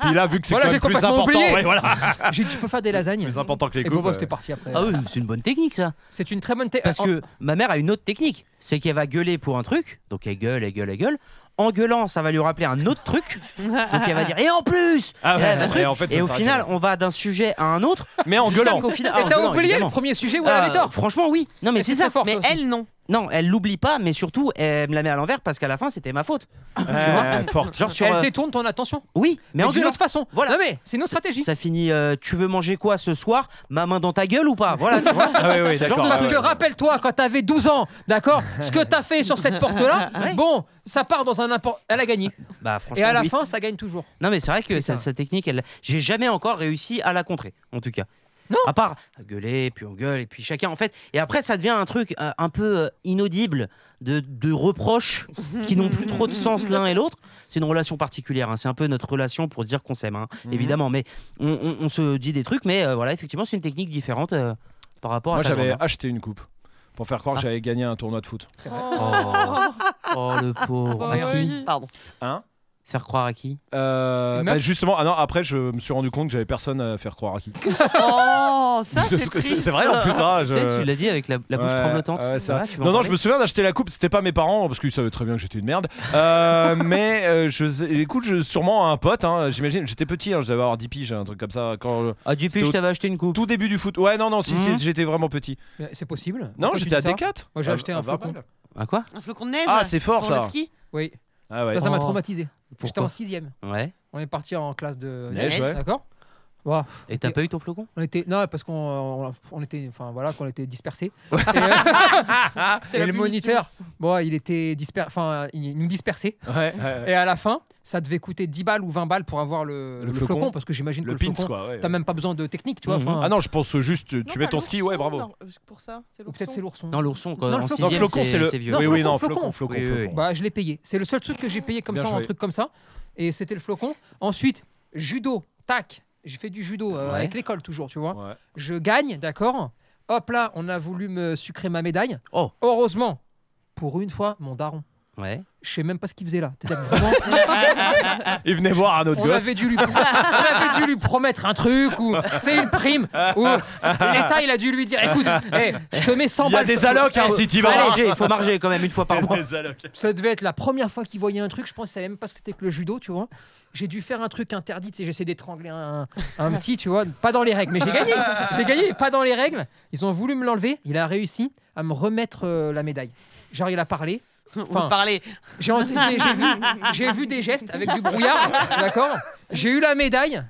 [SPEAKER 1] Puis là vu que c'est
[SPEAKER 2] Voilà,
[SPEAKER 1] quand
[SPEAKER 2] j'ai
[SPEAKER 1] même plus
[SPEAKER 2] complètement
[SPEAKER 1] important,
[SPEAKER 2] oublié.
[SPEAKER 1] ouais, voilà,
[SPEAKER 2] J'ai dit Tu peux faire des lasagnes
[SPEAKER 1] plus important que les
[SPEAKER 2] Et
[SPEAKER 1] coupes. euh.
[SPEAKER 2] bon, bah,
[SPEAKER 1] ouais.
[SPEAKER 2] c'était parti après.
[SPEAKER 4] Ah oui, c'est une bonne technique ça.
[SPEAKER 1] Euh,
[SPEAKER 2] C'est une très bonne Oh, technique.
[SPEAKER 4] Parce que ma mère a une autre technique, c'est qu'elle va gueuler pour un truc, donc elle gueule, elle gueule, elle gueule. En gueulant, ça va lui rappeler un autre truc, donc elle va dire et en plus.
[SPEAKER 1] Ah
[SPEAKER 4] Et
[SPEAKER 1] ouais,
[SPEAKER 4] elle va
[SPEAKER 1] et
[SPEAKER 4] truc.
[SPEAKER 1] en fait, ça
[SPEAKER 4] Et au
[SPEAKER 1] sert à
[SPEAKER 4] final,
[SPEAKER 1] rien.
[SPEAKER 4] on va d'un sujet à un autre.
[SPEAKER 1] mais en
[SPEAKER 4] jusqu'à
[SPEAKER 1] gueulant.
[SPEAKER 4] qu'au final-
[SPEAKER 2] Et
[SPEAKER 4] ah, en
[SPEAKER 2] t'as
[SPEAKER 4] gueulant,
[SPEAKER 2] oublié
[SPEAKER 4] évidemment.
[SPEAKER 2] le premier sujet où elle avait
[SPEAKER 4] Ah,
[SPEAKER 2] tort.
[SPEAKER 4] Franchement, oui. Non, mais
[SPEAKER 2] Et
[SPEAKER 4] c'est
[SPEAKER 2] c'est
[SPEAKER 4] ça.
[SPEAKER 2] très fort,
[SPEAKER 4] mais
[SPEAKER 2] ça aussi.
[SPEAKER 4] elle,
[SPEAKER 3] Elle, non.
[SPEAKER 4] non, elle l'oublie pas, mais surtout, elle me la met à l'envers parce qu'à la fin, c'était ma faute.
[SPEAKER 1] Ouais, ouais, forte.
[SPEAKER 4] Genre sur.
[SPEAKER 2] elle
[SPEAKER 4] euh,
[SPEAKER 2] détourne ton attention.
[SPEAKER 4] Oui,
[SPEAKER 2] Mais,
[SPEAKER 4] mais, en
[SPEAKER 2] d'une
[SPEAKER 4] gueulant.
[SPEAKER 2] autre façon.
[SPEAKER 4] Voilà.
[SPEAKER 2] Non, mais c'est une autre stratégie.
[SPEAKER 4] Ça finit. euh, tu veux manger quoi ce soir Ma main dans ta gueule ou pas Voilà. tu vois.
[SPEAKER 1] Ah oui, oui,
[SPEAKER 4] Ce genre
[SPEAKER 1] d'accord.
[SPEAKER 4] de
[SPEAKER 1] ouais,
[SPEAKER 2] Parce que
[SPEAKER 1] ouais.
[SPEAKER 2] rappelle-toi, quand t'avais 12 ans, d'accord, ce que t'as fait sur cette porte-là, bon, ça part dans un import. Elle a gagné.
[SPEAKER 4] Bah, franchement,
[SPEAKER 2] Et à la
[SPEAKER 4] oui.
[SPEAKER 2] fin, ça gagne toujours.
[SPEAKER 4] Non, mais c'est vrai que
[SPEAKER 2] C'est ça.
[SPEAKER 4] cette, cette technique, elle, j'ai jamais encore réussi à la contrer, en tout cas.
[SPEAKER 2] Non.
[SPEAKER 4] À part à gueuler, puis on gueule, et puis chacun, en fait. Et après, ça devient un truc euh, un peu euh, inaudible de, de reproches qui n'ont plus trop de sens l'un et l'autre. C'est une relation particulière. hein. C'est un peu notre relation pour dire qu'on s'aime, hein,
[SPEAKER 2] Mhm.
[SPEAKER 4] évidemment. Mais on, on- on se dit des trucs, mais euh, voilà, effectivement, c'est une technique différente euh, par rapport
[SPEAKER 1] Moi
[SPEAKER 4] à. ta
[SPEAKER 1] j'avais
[SPEAKER 4] grand-mère.
[SPEAKER 1] acheté une coupe pour faire
[SPEAKER 2] Ah.
[SPEAKER 1] croire que j'avais gagné un tournoi de foot.
[SPEAKER 4] Oh, oh, le pauvre.
[SPEAKER 5] Bah
[SPEAKER 4] à qui
[SPEAKER 5] oui.
[SPEAKER 3] Pardon.
[SPEAKER 1] Hein
[SPEAKER 4] Faire croire à qui
[SPEAKER 1] Euh,
[SPEAKER 2] Une
[SPEAKER 1] bah,
[SPEAKER 2] meuf
[SPEAKER 1] justement, ah non, après je me suis rendu compte que j'avais personne à faire croire à qui.
[SPEAKER 3] Oh, ça,
[SPEAKER 1] C'est-
[SPEAKER 3] c'est
[SPEAKER 1] c'est
[SPEAKER 3] triste.
[SPEAKER 1] c'est vrai en plus hein,
[SPEAKER 4] Tu sais,
[SPEAKER 1] je-
[SPEAKER 4] Tu l'as dit avec la, la bouche
[SPEAKER 1] Ouais,
[SPEAKER 4] tremblotante.
[SPEAKER 1] ouais, c'est vrai.
[SPEAKER 4] Voilà, tu veux
[SPEAKER 1] non,
[SPEAKER 4] en
[SPEAKER 1] non,
[SPEAKER 4] parler
[SPEAKER 1] je me souviens d'acheter la coupe. C'était pas mes parents parce qu'ils savaient très bien que j'étais une merde. Euh, mais euh, je, sais- écoute, je, sûrement un pote. hein, J'imagine. J'étais petit. hein, je devais avoir 10 piges, un truc comme ça. Quand euh,
[SPEAKER 4] Ah, du
[SPEAKER 1] C'était
[SPEAKER 4] pif,
[SPEAKER 1] au-
[SPEAKER 4] je t'avais acheté une coupe.
[SPEAKER 1] tout début du foot. Ouais, non, non. Si, si,
[SPEAKER 4] Mhm.
[SPEAKER 1] j'étais vraiment petit.
[SPEAKER 2] Mais C'est possible.
[SPEAKER 1] Non,
[SPEAKER 2] Pourquoi tu
[SPEAKER 1] j'étais à
[SPEAKER 2] dis ça
[SPEAKER 1] D4.
[SPEAKER 2] Moi, j'ai acheté
[SPEAKER 1] Ah,
[SPEAKER 2] un
[SPEAKER 1] bah,
[SPEAKER 2] flocon.
[SPEAKER 4] À quoi
[SPEAKER 3] Un flocon de neige.
[SPEAKER 1] Ah, c'est fort
[SPEAKER 3] pour le
[SPEAKER 1] ça.
[SPEAKER 3] ski.
[SPEAKER 2] Oui,
[SPEAKER 1] Ah ouais.
[SPEAKER 2] ça, ça m'a
[SPEAKER 4] Oh.
[SPEAKER 2] traumatisé. J'étais
[SPEAKER 4] Pourquoi
[SPEAKER 2] en 6
[SPEAKER 4] Ouais.
[SPEAKER 2] On est parti en classe de
[SPEAKER 1] Neige,
[SPEAKER 2] neige,
[SPEAKER 1] ouais.
[SPEAKER 2] d'accord Voilà.
[SPEAKER 4] Et t'as pas eu ton flocon
[SPEAKER 2] On était non parce qu'on on, on était enfin voilà qu'on était dispersés. Et,
[SPEAKER 3] C'était
[SPEAKER 2] euh,
[SPEAKER 3] la
[SPEAKER 2] et le
[SPEAKER 3] punition.
[SPEAKER 2] moniteur, bon il était disper, enfin il nous dispersait.
[SPEAKER 1] Ouais, ouais, ouais.
[SPEAKER 2] Et à la fin, ça devait coûter 10 balles ou 20 balles pour avoir le,
[SPEAKER 1] Le
[SPEAKER 2] le
[SPEAKER 1] flocon.
[SPEAKER 2] flocon. parce que j'imagine que
[SPEAKER 1] Le
[SPEAKER 2] le
[SPEAKER 1] pins
[SPEAKER 2] flocon,
[SPEAKER 1] quoi. ouais.
[SPEAKER 2] t'as même pas besoin de technique, tu vois.
[SPEAKER 4] Mhm.
[SPEAKER 2] enfin,
[SPEAKER 1] Ah non, je pense juste tu
[SPEAKER 5] Non,
[SPEAKER 1] mets
[SPEAKER 5] pas
[SPEAKER 1] ton ski. Ouais,
[SPEAKER 5] l'ourson,
[SPEAKER 1] bravo.
[SPEAKER 5] non, pour ça, c'est
[SPEAKER 2] ou peut-être
[SPEAKER 5] l'ourson.
[SPEAKER 2] c'est l'ourson.
[SPEAKER 4] Non, l'ourson. Quand,
[SPEAKER 2] Non, le
[SPEAKER 4] en
[SPEAKER 2] flocon.
[SPEAKER 1] Non,
[SPEAKER 4] sixième,
[SPEAKER 1] flocon, c'est le.
[SPEAKER 4] vieux.
[SPEAKER 2] Non,
[SPEAKER 1] oui, oui, non,
[SPEAKER 2] flocon,
[SPEAKER 1] flocon, flocon,
[SPEAKER 4] Oui, oui,
[SPEAKER 1] flocon.
[SPEAKER 4] oui.
[SPEAKER 2] Bah, je l'ai payé. C'est le seul truc que j'ai payé comme
[SPEAKER 1] Bien
[SPEAKER 2] ça, un
[SPEAKER 1] joué.
[SPEAKER 2] truc comme ça. Et c'était le flocon. Ensuite, judo, tac. J'ai fait du judo euh,
[SPEAKER 4] Ouais.
[SPEAKER 2] avec l'école toujours, tu vois.
[SPEAKER 1] Ouais.
[SPEAKER 2] Je gagne, d'accord. Hop là, on a voulu me sucrer ma médaille.
[SPEAKER 4] Oh.
[SPEAKER 2] Heureusement, pour une fois, mon daron.
[SPEAKER 4] Ouais.
[SPEAKER 2] Je sais même pas ce qu'il faisait là. T'es-tu vraiment-
[SPEAKER 1] Il venait voir un autre
[SPEAKER 2] on,
[SPEAKER 1] hein, gosse.
[SPEAKER 2] avait dû lui... on avait dû lui promettre un truc ou c'est une prime ou l'État il a dû lui dire écoute, eh, je te mets 100
[SPEAKER 1] Il y a
[SPEAKER 2] balles. Eh,
[SPEAKER 1] des allocs hein, si t'y
[SPEAKER 4] Faut
[SPEAKER 1] vas.
[SPEAKER 4] alléger, il faut marger quand même une fois par mois.
[SPEAKER 1] Des allocs.
[SPEAKER 2] Ça devait être la première fois qu'il voyait un truc. Je pense qu'il savait même pas ce que c'était que le judo, tu vois. J'ai dû faire un truc interdit, c'est j'essaie d'étrangler un, un petit, tu vois, pas dans les règles. Mais j'ai gagné, j'ai gagné, pas dans les règles. Ils ont voulu me l'enlever. Il a réussi à me remettre euh, la médaille. Genre il a parlé.
[SPEAKER 3] Vous parlez.
[SPEAKER 2] J'ai ent- j'ai- j'ai vu, j'ai vu des gestes avec du brouillard, d'accord. J'ai eu la médaille.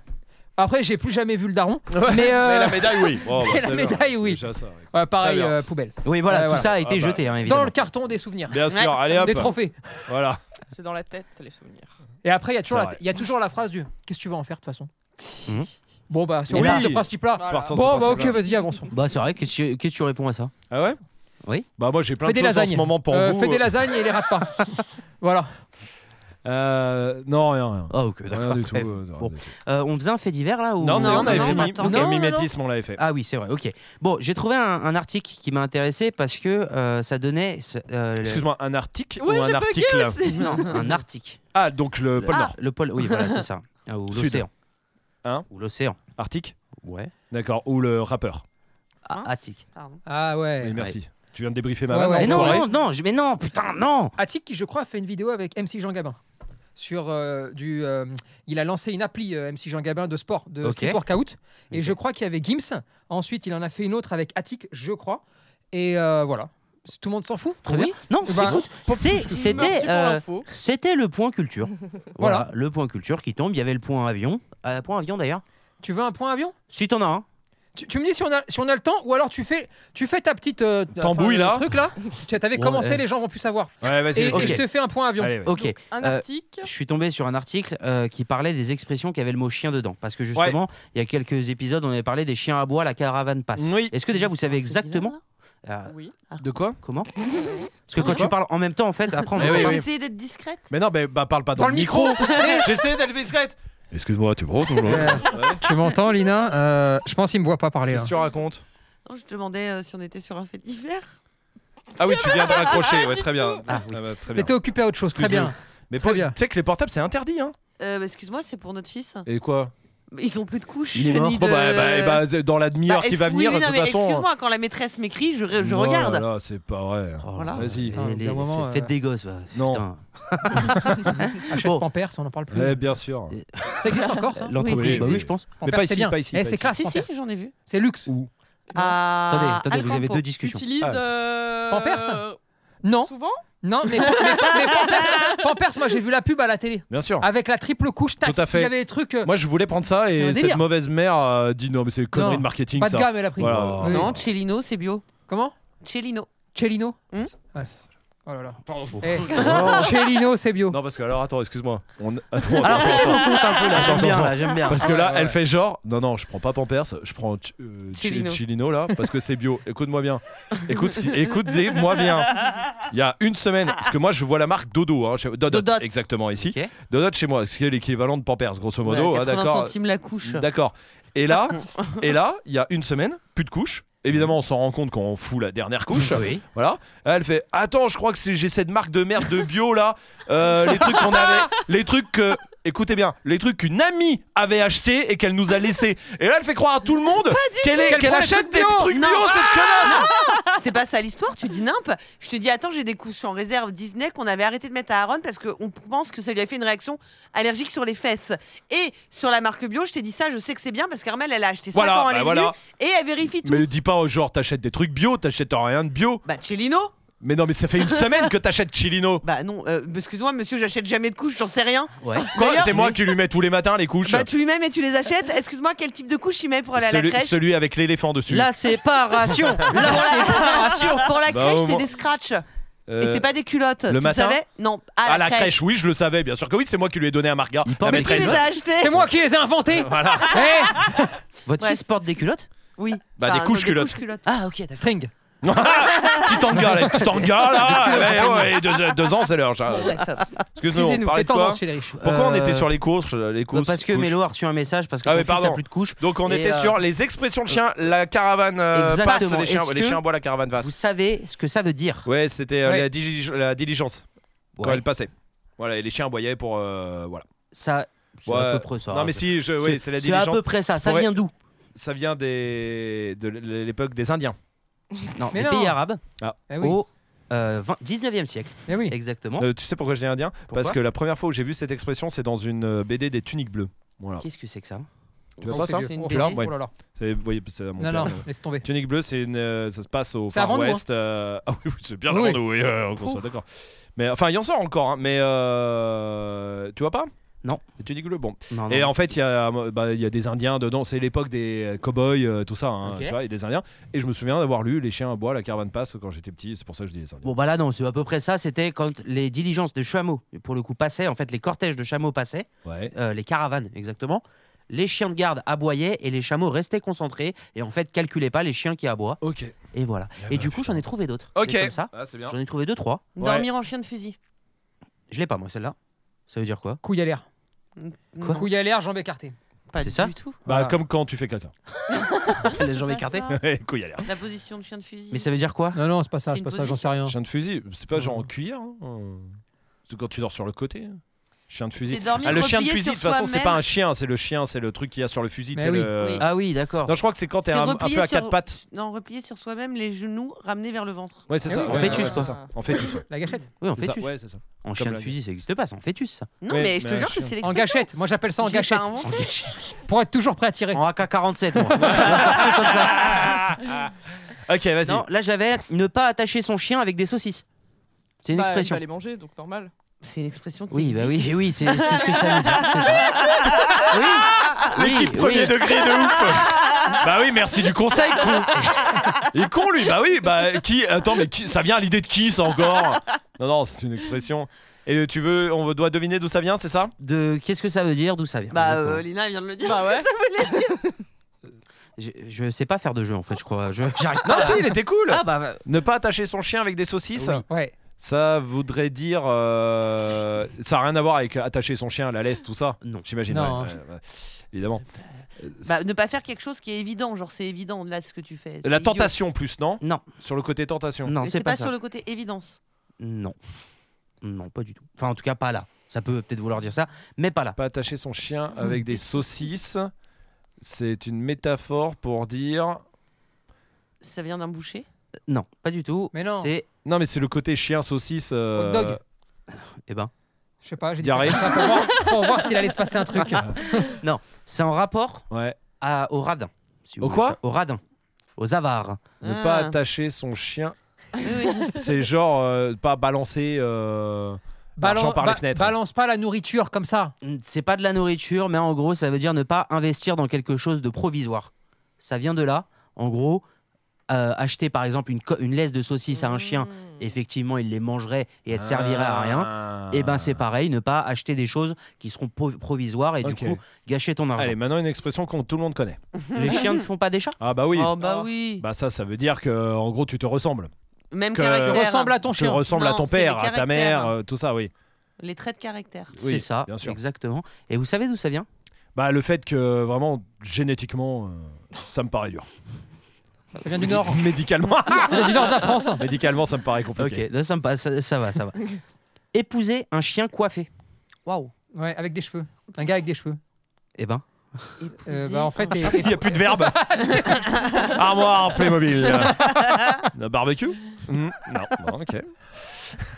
[SPEAKER 2] Après j'ai plus jamais vu le daron. Mais, euh,
[SPEAKER 1] Mais la médaille, oui. Oh,
[SPEAKER 2] mais la
[SPEAKER 1] c'est
[SPEAKER 2] médaille,
[SPEAKER 1] bien.
[SPEAKER 2] oui.
[SPEAKER 1] Déjà ça, oui.
[SPEAKER 2] ouais, pareil
[SPEAKER 1] Très bien.
[SPEAKER 2] euh, poubelle.
[SPEAKER 4] Oui, voilà,
[SPEAKER 2] Ouais,
[SPEAKER 4] tout
[SPEAKER 2] voilà.
[SPEAKER 4] ça a été
[SPEAKER 1] Ah bah.
[SPEAKER 4] jeté, hein,
[SPEAKER 2] Dans
[SPEAKER 4] évidemment.
[SPEAKER 2] le carton des souvenirs,
[SPEAKER 1] Bien sûr,
[SPEAKER 3] Ouais.
[SPEAKER 1] allez hop.
[SPEAKER 2] des trophées.
[SPEAKER 1] Voilà.
[SPEAKER 5] C'est dans la tête, les souvenirs.
[SPEAKER 2] Et après, il y a toujours
[SPEAKER 1] C'est
[SPEAKER 2] la-
[SPEAKER 1] vrai. Mmh.
[SPEAKER 2] il y a toujours la phrase du Qu'est-ce que tu vas en faire de toute façon
[SPEAKER 4] Mhm.
[SPEAKER 2] Bon, bah, sur
[SPEAKER 1] Oui.
[SPEAKER 2] ce principe-là.
[SPEAKER 5] Voilà.
[SPEAKER 1] Partons sur
[SPEAKER 2] Bon,
[SPEAKER 1] ce
[SPEAKER 2] bah, ok,
[SPEAKER 1] principe-là.
[SPEAKER 2] vas-y, avançons.
[SPEAKER 4] Bah, c'est vrai, qu'est-ce que qu'est-ce que tu réponds à ça
[SPEAKER 1] Ah ouais
[SPEAKER 4] Oui.
[SPEAKER 1] Bah moi j'ai plein
[SPEAKER 2] Fais
[SPEAKER 1] de
[SPEAKER 2] des
[SPEAKER 1] choses en ce
[SPEAKER 2] lasagnes.
[SPEAKER 1] moment pour
[SPEAKER 2] Euh,
[SPEAKER 1] vous.
[SPEAKER 2] fais des lasagnes et les rate pas. voilà.
[SPEAKER 1] Euh, non rien rien.
[SPEAKER 4] Ah, ok,
[SPEAKER 1] Rien
[SPEAKER 4] d'accord.
[SPEAKER 1] du tout.
[SPEAKER 4] très
[SPEAKER 1] euh, non, rien
[SPEAKER 4] bon.
[SPEAKER 1] du tout.
[SPEAKER 4] Euh, on faisait un fait divers là ou...
[SPEAKER 1] Non, c'est
[SPEAKER 3] non,
[SPEAKER 1] on avait
[SPEAKER 3] non,
[SPEAKER 1] fait
[SPEAKER 3] non,
[SPEAKER 1] mi-
[SPEAKER 3] attends.
[SPEAKER 1] mi-
[SPEAKER 2] Non, non,
[SPEAKER 1] mimétisme, on l'avait fait.
[SPEAKER 4] Ah oui, c'est vrai, ok. Bon, j'ai trouvé un, un article qui m'a intéressé parce que euh, ça donnait. euh, le-
[SPEAKER 1] Excuse-moi, un article
[SPEAKER 5] Oui,
[SPEAKER 1] ou un
[SPEAKER 5] j'ai
[SPEAKER 1] article
[SPEAKER 4] Non, un article.
[SPEAKER 1] Ah donc le pôle
[SPEAKER 4] Le-
[SPEAKER 1] Nord.
[SPEAKER 4] Le pôle, oui, voilà, c'est ça. Ah, Ou
[SPEAKER 1] Sud.
[SPEAKER 4] l'océan.
[SPEAKER 1] Hein
[SPEAKER 4] Ou l'océan.
[SPEAKER 1] Arctique
[SPEAKER 4] Ouais.
[SPEAKER 1] D'accord, ou le rappeur.
[SPEAKER 4] Ah, Attic.
[SPEAKER 3] Pardon.
[SPEAKER 2] Ah ouais.
[SPEAKER 1] Oui, merci. Tu viens de débriefer ma
[SPEAKER 2] Ouais,
[SPEAKER 1] vanne,
[SPEAKER 2] ouais.
[SPEAKER 4] Mais non,
[SPEAKER 1] enfoiré
[SPEAKER 4] non, non, je- mais non, putain, non
[SPEAKER 2] Attic, qui je crois a fait une vidéo avec MC Jean Gabin. Sur euh, du, euh, il a lancé une appli euh, MC Jean Gabin de sport, de
[SPEAKER 4] Ok.
[SPEAKER 2] street workout. Et
[SPEAKER 4] Ok.
[SPEAKER 2] je crois qu'il y avait Gims. Ensuite, il en a fait une autre avec Attic, je crois. Et euh, voilà. Tout le monde s'en fout.
[SPEAKER 4] Très
[SPEAKER 2] Oui.
[SPEAKER 4] bien. Non,
[SPEAKER 2] Bah,
[SPEAKER 4] écoute, c'est-
[SPEAKER 5] Merci
[SPEAKER 4] c'était
[SPEAKER 5] pour
[SPEAKER 4] euh,
[SPEAKER 5] l'info.
[SPEAKER 4] c'était le point culture. voilà.
[SPEAKER 2] Voilà.
[SPEAKER 4] le point culture qui tombe. Il y avait le point avion. Euh, point avion d'ailleurs.
[SPEAKER 2] Tu veux un point avion
[SPEAKER 4] Si t'en as un.
[SPEAKER 2] Tu, tu me dis si on, a, si on a le temps, ou alors tu fais, tu fais ta petite euh,
[SPEAKER 1] Tambouille,
[SPEAKER 2] le
[SPEAKER 1] là.
[SPEAKER 2] truc là. Tu avais
[SPEAKER 4] Ouais.
[SPEAKER 2] commencé, les gens vont plus savoir.
[SPEAKER 1] Ouais, vas-y,
[SPEAKER 2] Et,
[SPEAKER 1] vas-y.
[SPEAKER 2] et je
[SPEAKER 4] ok.
[SPEAKER 2] te fais un point avion.
[SPEAKER 1] Allez, ouais.
[SPEAKER 4] Ok.
[SPEAKER 5] Un
[SPEAKER 4] Euh,
[SPEAKER 5] article.
[SPEAKER 4] Je suis tombé sur un article euh, qui parlait des expressions qui avaient le mot chien dedans. Parce que justement, il y a quelques épisodes, on avait parlé des chiens à bois, la caravane passe.
[SPEAKER 1] Oui.
[SPEAKER 4] Est-ce que déjà vous savez
[SPEAKER 3] C'est un peu bizarre,
[SPEAKER 4] exactement
[SPEAKER 3] là.
[SPEAKER 4] euh,
[SPEAKER 5] Oui.
[SPEAKER 1] De quoi
[SPEAKER 4] comment Parce que quand tu parles en même temps, en fait, après on
[SPEAKER 1] Eh
[SPEAKER 4] va
[SPEAKER 1] oui,
[SPEAKER 4] pas-
[SPEAKER 1] oui.
[SPEAKER 3] Essayez d'être discrète.
[SPEAKER 1] Mais non, mais bah, parle pas dans,
[SPEAKER 2] Dans le micro.
[SPEAKER 1] J'essaie d'être discrète. Excuse-moi, tu prends toujours.
[SPEAKER 2] Euh, tu m'entends, Lina Euh, Je pense qu'il me voit pas parler.
[SPEAKER 1] Qu'est-ce que
[SPEAKER 2] hein.
[SPEAKER 1] tu racontes
[SPEAKER 3] Non, je te demandais euh, si on était sur un fait divers.
[SPEAKER 1] Ah oui, tu viens de raccrocher. Ouais, très bien.
[SPEAKER 4] Ah oui.
[SPEAKER 1] bah, très bien.
[SPEAKER 2] T'étais occupé à autre chose, très
[SPEAKER 1] Excuse-moi.
[SPEAKER 2] bien.
[SPEAKER 1] Mais
[SPEAKER 2] Très
[SPEAKER 1] pour-
[SPEAKER 2] bien.
[SPEAKER 1] tu sais que les portables, c'est interdit, hein
[SPEAKER 3] Euh, bah, Excuse-moi, c'est pour notre fils.
[SPEAKER 1] Et quoi
[SPEAKER 3] Mais Ils ont plus de couches. ni
[SPEAKER 1] Bon,
[SPEAKER 3] de-
[SPEAKER 1] bah, bah, eh bah, c'est dans la demi-heure
[SPEAKER 3] Bah,
[SPEAKER 1] qui va
[SPEAKER 3] est-ce-
[SPEAKER 1] venir,
[SPEAKER 3] oui, oui,
[SPEAKER 1] de
[SPEAKER 3] non,
[SPEAKER 1] toute
[SPEAKER 3] mais
[SPEAKER 1] façon. hein.
[SPEAKER 3] Excuse-moi, quand la maîtresse m'écrit, je, je
[SPEAKER 1] Non,
[SPEAKER 3] regarde.
[SPEAKER 1] là, c'est pas vrai.
[SPEAKER 4] Oh,
[SPEAKER 3] Voilà.
[SPEAKER 1] Vas-y.
[SPEAKER 4] les-
[SPEAKER 2] Au bout
[SPEAKER 4] les-
[SPEAKER 2] d'un moment,
[SPEAKER 4] faites- Faites
[SPEAKER 2] euh,
[SPEAKER 4] des gosses. va.
[SPEAKER 1] Non.
[SPEAKER 4] Putain.
[SPEAKER 2] Achète
[SPEAKER 4] Bon. Euh,
[SPEAKER 2] Pampers, on n'en parle plus.
[SPEAKER 1] Ouais, bien sûr.
[SPEAKER 4] Et-
[SPEAKER 2] Ça existe encore, ça
[SPEAKER 4] L'entreprise,
[SPEAKER 1] Oui,
[SPEAKER 4] bah
[SPEAKER 1] oui.
[SPEAKER 4] oui, je pense.
[SPEAKER 1] Mais
[SPEAKER 2] Pampers,
[SPEAKER 1] pas
[SPEAKER 2] c'est
[SPEAKER 1] ici,
[SPEAKER 2] bien.
[SPEAKER 1] pas ici,
[SPEAKER 2] Eh,
[SPEAKER 1] pas
[SPEAKER 2] c'est
[SPEAKER 1] ici.
[SPEAKER 2] classe,
[SPEAKER 3] Si,
[SPEAKER 2] Pampers.
[SPEAKER 3] si, j'en ai vu.
[SPEAKER 2] C'est luxe.
[SPEAKER 4] Attendez,
[SPEAKER 3] Ah,
[SPEAKER 4] attendez, vous avez deux discussions.
[SPEAKER 5] Utilise.
[SPEAKER 1] Ah.
[SPEAKER 5] euh,
[SPEAKER 2] Pampers
[SPEAKER 5] euh,
[SPEAKER 2] Non,
[SPEAKER 5] Souvent
[SPEAKER 2] non, mais, mais- mais Pampers, Pampers, moi j'ai vu la pub à la télé.
[SPEAKER 1] Bien sûr.
[SPEAKER 2] Avec la triple couche, tac,
[SPEAKER 1] Ah. Tout à fait.
[SPEAKER 2] il y avait des trucs. euh,
[SPEAKER 1] Moi, je voulais prendre ça
[SPEAKER 2] C'est un
[SPEAKER 1] et cette
[SPEAKER 2] délire.
[SPEAKER 1] mauvaise mère euh, dit non, mais c'est connerie
[SPEAKER 2] Non,
[SPEAKER 1] de marketing
[SPEAKER 2] pas de
[SPEAKER 1] ça.
[SPEAKER 2] gamme, elle a pris.
[SPEAKER 1] Voilà.
[SPEAKER 2] Oui.
[SPEAKER 3] Non, Cellino, c'est bio.
[SPEAKER 2] Comment
[SPEAKER 3] Cellino.
[SPEAKER 2] Cellino
[SPEAKER 3] Hmm
[SPEAKER 2] Ah, c'est- Oh là là.
[SPEAKER 1] Pardon.
[SPEAKER 2] Eh, Cellino, c'est bio.
[SPEAKER 1] Non, parce que alors, attends, excuse-moi. On... Attends, attends,
[SPEAKER 4] Alors,
[SPEAKER 1] attends,
[SPEAKER 4] faites
[SPEAKER 1] attends.
[SPEAKER 4] vos comptes un peu là, j'aime bien, là, j'aime bien.
[SPEAKER 1] Parce que là,
[SPEAKER 2] Ouais, ouais.
[SPEAKER 1] elle fait genre, non, non, je prends pas Pampers, je prends Ch- euh, Ch- Chilino.
[SPEAKER 3] Chilino.
[SPEAKER 1] là, parce que c'est bio. Écoute-moi bien. Écoute, écoute-moi bien. Il y a une semaine, parce que moi, je vois la marque Dodo, hein, chez- Dodot,
[SPEAKER 3] Dodot.
[SPEAKER 1] exactement ici.
[SPEAKER 4] Ok.
[SPEAKER 1] Dodot chez moi, ce qui est l'équivalent de Pampers, grosso
[SPEAKER 3] Ouais,
[SPEAKER 1] modo. hein,
[SPEAKER 3] 80
[SPEAKER 1] d'accord.
[SPEAKER 3] centimes la couche.
[SPEAKER 1] D'accord. Et là, et là, il y a une semaine, plus de couches. Évidemment, on s'en rend compte quand on fout la dernière couche.
[SPEAKER 4] Oui.
[SPEAKER 1] Voilà. Elle fait Attends, je crois que c'est- j'ai cette marque de merde de bio là. Euh, les trucs qu'on avait. Les trucs que. Écoutez bien, les trucs qu'une amie avait acheté et qu'elle nous a laissé. Et là, elle fait croire à tout le monde qu'elle est-
[SPEAKER 2] Qu'elle
[SPEAKER 1] qu'elle
[SPEAKER 2] prend les
[SPEAKER 1] achète
[SPEAKER 2] trucs
[SPEAKER 1] des
[SPEAKER 2] bio.
[SPEAKER 1] trucs bio,
[SPEAKER 3] Non.
[SPEAKER 1] cette connasse
[SPEAKER 3] C'est pas ça l'histoire, tu dis nimp. Je te dis, attends, j'ai des couches en réserve Disney qu'on avait arrêté de mettre à Aaron parce qu'on pense que ça lui a fait une réaction allergique sur les fesses. Et sur la marque bio, je t'ai dit ça, je sais que c'est bien parce qu'Armel, elle a acheté ça
[SPEAKER 1] Voilà,
[SPEAKER 3] quand
[SPEAKER 1] bah
[SPEAKER 3] elle est
[SPEAKER 1] voilà.
[SPEAKER 3] venue et elle vérifie tout.
[SPEAKER 1] Mais dis pas, oh, genre, t'achètes des trucs bio, t'achètes rien de bio.
[SPEAKER 3] Bah, Cellino
[SPEAKER 1] Mais non, mais ça fait une semaine que t'achètes Chilino.
[SPEAKER 3] Bah non, euh, excuse-moi, monsieur, j'achète jamais de couches, j'en sais rien.
[SPEAKER 4] Ouais.
[SPEAKER 1] Quoi
[SPEAKER 3] D'ailleurs-
[SPEAKER 1] C'est moi qui lui mets tous les matins les couches.
[SPEAKER 3] Bah, tu lui mets et tu les achètes. Excuse-moi, quel type de couche il met pour aller à la
[SPEAKER 1] celui,
[SPEAKER 3] crèche
[SPEAKER 1] celui avec l'éléphant dessus.
[SPEAKER 4] La séparation
[SPEAKER 3] Pour la- Pour la
[SPEAKER 1] Bah,
[SPEAKER 3] crèche,
[SPEAKER 1] au
[SPEAKER 3] c'est
[SPEAKER 1] moins-
[SPEAKER 3] des scratchs. Et
[SPEAKER 1] Euh,
[SPEAKER 3] c'est pas des culottes.
[SPEAKER 1] le
[SPEAKER 3] tu
[SPEAKER 1] matin
[SPEAKER 3] le savais Non, à,
[SPEAKER 1] à la crèche. oui, je le savais, bien sûr que oui, c'est moi qui lui ai donné à Marga,
[SPEAKER 4] Il porte
[SPEAKER 1] la
[SPEAKER 4] des
[SPEAKER 3] Qui
[SPEAKER 1] maîtresse.
[SPEAKER 3] les a achetés
[SPEAKER 2] C'est moi qui les ai inventés.
[SPEAKER 1] Voilà.
[SPEAKER 4] Ah,
[SPEAKER 2] Eh,
[SPEAKER 4] Votre
[SPEAKER 3] Ouais.
[SPEAKER 4] fils porte des culottes
[SPEAKER 3] Oui.
[SPEAKER 1] Bah, des
[SPEAKER 3] non,
[SPEAKER 1] couches culottes.
[SPEAKER 4] Ah, ok, d'accord.
[SPEAKER 2] string.
[SPEAKER 1] Petit tanga, là, petit tanga, là. ouais, ouais, deux, deux ans, c'est l'heure.
[SPEAKER 3] Bon, bref.
[SPEAKER 4] bah,
[SPEAKER 1] Excuse-nous, on
[SPEAKER 2] Excusez-nous,
[SPEAKER 1] parlait
[SPEAKER 2] c'est
[SPEAKER 1] de quoi
[SPEAKER 2] tendance chez les riches.
[SPEAKER 1] Pourquoi on
[SPEAKER 4] Euh,
[SPEAKER 1] était sur les courses, euh, les
[SPEAKER 4] Bah,
[SPEAKER 1] courses
[SPEAKER 4] parce que
[SPEAKER 1] couches
[SPEAKER 4] Mélo a reçu un message parce que
[SPEAKER 1] Ah,
[SPEAKER 4] ton
[SPEAKER 1] mais
[SPEAKER 4] fils a
[SPEAKER 1] pardon.
[SPEAKER 4] plus de couches.
[SPEAKER 1] Donc on
[SPEAKER 4] Et,
[SPEAKER 1] était
[SPEAKER 4] euh,
[SPEAKER 1] sur les expressions de chiens, la caravane euh,
[SPEAKER 4] Exactement.
[SPEAKER 1] passe, les chiens,
[SPEAKER 4] Est-ce
[SPEAKER 1] les
[SPEAKER 4] que-
[SPEAKER 1] chiens boivent la caravane
[SPEAKER 4] Vous
[SPEAKER 1] passe.
[SPEAKER 4] savez ce que ça veut dire
[SPEAKER 1] Ouais, c'était euh,
[SPEAKER 2] Ouais.
[SPEAKER 1] La, digi- la diligence quand
[SPEAKER 4] Ouais.
[SPEAKER 1] elle passait. Voilà, et les chiens boyaient pour euh, voilà.
[SPEAKER 4] Ça, c'est
[SPEAKER 1] Ouais.
[SPEAKER 4] à peu près ça. hein.
[SPEAKER 1] non mais si, je, oui, c'est la
[SPEAKER 4] c'est à
[SPEAKER 1] diligence.
[SPEAKER 4] peu près ça. Ça
[SPEAKER 1] Ouais.
[SPEAKER 4] vient d'où
[SPEAKER 1] Ça vient des de l'époque des Indiens.
[SPEAKER 4] Non,
[SPEAKER 2] Mais
[SPEAKER 4] les
[SPEAKER 2] non.
[SPEAKER 4] pays arabes
[SPEAKER 2] Eh
[SPEAKER 1] Oh.
[SPEAKER 2] oui.
[SPEAKER 4] au euh, 20 19e siècle,
[SPEAKER 2] eh oui.
[SPEAKER 4] exactement.
[SPEAKER 1] Euh, tu sais pourquoi je dis Indien
[SPEAKER 4] Hein Pourquoi
[SPEAKER 1] Parce que la première fois où j'ai vu cette expression, c'est dans une euh, BD des tuniques bleues. Voilà.
[SPEAKER 4] Qu'est-ce que c'est que ça
[SPEAKER 1] Tu vois
[SPEAKER 2] Oh,
[SPEAKER 1] pas
[SPEAKER 2] c'est
[SPEAKER 1] ça
[SPEAKER 2] vieux.
[SPEAKER 3] C'est une
[SPEAKER 2] Oh,
[SPEAKER 1] BD.
[SPEAKER 2] oh là là.
[SPEAKER 1] C'est vous voyez, c'est à mon
[SPEAKER 2] Non,
[SPEAKER 1] père,
[SPEAKER 2] non,
[SPEAKER 1] euh.
[SPEAKER 2] laisse tomber.
[SPEAKER 1] Tunique bleue, c'est une, euh, ça se passe au
[SPEAKER 2] C'est
[SPEAKER 1] Far
[SPEAKER 2] avant nous,
[SPEAKER 1] West. euh, Ah oui, oui, c'est bien
[SPEAKER 2] Oui,
[SPEAKER 1] avant
[SPEAKER 2] oui.
[SPEAKER 1] nous, oui, euh, on conçoit, d'accord. Mais enfin, il y en sort encore, hein, mais euh, tu vois pas
[SPEAKER 4] Non. Ah
[SPEAKER 1] Les tuniques bleues, bon.
[SPEAKER 4] Non,
[SPEAKER 1] Et
[SPEAKER 4] non.
[SPEAKER 1] en fait, il y, a, euh, bah, il y a des Indiens dedans. C'est l'époque des euh, cow-boys, euh, tout ça. hein,
[SPEAKER 4] Ok.
[SPEAKER 1] Tu vois, il y a des Indiens. Et je me souviens d'avoir lu Les chiens à bois, la caravane passe quand j'étais petit. C'est pour ça que je dis les Indiens.
[SPEAKER 4] Bon bah là non, c'est à peu près ça, c'était quand les diligences de chameaux, pour le coup passaient, en fait les cortèges de chameaux passaient,
[SPEAKER 1] Ouais.
[SPEAKER 4] euh, les caravanes exactement, les chiens de garde aboyaient et les chameaux restaient concentrés et en fait calculaient pas les chiens qui aboient,
[SPEAKER 1] Ok.
[SPEAKER 4] et voilà.
[SPEAKER 1] Ah
[SPEAKER 4] et
[SPEAKER 1] bah,
[SPEAKER 4] du coup
[SPEAKER 1] putain.
[SPEAKER 4] j'en ai trouvé d'autres.
[SPEAKER 1] Ok.
[SPEAKER 4] Des comme ça.
[SPEAKER 1] Ah, c'est bien.
[SPEAKER 4] J'en ai trouvé deux, trois.
[SPEAKER 3] Dormir en chien de fusil.
[SPEAKER 4] Je l'ai pas moi celle-là. Ça veut dire quoi
[SPEAKER 2] Couille à l'air.
[SPEAKER 4] Quoi
[SPEAKER 2] Couille à l'air, jambes écartées.
[SPEAKER 3] Pas
[SPEAKER 4] C'est
[SPEAKER 3] du
[SPEAKER 4] ça
[SPEAKER 3] tout.
[SPEAKER 1] Bah,
[SPEAKER 2] Voilà.
[SPEAKER 1] comme quand tu fais caca. Eh,
[SPEAKER 4] Les jambes
[SPEAKER 3] Pas
[SPEAKER 4] écartées
[SPEAKER 3] ça.
[SPEAKER 1] Couille à l'air.
[SPEAKER 3] La position de chien de fusil.
[SPEAKER 4] Mais ça veut dire quoi
[SPEAKER 2] Non, non, c'est pas ça,
[SPEAKER 3] C'est
[SPEAKER 2] c'est
[SPEAKER 3] une
[SPEAKER 2] pas ça, j'en sais
[SPEAKER 3] position.
[SPEAKER 2] rien.
[SPEAKER 1] Chien de fusil, c'est pas genre en
[SPEAKER 2] Ouais.
[SPEAKER 1] cuir. hein, euh, c'est Quand tu dors sur le côté. hein. Chien de fusil.
[SPEAKER 3] C'est dormir
[SPEAKER 1] Ah, le chien de
[SPEAKER 3] replié
[SPEAKER 1] fusil, de
[SPEAKER 3] sur
[SPEAKER 1] toute façon, c'est
[SPEAKER 3] soi-même.
[SPEAKER 1] pas un chien, c'est le chien, c'est le truc qu'il y a sur le fusil.
[SPEAKER 2] Mais
[SPEAKER 1] tu sais,
[SPEAKER 2] oui.
[SPEAKER 1] le-
[SPEAKER 3] Oui.
[SPEAKER 4] Ah oui, d'accord.
[SPEAKER 1] Euh, Non, je crois que c'est quand t'es
[SPEAKER 3] C'est
[SPEAKER 1] un, un
[SPEAKER 3] replié
[SPEAKER 1] peu à
[SPEAKER 3] sur-
[SPEAKER 1] quatre pattes.
[SPEAKER 3] Non, replier sur soi-même, les genoux ramenés vers le ventre.
[SPEAKER 1] Ouais, c'est
[SPEAKER 2] Eh
[SPEAKER 1] ça.
[SPEAKER 2] oui.
[SPEAKER 1] ouais,
[SPEAKER 4] En fœtus,
[SPEAKER 1] ouais,
[SPEAKER 4] quoi.
[SPEAKER 1] c'est ça. En fœtus.
[SPEAKER 2] La gâchette
[SPEAKER 4] Oui, en
[SPEAKER 1] C'est ça,
[SPEAKER 4] fœtus.
[SPEAKER 1] ouais, c'est ça.
[SPEAKER 4] En chien
[SPEAKER 1] Comme
[SPEAKER 4] de
[SPEAKER 1] la-
[SPEAKER 4] fusil, ça existe pas, ça en fœtus ça.
[SPEAKER 1] Ouais,
[SPEAKER 3] Non,
[SPEAKER 1] bah,
[SPEAKER 3] mais je te
[SPEAKER 1] mais un
[SPEAKER 3] jure que
[SPEAKER 1] chien.
[SPEAKER 3] c'est
[SPEAKER 2] En
[SPEAKER 3] l'expression.
[SPEAKER 2] gâchette, moi j'appelle ça en
[SPEAKER 3] Je l'ai pas
[SPEAKER 2] gâchette.
[SPEAKER 3] inventé.
[SPEAKER 2] Pour être toujours prêt à
[SPEAKER 1] Ah.
[SPEAKER 2] tirer.
[SPEAKER 4] En AK-47 moi.
[SPEAKER 1] Ok, vas-y.
[SPEAKER 4] Non, là j'avais ne pas attacher son chien avec des saucisses. C'est une
[SPEAKER 5] Bah, Il
[SPEAKER 4] expression.
[SPEAKER 5] va les manger, donc normal.
[SPEAKER 3] C'est une expression qui
[SPEAKER 4] Oui, bah
[SPEAKER 3] existe.
[SPEAKER 4] oui, oui, c'est c'est ce que ça veut dire. c'est ça. Oui, oui,
[SPEAKER 1] L'équipe
[SPEAKER 4] oui.
[SPEAKER 1] premier degré de ouf. Ah, Bah oui, merci du conseil, con. Il est con, lui. Bah oui, bah qui. Attends, mais qui... ça vient à l'idée de qui, ça encore Non, non, c'est une expression. Et tu veux, on doit deviner d'où ça vient, c'est ça
[SPEAKER 4] De qu'est-ce que ça veut dire, d'où ça vient
[SPEAKER 3] Bah,
[SPEAKER 4] exactement.
[SPEAKER 3] euh, Lina vient de le dire.
[SPEAKER 5] Bah ouais.
[SPEAKER 4] je, je sais pas faire de jeu en fait, je crois. Je- j'arrive
[SPEAKER 1] Non,
[SPEAKER 4] pas à-
[SPEAKER 1] si, il était cool.
[SPEAKER 4] Ah bah
[SPEAKER 1] Ne pas attacher son chien avec des saucisses,
[SPEAKER 4] Oui.
[SPEAKER 2] Ouais.
[SPEAKER 1] ça voudrait dire. euh, Ça a rien à voir avec attacher son chien, la laisse, tout ça.
[SPEAKER 4] non.
[SPEAKER 1] J'imagine.
[SPEAKER 2] Non.
[SPEAKER 1] ouais, ouais, ouais, évidemment. Euh,
[SPEAKER 3] Bah, ne pas faire quelque chose qui est évident, genre c'est évident là ce que tu fais. c'est
[SPEAKER 1] La
[SPEAKER 3] idiot.
[SPEAKER 1] tentation plus, non
[SPEAKER 4] Non.
[SPEAKER 1] Sur le côté tentation.
[SPEAKER 4] Non,
[SPEAKER 3] Mais
[SPEAKER 4] hein, c'est pas, ça.
[SPEAKER 3] sur le côté évidence.
[SPEAKER 4] Non. Non, pas du tout. Enfin, en tout cas, pas là. Ça peut peut-être vouloir dire ça, mais pas là.
[SPEAKER 1] Pas attacher son chien avec des saucisses, c'est une métaphore pour dire.
[SPEAKER 3] Ça vient d'un boucher.
[SPEAKER 4] Non, pas du tout.
[SPEAKER 2] Mais non.
[SPEAKER 4] C'est.
[SPEAKER 1] Non, mais c'est le côté euh, chien-saucisse.
[SPEAKER 2] Hot dog.
[SPEAKER 4] Eh ben.
[SPEAKER 2] Je sais pas, j'ai dit ça,
[SPEAKER 1] Diarrhée.
[SPEAKER 2] comme ça pour voir, pour voir s'il allait se passer un truc.
[SPEAKER 4] C'est en rapport
[SPEAKER 1] Ouais.
[SPEAKER 4] à, au radin. si vous
[SPEAKER 1] Au
[SPEAKER 4] voulez
[SPEAKER 1] quoi
[SPEAKER 4] ça. Au radin. Aux avares.
[SPEAKER 1] Ne pas
[SPEAKER 3] Ah.
[SPEAKER 1] attacher son chien.
[SPEAKER 3] Oui, oui.
[SPEAKER 1] C'est genre euh, pas balancer. euh, L'argent par les fenêtres.
[SPEAKER 2] balance pas la nourriture comme ça.
[SPEAKER 4] C'est pas de la nourriture, mais en gros, ça veut dire ne pas investir dans quelque chose de provisoire. Ça vient de là. En gros, euh, acheter par exemple une, co- une laisse de saucisse à un
[SPEAKER 5] Mmh.
[SPEAKER 4] chien,
[SPEAKER 5] Hmm.
[SPEAKER 4] effectivement, il les mangerait et
[SPEAKER 1] Ah.
[SPEAKER 4] elle servirait à rien. Et ben, c'est pareil, ne pas acheter des choses qui seront pro- provisoires et
[SPEAKER 1] Ok.
[SPEAKER 4] du coup, gâcher ton argent.
[SPEAKER 1] Allez, maintenant une expression que tout le monde connaît.
[SPEAKER 4] Les chiens ne font pas des chats
[SPEAKER 1] Ah bah oui.
[SPEAKER 3] Oh bah oui.
[SPEAKER 1] Bah ça, ça veut dire que en gros tu te ressembles.
[SPEAKER 3] Même
[SPEAKER 1] Bah, que-
[SPEAKER 2] Tu
[SPEAKER 3] caractère.
[SPEAKER 2] ressembles à ton
[SPEAKER 1] Tu
[SPEAKER 2] chien.
[SPEAKER 1] ressembles à
[SPEAKER 3] Non,
[SPEAKER 1] ton
[SPEAKER 3] c'est les
[SPEAKER 1] père, à ta
[SPEAKER 3] caractères.
[SPEAKER 1] mère, euh, tout ça, oui.
[SPEAKER 3] Les traits de caractère.
[SPEAKER 1] Oui,
[SPEAKER 4] C'est ça,
[SPEAKER 1] bien sûr.
[SPEAKER 4] exactement. Et vous savez d'où ça vient
[SPEAKER 1] Bah le fait que vraiment génétiquement, euh, ça me paraît dur.
[SPEAKER 2] Ça vient du Nord.
[SPEAKER 1] Médicalement,
[SPEAKER 2] Ça vient du Nord de la France.
[SPEAKER 1] médicalement ça me paraît
[SPEAKER 4] Ok,
[SPEAKER 1] compliqué.
[SPEAKER 4] là, ça, me passe- ça, ça va, ça va. Épouser un chien coiffé.
[SPEAKER 3] Waouh.
[SPEAKER 2] Ouais, avec des cheveux. Un gars avec des cheveux.
[SPEAKER 4] Eh ben,
[SPEAKER 2] Euh, bah, en fait, les-
[SPEAKER 1] Il n'y a plus de verbe. Armoire, Playmobil. Un barbecue Hmm, Non, non, ok.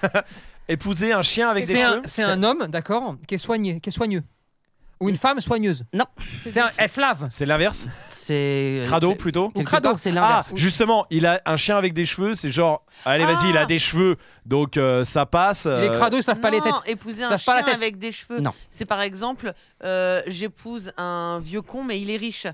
[SPEAKER 1] Épouser un chien avec des
[SPEAKER 2] c'est un,
[SPEAKER 1] cheveux
[SPEAKER 2] c'est un homme, d'accord, qui est soigné, qui est soigneux. Ou une femme soigneuse. C'est un, elle se lave.
[SPEAKER 1] C'est l'inverse
[SPEAKER 4] c'est.
[SPEAKER 1] Crado plutôt
[SPEAKER 4] Quelque
[SPEAKER 2] crado.
[SPEAKER 4] part, c'est
[SPEAKER 1] Ah,
[SPEAKER 4] l'inverse.
[SPEAKER 1] justement, il a un chien avec des cheveux, c'est genre, allez, vas-y,
[SPEAKER 3] Ah
[SPEAKER 1] il a des cheveux, donc euh, ça passe. euh,
[SPEAKER 2] Les crados, ils se lavent pas les têtes.
[SPEAKER 3] Non, épouser
[SPEAKER 2] Ça
[SPEAKER 3] un
[SPEAKER 2] lave pas la
[SPEAKER 3] chien
[SPEAKER 2] tête.
[SPEAKER 3] avec des cheveux.
[SPEAKER 4] Non.
[SPEAKER 3] C'est par exemple, euh, j'épouse un vieux con, mais il est riche.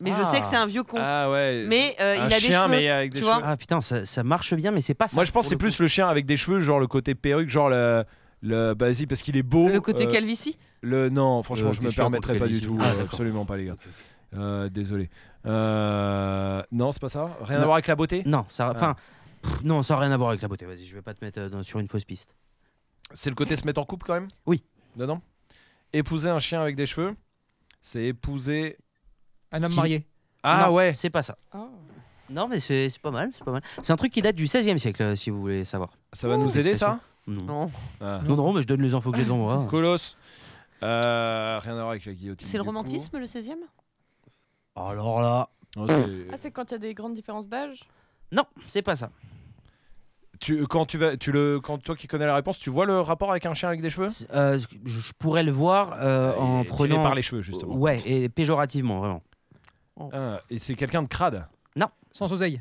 [SPEAKER 3] Mais je
[SPEAKER 4] Ah.
[SPEAKER 3] sais que c'est un vieux con.
[SPEAKER 1] Ah ouais.
[SPEAKER 3] mais euh,
[SPEAKER 1] un
[SPEAKER 3] il a
[SPEAKER 1] chien,
[SPEAKER 3] des
[SPEAKER 1] mais
[SPEAKER 3] cheveux.
[SPEAKER 1] avec des
[SPEAKER 3] tu vois.
[SPEAKER 1] cheveux.
[SPEAKER 4] Ah putain, ça, ça marche bien, mais c'est pas ça.
[SPEAKER 1] Moi, je pense que
[SPEAKER 4] pour
[SPEAKER 1] c'est
[SPEAKER 4] le
[SPEAKER 1] plus le chien avec des cheveux, genre le côté perruque, genre le. Le, bah, vas-y, parce qu'il est beau.
[SPEAKER 3] Le côté
[SPEAKER 1] euh,
[SPEAKER 3] calvitie.
[SPEAKER 1] le Non, franchement,
[SPEAKER 4] Euh,
[SPEAKER 1] je
[SPEAKER 4] des
[SPEAKER 1] me
[SPEAKER 4] cheveux
[SPEAKER 1] permettrais
[SPEAKER 4] contre
[SPEAKER 1] pas
[SPEAKER 4] les
[SPEAKER 1] du
[SPEAKER 4] yeux.
[SPEAKER 1] tout.
[SPEAKER 4] Ah,
[SPEAKER 1] euh,
[SPEAKER 4] d'accord.
[SPEAKER 1] absolument pas, les gars.
[SPEAKER 4] coup.
[SPEAKER 1] Euh, désolé. Euh, non, c'est pas ça Rien à
[SPEAKER 4] Non.
[SPEAKER 1] voir avec la beauté
[SPEAKER 4] Non, ça, enfin, pff, non, ça n'a rien à voir avec la beauté. Vas-y, je vais pas te mettre euh, dans- sur une fausse piste.
[SPEAKER 1] C'est le côté se mettre en couple quand même
[SPEAKER 4] Oui.
[SPEAKER 1] Non, non. Épouser un chien avec des cheveux, c'est épouser.
[SPEAKER 2] Un homme
[SPEAKER 4] Qui-
[SPEAKER 2] marié.
[SPEAKER 1] Ah
[SPEAKER 4] Non,
[SPEAKER 1] ouais
[SPEAKER 4] C'est pas ça.
[SPEAKER 5] Oh.
[SPEAKER 1] Euh.
[SPEAKER 4] Non, mais c'est c'est pas mal, c'est pas mal. C'est un truc qui date du 16e siècle, euh, si vous voulez savoir.
[SPEAKER 1] Ça va nous aider ça
[SPEAKER 4] Non.
[SPEAKER 3] Non.
[SPEAKER 1] Ah.
[SPEAKER 4] non, non, mais je donne les infos que j'ai devant moi.
[SPEAKER 1] Colosse. Euh, rien à voir avec la guillotine.
[SPEAKER 3] C'est le
[SPEAKER 1] du coup.
[SPEAKER 3] romantisme, le 16e
[SPEAKER 4] Alors là.
[SPEAKER 1] Non, c'est-
[SPEAKER 5] Ah, c'est quand il y a des grandes différences d'âge
[SPEAKER 4] Non, c'est pas ça.
[SPEAKER 1] tu, quand tu vas, tu le, quand toi qui connais la réponse, tu vois le rapport avec un chien avec des cheveux
[SPEAKER 4] C'est- euh, je je pourrais le voir euh, en
[SPEAKER 1] Bah, Et tiré
[SPEAKER 4] prenant.
[SPEAKER 1] par les cheveux justement.
[SPEAKER 4] Ouais, et péjorativement, vraiment.
[SPEAKER 1] Ah, et c'est quelqu'un de crade.
[SPEAKER 2] Sans oseille.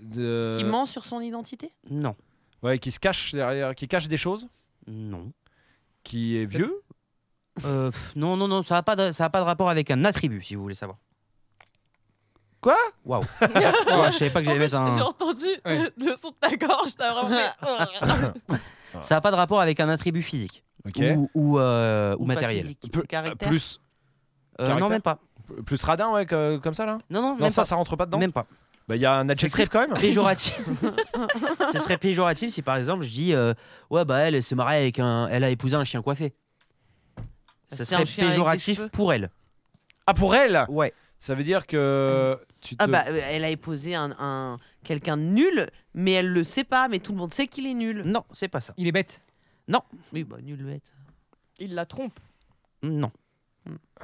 [SPEAKER 1] De...
[SPEAKER 3] Qui ment sur son identité
[SPEAKER 4] Non.
[SPEAKER 1] Ouais, qui se cache derrière, qui cache des choses,
[SPEAKER 4] Non.
[SPEAKER 1] qui est vieux.
[SPEAKER 4] Euh, pff, non, non, non, ça n'a pas, de- ça a pas de rapport avec un attribut, si vous voulez savoir.
[SPEAKER 1] Quoi
[SPEAKER 4] Waouh. Ouais, je savais pas que j'allais mettre
[SPEAKER 5] J'ai
[SPEAKER 4] un.
[SPEAKER 5] entendu
[SPEAKER 2] Ouais.
[SPEAKER 5] le son de ta gorge, t'as vraiment fait.
[SPEAKER 4] Ça n'a pas de rapport avec un attribut physique
[SPEAKER 1] Ok.
[SPEAKER 4] ou, ou, euh, ou
[SPEAKER 3] Ou pas
[SPEAKER 4] matériel.
[SPEAKER 3] physique,
[SPEAKER 1] Peu-
[SPEAKER 3] caractère.
[SPEAKER 1] Plus,
[SPEAKER 4] Euh,
[SPEAKER 1] Caractère
[SPEAKER 4] non, même pas.
[SPEAKER 1] plus radin, ouais, que- comme ça là.
[SPEAKER 4] Non, non,
[SPEAKER 1] Non,
[SPEAKER 4] même
[SPEAKER 1] ça,
[SPEAKER 4] pas.
[SPEAKER 1] ça rentre pas dedans.
[SPEAKER 4] Même pas.
[SPEAKER 1] Bah, il y a un adjectif
[SPEAKER 4] serait-
[SPEAKER 1] quand même.
[SPEAKER 4] Péjoratif. Ce serait péjoratif si par exemple je dis euh, ouais bah elle s'est mariée avec un, elle a épousé un chien coiffé. Ça
[SPEAKER 3] C'est
[SPEAKER 4] serait
[SPEAKER 3] un chien avec des
[SPEAKER 4] péjoratif
[SPEAKER 3] cheveux.
[SPEAKER 4] pour elle.
[SPEAKER 1] Ah, pour elle
[SPEAKER 4] Ouais.
[SPEAKER 1] Ça veut dire que. Tu te...
[SPEAKER 3] Ah bah, euh, elle a épousé un, un- quelqu'un de nul, mais elle le sait pas, mais tout le monde sait qu'il est nul.
[SPEAKER 4] Non, c'est pas ça.
[SPEAKER 2] Il est bête.
[SPEAKER 3] Oui, bah, nul bête.
[SPEAKER 5] Il la trompe.
[SPEAKER 4] Non.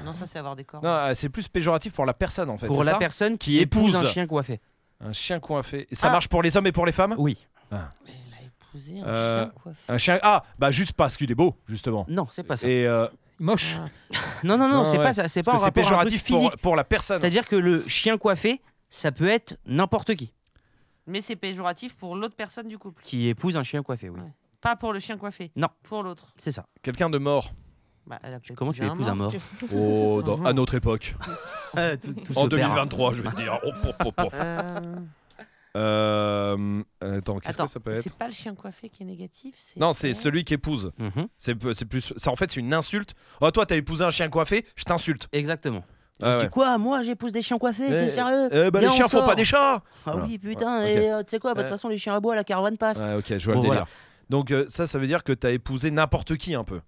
[SPEAKER 3] Non, ça, c'est avoir des corps.
[SPEAKER 1] Non, ah, c'est plus péjoratif pour la personne en fait.
[SPEAKER 4] Pour
[SPEAKER 1] c'est
[SPEAKER 4] la
[SPEAKER 1] ça
[SPEAKER 4] personne
[SPEAKER 1] Qui
[SPEAKER 4] qui épouse un
[SPEAKER 1] épouse.
[SPEAKER 4] chien coiffé.
[SPEAKER 1] Un chien coiffé. Et ça
[SPEAKER 3] Ah.
[SPEAKER 1] marche pour les hommes et pour les femmes
[SPEAKER 4] Oui.
[SPEAKER 3] Mais elle a épousé un
[SPEAKER 1] Euh,
[SPEAKER 3] chien coiffé.
[SPEAKER 1] Un chien. Ah, bah juste parce qu'il est beau, justement.
[SPEAKER 4] Non, c'est pas ça.
[SPEAKER 1] Et euh,
[SPEAKER 2] Moche.
[SPEAKER 3] Ah.
[SPEAKER 4] Non, non, non,
[SPEAKER 1] Non,
[SPEAKER 4] c'est
[SPEAKER 1] ouais.
[SPEAKER 4] pas ça. C'est pas un
[SPEAKER 1] parce que c'est
[SPEAKER 4] rapport un peu de
[SPEAKER 1] péjoratif pour, Ah
[SPEAKER 4] physique.
[SPEAKER 1] pour la personne.
[SPEAKER 4] C'est-à-dire que le chien coiffé, ça peut être n'importe qui
[SPEAKER 3] Mais c'est péjoratif pour l'autre personne du couple.
[SPEAKER 4] qui épouse un chien coiffé. Oui.
[SPEAKER 3] Ouais. Pas pour le chien coiffé.
[SPEAKER 4] Non.
[SPEAKER 3] Pour l'autre.
[SPEAKER 4] C'est ça.
[SPEAKER 1] Quelqu'un de mort.
[SPEAKER 3] Bah, elle a peut-être
[SPEAKER 4] Comment tu
[SPEAKER 3] épousé
[SPEAKER 4] épouses un mort
[SPEAKER 1] Oh,
[SPEAKER 4] Uh-huh.
[SPEAKER 1] dans- à notre époque.
[SPEAKER 4] Euh, tout- tout
[SPEAKER 1] En
[SPEAKER 4] se perd, hein.
[SPEAKER 1] 2023, je vais te dire. Oh, pof, pof, pof.
[SPEAKER 3] Euh,
[SPEAKER 1] Euh, attends, qu'est-ce
[SPEAKER 3] Attends,
[SPEAKER 1] que ça peut être
[SPEAKER 3] c'est pas le chien coiffé qui est négatif c'est-
[SPEAKER 1] Non, c'est celui qui épouse.
[SPEAKER 4] Mhm.
[SPEAKER 1] C'est p- c'est plus. Ça, en fait, c'est une insulte. Oh, toi, t'as épousé un chien coiffé, je t'insulte.
[SPEAKER 4] Exactement.
[SPEAKER 1] Ah
[SPEAKER 4] Je
[SPEAKER 1] ouais.
[SPEAKER 4] dis quoi Moi, j'épouse des chiens coiffés,
[SPEAKER 1] Eh,
[SPEAKER 4] t'es sérieux
[SPEAKER 1] Eh ben, les
[SPEAKER 4] Euh, Viens, on
[SPEAKER 1] chiens font
[SPEAKER 4] sort.
[SPEAKER 1] pas des chats
[SPEAKER 4] Ah
[SPEAKER 1] Voilà.
[SPEAKER 4] oui, putain,
[SPEAKER 1] Ouais, ok.
[SPEAKER 4] et euh, tu sais quoi bah, De toute
[SPEAKER 1] Ouais.
[SPEAKER 4] façon, les chiens à bois, la caravane passe.
[SPEAKER 1] Ouais, ok, je vois
[SPEAKER 4] Bon,
[SPEAKER 1] le délire. Donc, euh, ça, ça veut dire que t'as épousé n'importe qui un peu.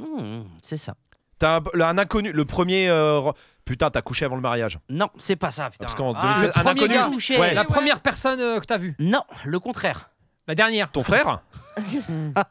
[SPEAKER 4] Mmh, c'est ça.
[SPEAKER 1] T'as un, là, un inconnu, le premier. euh, ro- Putain, t'as couché avant le mariage.
[SPEAKER 4] Non, c'est pas ça, putain.
[SPEAKER 1] Parce qu'en
[SPEAKER 4] Ah,
[SPEAKER 1] 2007,
[SPEAKER 4] le
[SPEAKER 2] un
[SPEAKER 4] premier
[SPEAKER 2] inconnu.
[SPEAKER 4] gars touché.
[SPEAKER 1] Ouais.
[SPEAKER 2] La première personne euh, que t'as vue,
[SPEAKER 4] Non, le contraire.
[SPEAKER 2] la dernière,
[SPEAKER 1] Ton frère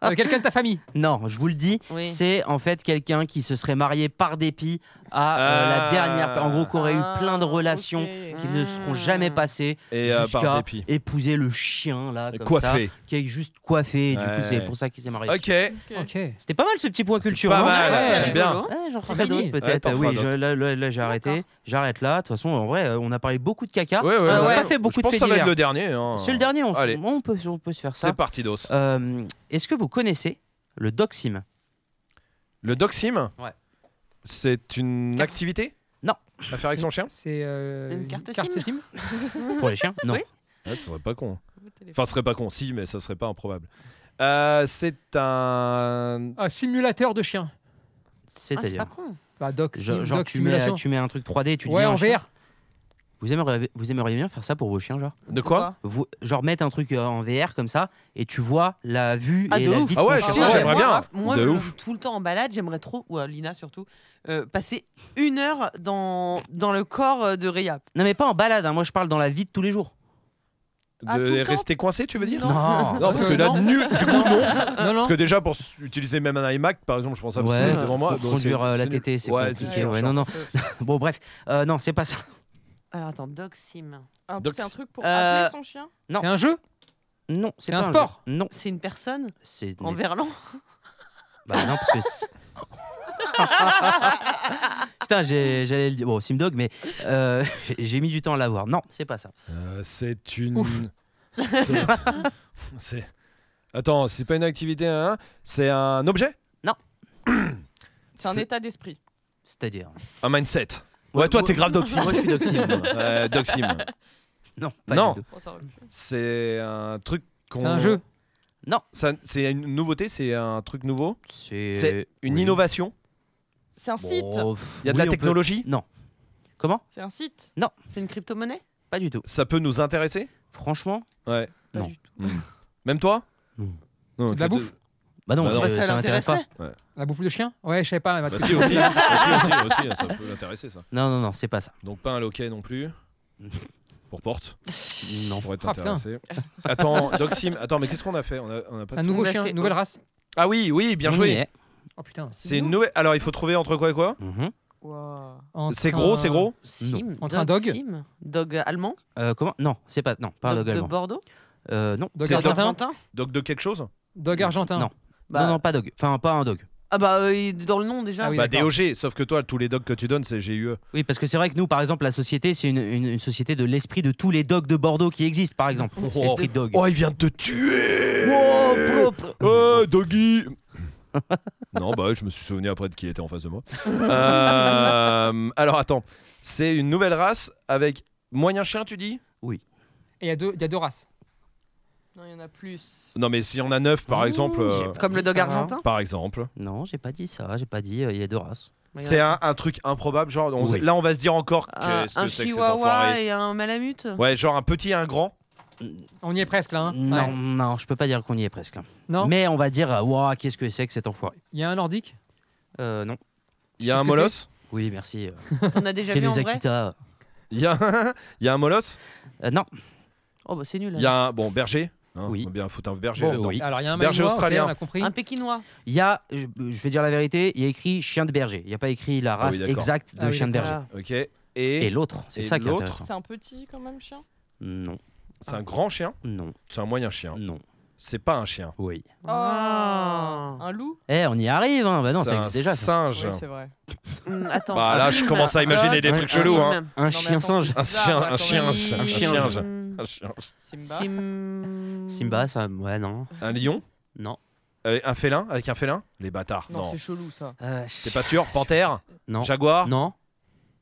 [SPEAKER 2] Euh, quelqu'un de ta famille.
[SPEAKER 4] Non, je vous le dis,
[SPEAKER 3] Oui.
[SPEAKER 4] c'est en fait quelqu'un qui se serait marié par dépit à euh,
[SPEAKER 1] Ah.
[SPEAKER 4] la dernière. En gros, qui aurait eu plein de
[SPEAKER 3] Ah,
[SPEAKER 4] relations
[SPEAKER 3] ok. Hmm.
[SPEAKER 4] qui ne seront jamais passées
[SPEAKER 1] Et euh, par
[SPEAKER 4] jusqu'à
[SPEAKER 1] dépit.
[SPEAKER 4] épouser le chien là, comme
[SPEAKER 1] Coiffé.
[SPEAKER 4] ça, qui est juste coiffé. et Du
[SPEAKER 1] Ouais.
[SPEAKER 4] coup, c'est pour ça qu'il s'est marié.
[SPEAKER 1] Ok.
[SPEAKER 2] Ok.
[SPEAKER 4] C'était pas mal ce petit point culture.
[SPEAKER 1] pas
[SPEAKER 4] hein.
[SPEAKER 1] mal,
[SPEAKER 4] Ouais.
[SPEAKER 1] j'aime bien.
[SPEAKER 3] Ah rigolo.
[SPEAKER 4] Ouais, j'en
[SPEAKER 2] C'est
[SPEAKER 4] ferai
[SPEAKER 2] fini.
[SPEAKER 4] d'autres peut-être.
[SPEAKER 1] Ouais, t'en
[SPEAKER 4] oui,
[SPEAKER 1] feras
[SPEAKER 4] je- là, là- là, j'ai arrêté. J'arrête là. De toute façon, en vrai, euh, on a parlé beaucoup de caca.
[SPEAKER 1] Ouais, ouais,
[SPEAKER 4] on a
[SPEAKER 1] ouais.
[SPEAKER 4] pas fait beaucoup
[SPEAKER 1] Je
[SPEAKER 4] de
[SPEAKER 1] pense que
[SPEAKER 4] faits
[SPEAKER 1] ça va être
[SPEAKER 4] divers.
[SPEAKER 1] le dernier. hein.
[SPEAKER 4] C'est le dernier. On,
[SPEAKER 1] Allez.
[SPEAKER 4] on peut, on peut se faire ça.
[SPEAKER 1] C'est parti, DOS.
[SPEAKER 4] Euh, Est-ce que vous connaissez le Doxim
[SPEAKER 1] Le Doxim
[SPEAKER 4] Ouais.
[SPEAKER 1] C'est une activité
[SPEAKER 4] Non.
[SPEAKER 1] À faire avec son chien
[SPEAKER 2] C'est euh,
[SPEAKER 3] Une carte
[SPEAKER 2] SIM.
[SPEAKER 4] pour les chiens Non.
[SPEAKER 3] Oui.
[SPEAKER 1] Ouais, ça serait pas con. Enfin, ce serait pas con, si, mais ça serait pas improbable. Euh, c'est un.
[SPEAKER 2] Un Ah, simulateur de chien.
[SPEAKER 3] Ah, c'est
[SPEAKER 4] C'est-à-dire
[SPEAKER 3] pas con.
[SPEAKER 2] Bah, doc, sim,
[SPEAKER 4] Genre, genre,
[SPEAKER 2] doc
[SPEAKER 4] tu, mets,
[SPEAKER 2] simulation.
[SPEAKER 4] tu mets un truc 3D, tu
[SPEAKER 2] ouais,
[SPEAKER 4] deviens
[SPEAKER 2] en
[SPEAKER 4] un chien.
[SPEAKER 2] VR.
[SPEAKER 4] Vous aimeriez, vous aimeriez bien faire ça pour vos chiens, genre
[SPEAKER 1] De quoi
[SPEAKER 4] vous, Genre mettre un truc euh, en VR comme ça et tu vois la vue
[SPEAKER 3] Ah,
[SPEAKER 4] et
[SPEAKER 3] de
[SPEAKER 4] la
[SPEAKER 3] ouf.
[SPEAKER 4] vie de
[SPEAKER 1] Ah ouais,
[SPEAKER 4] ton
[SPEAKER 1] si,
[SPEAKER 4] chien.
[SPEAKER 3] ouais,
[SPEAKER 1] j'aimerais
[SPEAKER 3] moi,
[SPEAKER 1] bien.
[SPEAKER 3] Moi,
[SPEAKER 1] De
[SPEAKER 3] je
[SPEAKER 1] ouf.
[SPEAKER 3] joue tout le temps en balade. J'aimerais trop, ou à Lina surtout, euh, passer une heure dans, dans le corps euh, de Réa.
[SPEAKER 4] Non, mais pas en balade, hein, moi je parle dans la vie de tous les jours.
[SPEAKER 5] Ah, tout
[SPEAKER 1] De
[SPEAKER 5] le temps
[SPEAKER 1] rester coincé, tu veux dire
[SPEAKER 4] Non.
[SPEAKER 1] Non, parce que là,
[SPEAKER 2] non.
[SPEAKER 1] nul, du coup, non.
[SPEAKER 2] Non, non.
[SPEAKER 1] Parce que déjà, pour s- utiliser même un iMac, par exemple, je pense à
[SPEAKER 4] Ouais,
[SPEAKER 1] devant moi.
[SPEAKER 4] pour
[SPEAKER 1] donc
[SPEAKER 4] conduire
[SPEAKER 1] c'est-
[SPEAKER 4] euh, la
[SPEAKER 1] c'est nul.
[SPEAKER 4] TT, c'est
[SPEAKER 1] Ouais,
[SPEAKER 4] compliqué.
[SPEAKER 1] c'est chiant,
[SPEAKER 4] ouais,
[SPEAKER 1] chiant.
[SPEAKER 4] non, non. bon, bref, Euh, non, c'est pas ça.
[SPEAKER 3] Alors attends, Doxim.
[SPEAKER 5] Un-
[SPEAKER 1] Doc-
[SPEAKER 5] C'est un truc pour
[SPEAKER 3] Euh,
[SPEAKER 5] appeler son chien
[SPEAKER 4] Non.
[SPEAKER 2] C'est un jeu
[SPEAKER 4] Non,
[SPEAKER 2] C'est un
[SPEAKER 4] pas
[SPEAKER 2] sport.
[SPEAKER 4] jeu. Non,
[SPEAKER 3] C'est une personne
[SPEAKER 4] c'est.
[SPEAKER 3] en verlan
[SPEAKER 4] Bah non, parce que. c'est- Putain, j'ai- j'allais le dire. Bon, Simdog, mais euh, j'ai mis du temps à l'avoir. Non, c'est pas ça.
[SPEAKER 1] Euh, c'est une.
[SPEAKER 2] Ouf.
[SPEAKER 1] C'est- C'est. Attends, c'est pas une activité, hein C'est un objet
[SPEAKER 5] C'est un
[SPEAKER 1] c'est-
[SPEAKER 5] état d'esprit.
[SPEAKER 4] C'est-à-dire.
[SPEAKER 1] Un mindset. Ouais, toi,
[SPEAKER 4] moi-
[SPEAKER 1] t'es grave Doxim.
[SPEAKER 4] Moi, je suis Doxim. moi.
[SPEAKER 1] Euh, Doxim.
[SPEAKER 4] Non, pas
[SPEAKER 1] Non.
[SPEAKER 4] du tout.
[SPEAKER 5] Bon, ça aurait pu.
[SPEAKER 1] C'est un truc qu'on.
[SPEAKER 2] C'est un jeu.
[SPEAKER 1] Ça- C'est une nouveauté, c'est un truc nouveau.
[SPEAKER 4] C'est
[SPEAKER 1] C'est une
[SPEAKER 4] oui.
[SPEAKER 1] innovation.
[SPEAKER 5] C'est un
[SPEAKER 4] Bon,
[SPEAKER 5] site.
[SPEAKER 4] pff,
[SPEAKER 1] Il y a de
[SPEAKER 4] oui,
[SPEAKER 1] la
[SPEAKER 4] on peut-
[SPEAKER 1] technologie.
[SPEAKER 4] Comment
[SPEAKER 5] C'est un site.
[SPEAKER 3] C'est une crypto-monnaie
[SPEAKER 4] Pas du tout.
[SPEAKER 1] Ça peut nous intéresser.
[SPEAKER 4] Franchement,
[SPEAKER 1] Ouais. Hmm.
[SPEAKER 5] Pas
[SPEAKER 4] Non.
[SPEAKER 5] du tout.
[SPEAKER 1] Même toi
[SPEAKER 4] Non.
[SPEAKER 1] Non,
[SPEAKER 2] De la
[SPEAKER 1] que-
[SPEAKER 2] bouffe
[SPEAKER 4] bah non,
[SPEAKER 1] Bah non.
[SPEAKER 4] je-
[SPEAKER 1] Bah,
[SPEAKER 4] ça m'intéresse pas.
[SPEAKER 3] l'intéresserait.
[SPEAKER 2] La bouffe de chien Ouais, je savais pas. elle m'a
[SPEAKER 1] Bah
[SPEAKER 2] tout-
[SPEAKER 4] oh.
[SPEAKER 1] si aussi, aussi, aussi, aussi, ça peut l'intéresser ça.
[SPEAKER 4] Non, non, non, c'est pas ça.
[SPEAKER 1] Donc pas un loquet non plus. Pour porte,
[SPEAKER 4] Non.
[SPEAKER 1] pour être
[SPEAKER 2] Ah, putain.
[SPEAKER 1] intéressé. Attends, Doxim, attends, mais qu'est-ce qu'on a fait on a, on a pas
[SPEAKER 2] C'est un
[SPEAKER 1] tout-
[SPEAKER 2] nouveau
[SPEAKER 3] On a
[SPEAKER 2] chien,
[SPEAKER 3] fait-
[SPEAKER 2] une nouvelle race.
[SPEAKER 1] Ah oui, oui, bien
[SPEAKER 4] On y
[SPEAKER 1] joué.
[SPEAKER 4] est.
[SPEAKER 2] Oh putain.
[SPEAKER 1] C'est une nouvelle. Alors il faut trouver entre quoi et quoi
[SPEAKER 4] Mhm.
[SPEAKER 5] Wow.
[SPEAKER 2] Entre
[SPEAKER 1] C'est
[SPEAKER 2] un-
[SPEAKER 1] gros, c'est gros.
[SPEAKER 3] Sim.
[SPEAKER 2] Entre un dog
[SPEAKER 3] Sim. Dog allemand
[SPEAKER 4] Euh, comment Non, c'est pas. Non, pas
[SPEAKER 3] Dog de
[SPEAKER 4] allemand.
[SPEAKER 3] Bordeaux
[SPEAKER 4] Euh, non.
[SPEAKER 2] Dog
[SPEAKER 1] C'est
[SPEAKER 3] Dog
[SPEAKER 2] argentin.
[SPEAKER 3] argentin
[SPEAKER 1] Donc de quelque chose
[SPEAKER 2] Dog argentin.
[SPEAKER 4] Non.
[SPEAKER 3] Bah-
[SPEAKER 4] Non, non, pas dog. Enfin, pas un dog.
[SPEAKER 3] Ah bah, euh, il est dans le nom déjà.
[SPEAKER 2] Ah oui,
[SPEAKER 1] Bah
[SPEAKER 2] d'accord.
[SPEAKER 1] DOG. Sauf que toi, tous les dogs que tu donnes, c'est E. GUE.
[SPEAKER 4] Oui, parce que c'est vrai que nous, par exemple, la société, c'est une, une- une société de l'esprit de tous les dogs de Bordeaux qui existent, par exemple.
[SPEAKER 1] Oh.
[SPEAKER 4] Esprit de dog.
[SPEAKER 1] Oh, il vient de te tuer
[SPEAKER 3] Wow, propre.
[SPEAKER 1] Euh, Doggy Non, bah ouais, je me suis souvenu après de qui était en face de moi. Euh, alors attends, c'est une nouvelle race avec moyen chien, tu dis
[SPEAKER 2] Et il y, a deux- il y a deux races.
[SPEAKER 5] Non, il y en a plus.
[SPEAKER 1] Non, mais s'il y en a neuf par
[SPEAKER 4] Ouh,
[SPEAKER 1] exemple. euh,
[SPEAKER 4] j'ai pas
[SPEAKER 3] Comme le
[SPEAKER 4] dit
[SPEAKER 3] dog
[SPEAKER 4] ça.
[SPEAKER 3] argentin
[SPEAKER 1] Par exemple,
[SPEAKER 4] Non, j'ai pas dit ça. J'ai pas dit. euh, Il y a deux races.
[SPEAKER 1] c'est un, un truc improbable. Genre, on s-
[SPEAKER 4] Oui.
[SPEAKER 1] là, on va se dire encore
[SPEAKER 3] Un,
[SPEAKER 1] qu'est-ce
[SPEAKER 3] un
[SPEAKER 1] que c'est que ces
[SPEAKER 3] chihuahua
[SPEAKER 1] enfoirés
[SPEAKER 3] et un malamute
[SPEAKER 1] Ouais, genre un petit et un grand.
[SPEAKER 2] On y est presque là. hein.
[SPEAKER 4] Non,
[SPEAKER 2] Ouais.
[SPEAKER 4] non, je peux pas dire qu'on y est presque. hein.
[SPEAKER 2] Non
[SPEAKER 4] Mais on va dire, euh, Ouah, qu'est-ce que c'est que cet enfoiré
[SPEAKER 2] Il y a un nordique.
[SPEAKER 4] Euh, non.
[SPEAKER 1] Il y a
[SPEAKER 2] C'est
[SPEAKER 1] un
[SPEAKER 2] ce que
[SPEAKER 1] molosse.
[SPEAKER 4] Oui, merci. euh,
[SPEAKER 3] On a déjà
[SPEAKER 4] C'est
[SPEAKER 3] vu en
[SPEAKER 4] les
[SPEAKER 3] vrai
[SPEAKER 4] Akita.
[SPEAKER 1] Il y, a un- il y a un molosse.
[SPEAKER 4] Euh, non.
[SPEAKER 3] Oh bah c'est nul.
[SPEAKER 1] Il y a un bon berger. hein,
[SPEAKER 4] Oui.
[SPEAKER 1] On va bien foutre un berger.
[SPEAKER 4] Bon,
[SPEAKER 1] dedans.
[SPEAKER 4] oui. Ah,
[SPEAKER 2] Alors il y a un
[SPEAKER 1] Berger
[SPEAKER 2] malinois, ok,
[SPEAKER 1] australien.
[SPEAKER 2] on a compris.
[SPEAKER 3] Un pékinois.
[SPEAKER 4] Il y a, je, je vais dire la vérité, il y a écrit chien de berger. Il n'y a pas écrit la
[SPEAKER 1] Ah
[SPEAKER 4] race
[SPEAKER 1] oui, d'accord.
[SPEAKER 4] exacte de
[SPEAKER 2] Ah oui,
[SPEAKER 4] chien de berger.
[SPEAKER 3] Ah.
[SPEAKER 1] Ok.
[SPEAKER 4] Et
[SPEAKER 1] Et
[SPEAKER 4] l'autre, c'est
[SPEAKER 1] et
[SPEAKER 4] ça qui est
[SPEAKER 1] l'autre
[SPEAKER 4] intéressant.
[SPEAKER 5] C'est un petit quand même chien
[SPEAKER 4] Non,
[SPEAKER 1] c'est un grand chien.
[SPEAKER 4] non,
[SPEAKER 1] C'est un moyen chien.
[SPEAKER 4] non,
[SPEAKER 1] C'est pas un chien.
[SPEAKER 4] oui.
[SPEAKER 3] Ah.
[SPEAKER 5] Oh.
[SPEAKER 1] Oh.
[SPEAKER 5] Un loup
[SPEAKER 4] Eh, on y arrive, hein Bah non, ça
[SPEAKER 1] c'est un
[SPEAKER 4] existe déjà. ça.
[SPEAKER 1] singe.
[SPEAKER 5] Oui, c'est vrai.
[SPEAKER 3] Hum, attends.
[SPEAKER 1] Bah là, je commence
[SPEAKER 3] Ah,
[SPEAKER 1] à imaginer des
[SPEAKER 4] Ouais,
[SPEAKER 1] trucs
[SPEAKER 4] c'est-
[SPEAKER 1] chelous. Hein.
[SPEAKER 4] Un
[SPEAKER 5] Non, mais
[SPEAKER 4] chien
[SPEAKER 5] attends,
[SPEAKER 4] singe.
[SPEAKER 5] c'est
[SPEAKER 1] Un
[SPEAKER 5] bizarre,
[SPEAKER 1] chien,
[SPEAKER 5] attends,
[SPEAKER 1] un chien, un
[SPEAKER 5] mais-
[SPEAKER 1] chien, un chien. Un chien.
[SPEAKER 5] Simba.
[SPEAKER 3] Simba.
[SPEAKER 4] Simba, ça. Ouais, non.
[SPEAKER 1] Un lion
[SPEAKER 4] Non.
[SPEAKER 1] Euh, un félin Avec un félin Les bâtards.
[SPEAKER 8] Non,
[SPEAKER 1] Non.
[SPEAKER 8] c'est chelou ça.
[SPEAKER 4] Euh,
[SPEAKER 1] T'es pas sûr Panthère
[SPEAKER 4] Non.
[SPEAKER 1] Jaguar
[SPEAKER 4] Non.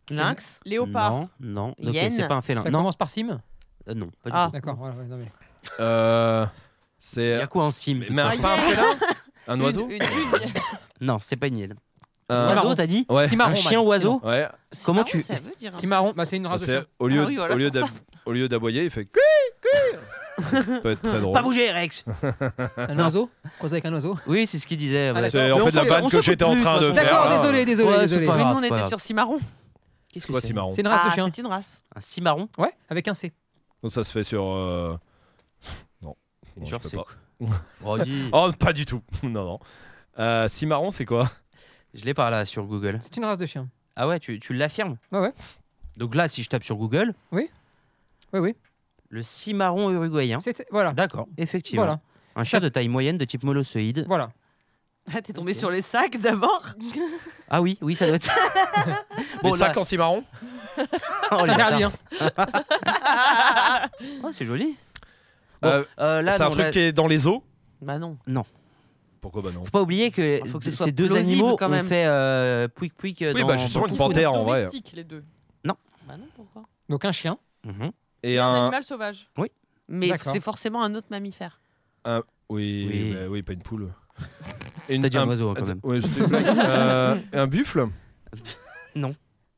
[SPEAKER 3] Lynx
[SPEAKER 5] Léopard.
[SPEAKER 4] Non, non. Donc,
[SPEAKER 3] Hyène
[SPEAKER 4] c'est pas un félin.
[SPEAKER 2] Ça
[SPEAKER 4] Non,
[SPEAKER 2] commence par Sim
[SPEAKER 4] euh, non, pas du
[SPEAKER 3] Ah.
[SPEAKER 4] tout.
[SPEAKER 2] D'accord, voilà, ouais, non mais.
[SPEAKER 1] Euh,
[SPEAKER 4] Il y
[SPEAKER 1] C'est.
[SPEAKER 4] a quoi en cime
[SPEAKER 1] Mais,
[SPEAKER 4] de
[SPEAKER 1] mais un-
[SPEAKER 4] toute
[SPEAKER 1] pas
[SPEAKER 4] façon
[SPEAKER 1] un félin Un oiseau
[SPEAKER 5] Une, une, une.
[SPEAKER 4] Non, c'est Ah, pas une hyène.
[SPEAKER 1] Un-
[SPEAKER 4] Un oiseau, t'as dit
[SPEAKER 1] Ouais.
[SPEAKER 4] Un
[SPEAKER 2] Cimarron,
[SPEAKER 4] chien
[SPEAKER 2] man.
[SPEAKER 4] oiseau
[SPEAKER 1] Ouais.
[SPEAKER 4] Comment
[SPEAKER 3] Marron,
[SPEAKER 4] tu.
[SPEAKER 3] Ah, Ça veut dire. un
[SPEAKER 2] Cimarron, bah, c'est une race de
[SPEAKER 1] C'est-
[SPEAKER 2] chien.
[SPEAKER 1] Au lieu,
[SPEAKER 5] Ah oui, voilà,
[SPEAKER 1] au lieu
[SPEAKER 5] c'est pour
[SPEAKER 1] d'ab- au lieu d'aboyer, il fait. Cui, cui. Ça peut être très drôle.
[SPEAKER 4] Pas bouger, Rex
[SPEAKER 2] Un oiseau Cause avec un oiseau
[SPEAKER 4] Oui, c'est ce qu'il disait.
[SPEAKER 2] Ah,
[SPEAKER 4] ouais.
[SPEAKER 1] C'est en
[SPEAKER 4] Mais on
[SPEAKER 1] fait la
[SPEAKER 4] s'en- on
[SPEAKER 1] vanne que
[SPEAKER 4] s'en
[SPEAKER 1] j'étais
[SPEAKER 4] fout
[SPEAKER 1] en
[SPEAKER 4] plus,
[SPEAKER 1] train
[SPEAKER 4] de
[SPEAKER 1] de
[SPEAKER 4] toute façon.
[SPEAKER 1] faire.
[SPEAKER 2] D'accord, désolé, désolé,
[SPEAKER 4] Ouais, c'est
[SPEAKER 2] désolé.
[SPEAKER 4] pas
[SPEAKER 3] truc. Mais
[SPEAKER 4] grave.
[SPEAKER 2] Oui,
[SPEAKER 3] nous, on
[SPEAKER 4] Voilà.
[SPEAKER 3] était sur Cimarron.
[SPEAKER 4] Qu'est-ce
[SPEAKER 1] C'est quoi, Cimarron
[SPEAKER 2] C'est une race de
[SPEAKER 3] Ah,
[SPEAKER 2] chien.
[SPEAKER 3] c'est une race.
[SPEAKER 4] Un cimarron
[SPEAKER 2] Ouais, avec un C.
[SPEAKER 1] Donc Ça se fait sur. euh, Non. Non,
[SPEAKER 4] Genre,
[SPEAKER 1] je peux
[SPEAKER 4] c'est
[SPEAKER 1] pas.
[SPEAKER 4] Oh, dis.
[SPEAKER 1] Oh, pas du tout. Non, non. Euh, Cimarron, c'est quoi
[SPEAKER 4] Je l'ai par là sur Google.
[SPEAKER 2] C'est une race de chien.
[SPEAKER 4] Ah ouais, tu, tu l'affirmes
[SPEAKER 2] Ouais, ouais.
[SPEAKER 4] Donc là, si je tape sur Google,
[SPEAKER 2] Oui, oui.
[SPEAKER 4] le cimarron uruguayen.
[SPEAKER 2] C'était- Voilà.
[SPEAKER 1] Ah,
[SPEAKER 4] D'accord, effectivement.
[SPEAKER 2] Voilà.
[SPEAKER 4] Un
[SPEAKER 2] Ça-
[SPEAKER 4] chien de taille moyenne de type molossoïde.
[SPEAKER 2] Voilà.
[SPEAKER 3] Ah, t'es tombé sur les sacs d'abord.
[SPEAKER 4] Ah oui, oui, ça doit être.
[SPEAKER 1] Les
[SPEAKER 4] là-
[SPEAKER 1] sacs en Cimarron
[SPEAKER 4] Oh,
[SPEAKER 1] Ah,
[SPEAKER 2] C'est
[SPEAKER 4] les
[SPEAKER 2] interdit,
[SPEAKER 4] bâtards.
[SPEAKER 2] hein.
[SPEAKER 4] Oh, c'est joli.
[SPEAKER 1] Euh,
[SPEAKER 4] Euh, là,
[SPEAKER 1] C'est un
[SPEAKER 4] non,
[SPEAKER 1] truc
[SPEAKER 4] là,
[SPEAKER 1] qui est dans les eaux
[SPEAKER 3] Bah non.
[SPEAKER 1] Pourquoi bah non
[SPEAKER 4] faut pas oublier que,
[SPEAKER 3] Il faut que ce soit
[SPEAKER 4] ces deux
[SPEAKER 3] plausible,
[SPEAKER 4] animaux
[SPEAKER 3] quand
[SPEAKER 4] ont
[SPEAKER 3] même.
[SPEAKER 4] fait euh, pouic pouic euh,
[SPEAKER 1] Oui,
[SPEAKER 4] dans.
[SPEAKER 1] bah, je suis sûr
[SPEAKER 4] dans
[SPEAKER 1] que
[SPEAKER 4] Kung
[SPEAKER 1] pan-
[SPEAKER 4] Fu.
[SPEAKER 1] panthère, en vrai.
[SPEAKER 8] domestiques, les deux.
[SPEAKER 4] Non.
[SPEAKER 8] Bah non, pourquoi
[SPEAKER 2] Donc un chien.
[SPEAKER 4] Mhm.
[SPEAKER 1] Et
[SPEAKER 5] Un
[SPEAKER 1] un.
[SPEAKER 5] animal sauvage.
[SPEAKER 3] Mais
[SPEAKER 2] D'accord.
[SPEAKER 3] c'est forcément un autre mammifère.
[SPEAKER 1] Oui,
[SPEAKER 4] Oui.
[SPEAKER 1] bah oui, pas une poule. Et une-
[SPEAKER 4] T'as dit un
[SPEAKER 1] un-
[SPEAKER 4] oiseau, hein, quand même.
[SPEAKER 1] Ouais, c'était une blague. Euh, un buffle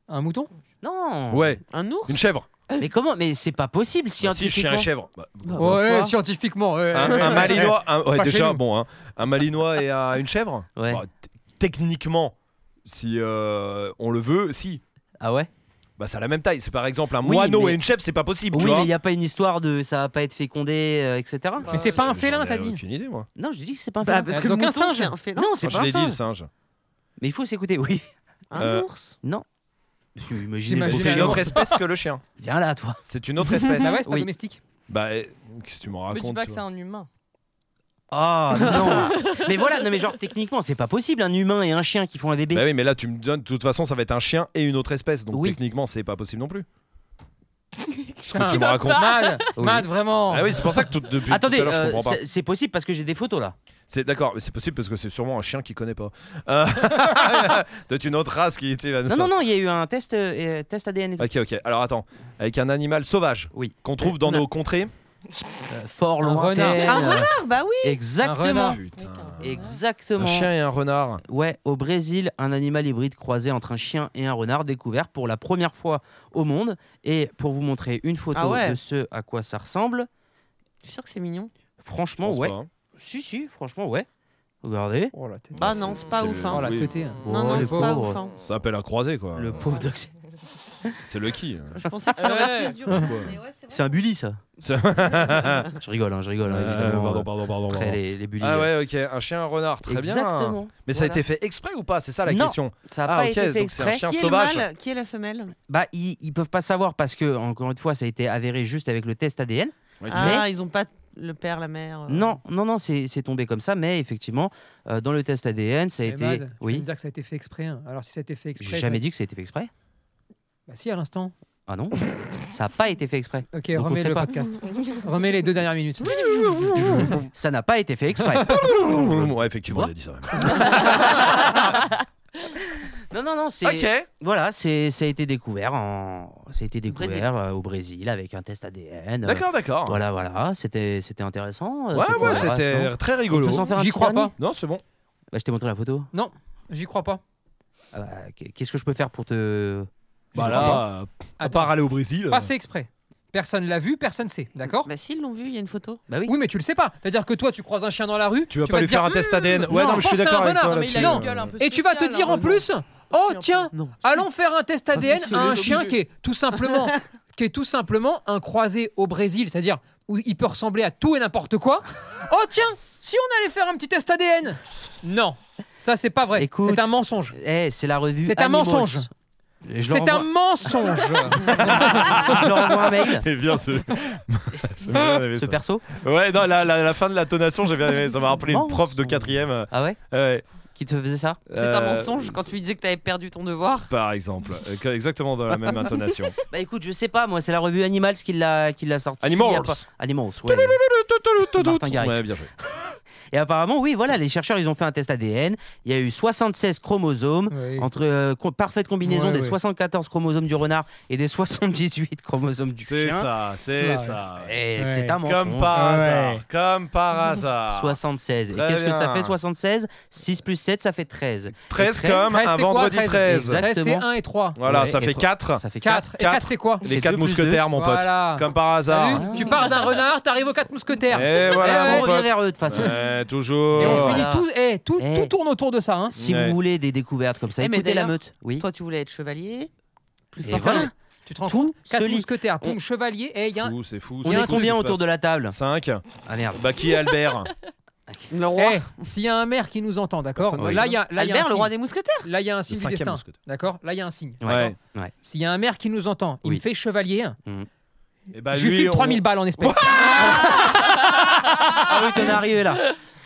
[SPEAKER 2] Un mouton
[SPEAKER 4] Non.
[SPEAKER 1] Ouais,
[SPEAKER 3] Un ours
[SPEAKER 1] une chèvre.
[SPEAKER 4] Mais comment Mais c'est pas possible
[SPEAKER 1] Bah, si, chien
[SPEAKER 4] scientifiquement.
[SPEAKER 1] et chèvre. Bah,
[SPEAKER 2] Ouais, scientifiquement. ouais,
[SPEAKER 1] un,
[SPEAKER 2] ouais,
[SPEAKER 1] un
[SPEAKER 2] ouais.
[SPEAKER 1] malinois, un- ouais,
[SPEAKER 2] Pas chez
[SPEAKER 1] déjà,
[SPEAKER 2] nous.
[SPEAKER 1] bon, hein. un malinois et un- une chèvre
[SPEAKER 4] Ouais.
[SPEAKER 1] Bah, t- Techniquement, si euh, on le veut, si.
[SPEAKER 4] Ah ouais.
[SPEAKER 1] Bah, ça a la même taille. C'est par exemple un
[SPEAKER 4] Oui,
[SPEAKER 1] moineau
[SPEAKER 4] mais-
[SPEAKER 1] et une chèvre, c'est pas possible,
[SPEAKER 4] Oui,
[SPEAKER 1] tu vois.
[SPEAKER 4] mais il y a pas une histoire de ça va pas être fécondé, euh, etc.
[SPEAKER 2] Mais c'est pas un félin,
[SPEAKER 1] J'en ai
[SPEAKER 2] t'as dit
[SPEAKER 1] aucune idée, moi.
[SPEAKER 4] Non, je dis que c'est pas un
[SPEAKER 3] Bah,
[SPEAKER 4] félin.
[SPEAKER 1] Euh,
[SPEAKER 3] parce que
[SPEAKER 2] Donc
[SPEAKER 3] le
[SPEAKER 2] un
[SPEAKER 3] mouton,
[SPEAKER 2] singe.
[SPEAKER 3] c'est un félin.
[SPEAKER 4] non, c'est
[SPEAKER 1] Moi,
[SPEAKER 4] pas Ah, un
[SPEAKER 1] je l'ai dit,
[SPEAKER 4] singe.
[SPEAKER 1] le singe.
[SPEAKER 4] Mais il faut s'écouter. Oui.
[SPEAKER 3] Un
[SPEAKER 1] Euh,
[SPEAKER 3] ours.
[SPEAKER 4] Non. Imaginez
[SPEAKER 2] J'imagine.
[SPEAKER 4] le
[SPEAKER 1] C'est
[SPEAKER 4] bouffon.
[SPEAKER 1] une
[SPEAKER 2] un
[SPEAKER 1] autre
[SPEAKER 2] ours.
[SPEAKER 1] espèce que le chien.
[SPEAKER 4] Viens là, toi.
[SPEAKER 1] C'est une autre espèce.
[SPEAKER 2] Bah ouais, c'est pas
[SPEAKER 4] Oui.
[SPEAKER 2] domestique.
[SPEAKER 1] Bah, euh, qu'est-ce que tu m'en
[SPEAKER 8] Mais dis
[SPEAKER 1] racontes
[SPEAKER 8] pas que c'est
[SPEAKER 1] toi
[SPEAKER 8] un humain.
[SPEAKER 4] Ah non. mais voilà, non mais genre techniquement, c'est pas possible un humain et un chien qui font un bébé.
[SPEAKER 1] Bah oui, mais là, tu me donnes, de toute façon, ça va être un chien et une autre espèce. Donc,
[SPEAKER 4] Oui.
[SPEAKER 1] techniquement, c'est pas possible non plus.
[SPEAKER 2] Qu'est-ce
[SPEAKER 1] que tu me racontes
[SPEAKER 2] Mad,
[SPEAKER 4] Oui.
[SPEAKER 2] Mad, vraiment.
[SPEAKER 1] Ah Bah. oui, c'est pour ça que tout, depuis
[SPEAKER 4] Attendez,
[SPEAKER 1] tout à l'heure,
[SPEAKER 4] euh,
[SPEAKER 1] je comprends pas.
[SPEAKER 4] c'est- c'est possible parce que j'ai des photos là.
[SPEAKER 1] C'est d'accord, mais c'est possible parce que c'est sûrement un chien qui connaît pas. Euh, Peut-être une autre race qui était.
[SPEAKER 4] Non, non, non, il y a eu un test, euh, euh, test ADN. et tout.
[SPEAKER 1] Ok, ok. Alors attends, avec un animal sauvage
[SPEAKER 4] Oui.
[SPEAKER 1] qu'on trouve dans nos contrées.
[SPEAKER 4] Euh, fort
[SPEAKER 2] Un
[SPEAKER 4] lointain.
[SPEAKER 3] renard. Un
[SPEAKER 4] euh,
[SPEAKER 3] Ah bah oui.
[SPEAKER 2] Un renard.
[SPEAKER 4] Exactement.
[SPEAKER 1] Putain. Un
[SPEAKER 4] Exactement.
[SPEAKER 1] chien et un renard.
[SPEAKER 4] Ouais, au Brésil, un animal hybride croisé entre un chien et un renard découvert pour la première fois au monde. Et pour vous montrer une photo
[SPEAKER 3] Ah ouais.
[SPEAKER 4] de ce à quoi ça ressemble,
[SPEAKER 3] Je suis sûr que c'est mignon.
[SPEAKER 1] Ah, Je
[SPEAKER 4] franchement,
[SPEAKER 1] pense
[SPEAKER 4] ouais.
[SPEAKER 1] pas, hein.
[SPEAKER 4] Si, si, franchement, ouais. Regardez.
[SPEAKER 2] Oh la tête.
[SPEAKER 3] Bah non, c'est pas
[SPEAKER 1] c'est
[SPEAKER 3] ouf.
[SPEAKER 1] le-
[SPEAKER 3] hein.
[SPEAKER 2] Oh la
[SPEAKER 1] oui.
[SPEAKER 2] teuté. hein.
[SPEAKER 4] Oh,
[SPEAKER 3] Non, non,
[SPEAKER 4] le
[SPEAKER 3] c'est pas
[SPEAKER 4] pauvre.
[SPEAKER 3] ouf. hein.
[SPEAKER 1] Ça s'appelle un croisé quoi.
[SPEAKER 4] Le pauvre doc.
[SPEAKER 1] C'est Lucky.
[SPEAKER 3] Je pensais qu'il aurait plus dur. Mais ouais, c'est vrai.
[SPEAKER 4] C'est un bully, ça.
[SPEAKER 1] C'est-
[SPEAKER 4] Je rigole, hein, je rigole. hein,
[SPEAKER 1] Euh,
[SPEAKER 4] évidemment.
[SPEAKER 1] pardon, pardon, pardon.
[SPEAKER 4] Après,
[SPEAKER 1] pardon.
[SPEAKER 4] les, les bullies.
[SPEAKER 1] Ah ouais, ok. Un chien et un renard, très bien.
[SPEAKER 4] euh. Exactement.
[SPEAKER 1] Mais ça a
[SPEAKER 4] Voilà.
[SPEAKER 1] été fait exprès ou pas C'est ça la
[SPEAKER 4] Non.
[SPEAKER 1] question.
[SPEAKER 4] Ça
[SPEAKER 1] Ah,
[SPEAKER 4] a pas
[SPEAKER 1] ok,
[SPEAKER 4] été fait
[SPEAKER 1] donc c'est un
[SPEAKER 4] exprès.
[SPEAKER 1] chien
[SPEAKER 3] Qui est le
[SPEAKER 1] sauvage.
[SPEAKER 3] mâle Qui est la femelle
[SPEAKER 4] Bah, ils, ils peuvent pas savoir parce que, encore une fois, ça a été avéré juste avec le test ADN.
[SPEAKER 3] Ah, ils ont pas le père, la mère. euh.
[SPEAKER 4] Non, non, non, c'est c'est tombé comme ça, mais effectivement, euh, dans le test ADN, ça a
[SPEAKER 2] Mais
[SPEAKER 4] été.
[SPEAKER 2] Mad, tu vas me
[SPEAKER 4] oui.
[SPEAKER 2] dire que ça a été fait exprès. hein. Alors si ça a été fait exprès.
[SPEAKER 4] J'ai
[SPEAKER 2] ça-
[SPEAKER 4] jamais dit que ça a été fait exprès.
[SPEAKER 2] Bah si, à l'instant.
[SPEAKER 4] Ah non, ça n'a pas été fait exprès.
[SPEAKER 2] Ok,
[SPEAKER 4] on
[SPEAKER 2] remets
[SPEAKER 4] sait
[SPEAKER 2] le
[SPEAKER 4] pas.
[SPEAKER 2] podcast.
[SPEAKER 5] Ah
[SPEAKER 2] remets les deux dernières minutes.
[SPEAKER 4] Ça n'a pas été fait exprès.
[SPEAKER 1] Ouais, effectivement,
[SPEAKER 4] Tu vois
[SPEAKER 1] il a dit ça.
[SPEAKER 4] non, non, non, c'est.
[SPEAKER 1] Ok.
[SPEAKER 4] Voilà, c'est ça a été découvert en, ça a été
[SPEAKER 3] Brésil.
[SPEAKER 4] découvert euh, au Brésil avec un test ADN. euh,
[SPEAKER 1] D'accord,
[SPEAKER 2] Ah.
[SPEAKER 1] d'accord.
[SPEAKER 4] Voilà, voilà, c'était c'était intéressant. euh,
[SPEAKER 1] Ouais, ouais,
[SPEAKER 4] voilà, sinon-
[SPEAKER 1] c'était très
[SPEAKER 4] On
[SPEAKER 1] rigolo.
[SPEAKER 4] peut s'en faire un
[SPEAKER 2] J'y
[SPEAKER 4] petit
[SPEAKER 2] crois
[SPEAKER 4] dernier
[SPEAKER 2] pas.
[SPEAKER 1] Non, c'est bon.
[SPEAKER 4] Bah, je t'ai montré la photo.
[SPEAKER 2] J'y crois pas.
[SPEAKER 4] Ah bah, Qu'est-ce que je peux faire pour te.
[SPEAKER 1] Bah
[SPEAKER 2] J'y crois
[SPEAKER 1] là, à part aller au Brésil.
[SPEAKER 2] Pas fait exprès. Personne l'a vu, personne sait. D'accord
[SPEAKER 3] Bah si, ils l'ont vu, il y a une photo.
[SPEAKER 4] Bah oui.
[SPEAKER 2] Oui, mais tu le sais pas. C'est-à-dire que toi, tu croises un chien dans la rue.
[SPEAKER 1] Tu vas pas lui faire un test ADN. Ouais,
[SPEAKER 2] "Hmm, non,
[SPEAKER 1] non, mais
[SPEAKER 2] je
[SPEAKER 1] je suis
[SPEAKER 2] pense que c'est
[SPEAKER 1] d'accord
[SPEAKER 2] un
[SPEAKER 1] avec toi.
[SPEAKER 2] renard,
[SPEAKER 5] Non, mais il
[SPEAKER 1] là-dessus.
[SPEAKER 5] a
[SPEAKER 2] Non.
[SPEAKER 5] une gueule un peu
[SPEAKER 2] Et tu vas te
[SPEAKER 5] spéciale,
[SPEAKER 2] dire
[SPEAKER 5] hein,
[SPEAKER 2] en plus Oh
[SPEAKER 5] C'est un peu-
[SPEAKER 2] tiens,
[SPEAKER 3] Non.
[SPEAKER 2] Allons faire un test ADN
[SPEAKER 3] parce que
[SPEAKER 2] à un
[SPEAKER 3] le
[SPEAKER 2] chien
[SPEAKER 3] début-
[SPEAKER 2] qui est tout simplement, qui est tout simplement un croisé au Brésil, c'est-à-dire où il peut ressembler à tout et n'importe quoi. Oh tiens, si on allait faire un petit test ADN Non, ça c'est pas vrai.
[SPEAKER 4] Écoute,
[SPEAKER 2] C'est un mensonge.
[SPEAKER 4] Eh, c'est la revue.
[SPEAKER 2] euh, C'est un
[SPEAKER 4] Animals.
[SPEAKER 2] mensonge.
[SPEAKER 4] Et Je leur
[SPEAKER 2] C'est un
[SPEAKER 4] envoie,
[SPEAKER 2] mensonge.
[SPEAKER 4] je leur envoie un mail.
[SPEAKER 1] Eh bien, ce. ce bien aimé,
[SPEAKER 4] Ce
[SPEAKER 1] ça.
[SPEAKER 4] perso.
[SPEAKER 1] Ouais, non, la, la, la fin de la tonation, j'ai bien aimé. Ça m'a rappelé une
[SPEAKER 4] Mensonge.
[SPEAKER 1] prof de quatrième. euh,
[SPEAKER 4] Ah ouais
[SPEAKER 1] ouais,
[SPEAKER 4] Qui te faisait ça
[SPEAKER 3] C'est un
[SPEAKER 1] euh,
[SPEAKER 3] mensonge quand tu lui disais que t'avais perdu ton devoir.
[SPEAKER 1] Par exemple, Euh, que- exactement dans la même intonation.
[SPEAKER 4] Bah écoute, je sais pas, moi, c'est la revue Animals qui l'a qui l'a sorti.
[SPEAKER 1] Animals.
[SPEAKER 4] il y a pas- Animals, ouais. Martin Garrix.
[SPEAKER 1] Ouais, bien joué.
[SPEAKER 4] Et apparemment, oui, voilà, les chercheurs, ils ont fait un test ADN. Il y a eu 76 chromosomes.
[SPEAKER 2] Oui.
[SPEAKER 4] Entre euh, co- parfaite combinaison
[SPEAKER 2] Ouais,
[SPEAKER 4] des
[SPEAKER 2] ouais.
[SPEAKER 4] 74 chromosomes du renard et des 78 chromosomes du
[SPEAKER 1] C'est
[SPEAKER 4] chien.
[SPEAKER 1] ça, c'est
[SPEAKER 2] ça.
[SPEAKER 1] ça.
[SPEAKER 2] Ouais.
[SPEAKER 4] Et Eh, c'est un mensonge.
[SPEAKER 1] Comme par
[SPEAKER 2] Eh, Ah Ouais. Mmh.
[SPEAKER 1] hasard. Comme par hasard.
[SPEAKER 4] 76. Et
[SPEAKER 1] Très
[SPEAKER 4] qu'est-ce que ça
[SPEAKER 1] bien.
[SPEAKER 4] fait 76 6 plus 7, ça fait 13.
[SPEAKER 1] 13
[SPEAKER 4] Et
[SPEAKER 1] comme
[SPEAKER 2] treize,
[SPEAKER 1] un
[SPEAKER 2] c'est quoi,
[SPEAKER 1] vendredi
[SPEAKER 2] treize
[SPEAKER 1] 13.
[SPEAKER 4] Exact.
[SPEAKER 2] c'est 1 et 3.
[SPEAKER 1] Voilà,
[SPEAKER 4] Ouais,
[SPEAKER 1] ça
[SPEAKER 4] et
[SPEAKER 1] fait
[SPEAKER 4] toi-
[SPEAKER 1] 4.
[SPEAKER 4] Ça fait 4.
[SPEAKER 2] 4. Et
[SPEAKER 1] Quatre.
[SPEAKER 2] 4, c'est quoi
[SPEAKER 1] Les
[SPEAKER 4] C'est
[SPEAKER 1] 4
[SPEAKER 4] deux plus
[SPEAKER 1] mousquetaires,
[SPEAKER 4] deux.
[SPEAKER 1] mon pote.
[SPEAKER 2] Voilà.
[SPEAKER 1] Comme Eh par
[SPEAKER 2] T'as
[SPEAKER 1] hasard.
[SPEAKER 2] vu Tu pars d'un renard, t'arrives aux 4 mousquetaires.
[SPEAKER 1] Et voilà,
[SPEAKER 2] ouais,
[SPEAKER 4] on
[SPEAKER 1] mon
[SPEAKER 4] revient
[SPEAKER 1] pote.
[SPEAKER 4] vers eux de toute façon.
[SPEAKER 1] Ouais,
[SPEAKER 2] Et on
[SPEAKER 1] toujours.
[SPEAKER 4] Voilà.
[SPEAKER 2] finit tout, eh, tout,
[SPEAKER 4] Eh.
[SPEAKER 2] tout tourne autour de ça. Hein.
[SPEAKER 4] Si
[SPEAKER 1] Ouais.
[SPEAKER 4] vous voulez des découvertes comme ça,
[SPEAKER 3] Eh, mais
[SPEAKER 4] écoutez la
[SPEAKER 3] d'ailleurs,
[SPEAKER 4] meute. Oui.
[SPEAKER 3] Toi, tu voulais être chevalier
[SPEAKER 4] Et
[SPEAKER 2] fort.
[SPEAKER 4] voilà.
[SPEAKER 2] Tu te rends
[SPEAKER 4] Tout
[SPEAKER 2] compte 4
[SPEAKER 4] se lit.
[SPEAKER 2] mousquetaires, poum, chevalier, et il y a un.
[SPEAKER 1] Fou, c'est fou.
[SPEAKER 4] On est combien autour de la table
[SPEAKER 1] 5.
[SPEAKER 4] Ah merde.
[SPEAKER 1] Bah, qui est Albert
[SPEAKER 3] Le roi.
[SPEAKER 2] Eh, s'il y a un maire qui nous entend, d'accord
[SPEAKER 1] Personne
[SPEAKER 2] Là,
[SPEAKER 1] ne
[SPEAKER 2] il y a, là, il y a
[SPEAKER 3] Albert,
[SPEAKER 2] un
[SPEAKER 3] le roi
[SPEAKER 2] signe.
[SPEAKER 3] des mousquetaires.
[SPEAKER 2] Là, il y a un signe du
[SPEAKER 1] cinquième
[SPEAKER 2] destin.
[SPEAKER 1] mousquetaire.
[SPEAKER 2] D'accord Là, il y a un signe.
[SPEAKER 1] Ouais.
[SPEAKER 2] S'il y a un maire qui nous entend, il
[SPEAKER 4] Oui.
[SPEAKER 2] me fait chevalier.
[SPEAKER 1] Et bah,
[SPEAKER 2] je lui file 3000 balles en espèces.
[SPEAKER 4] Ah oui, t'en es arrivé là.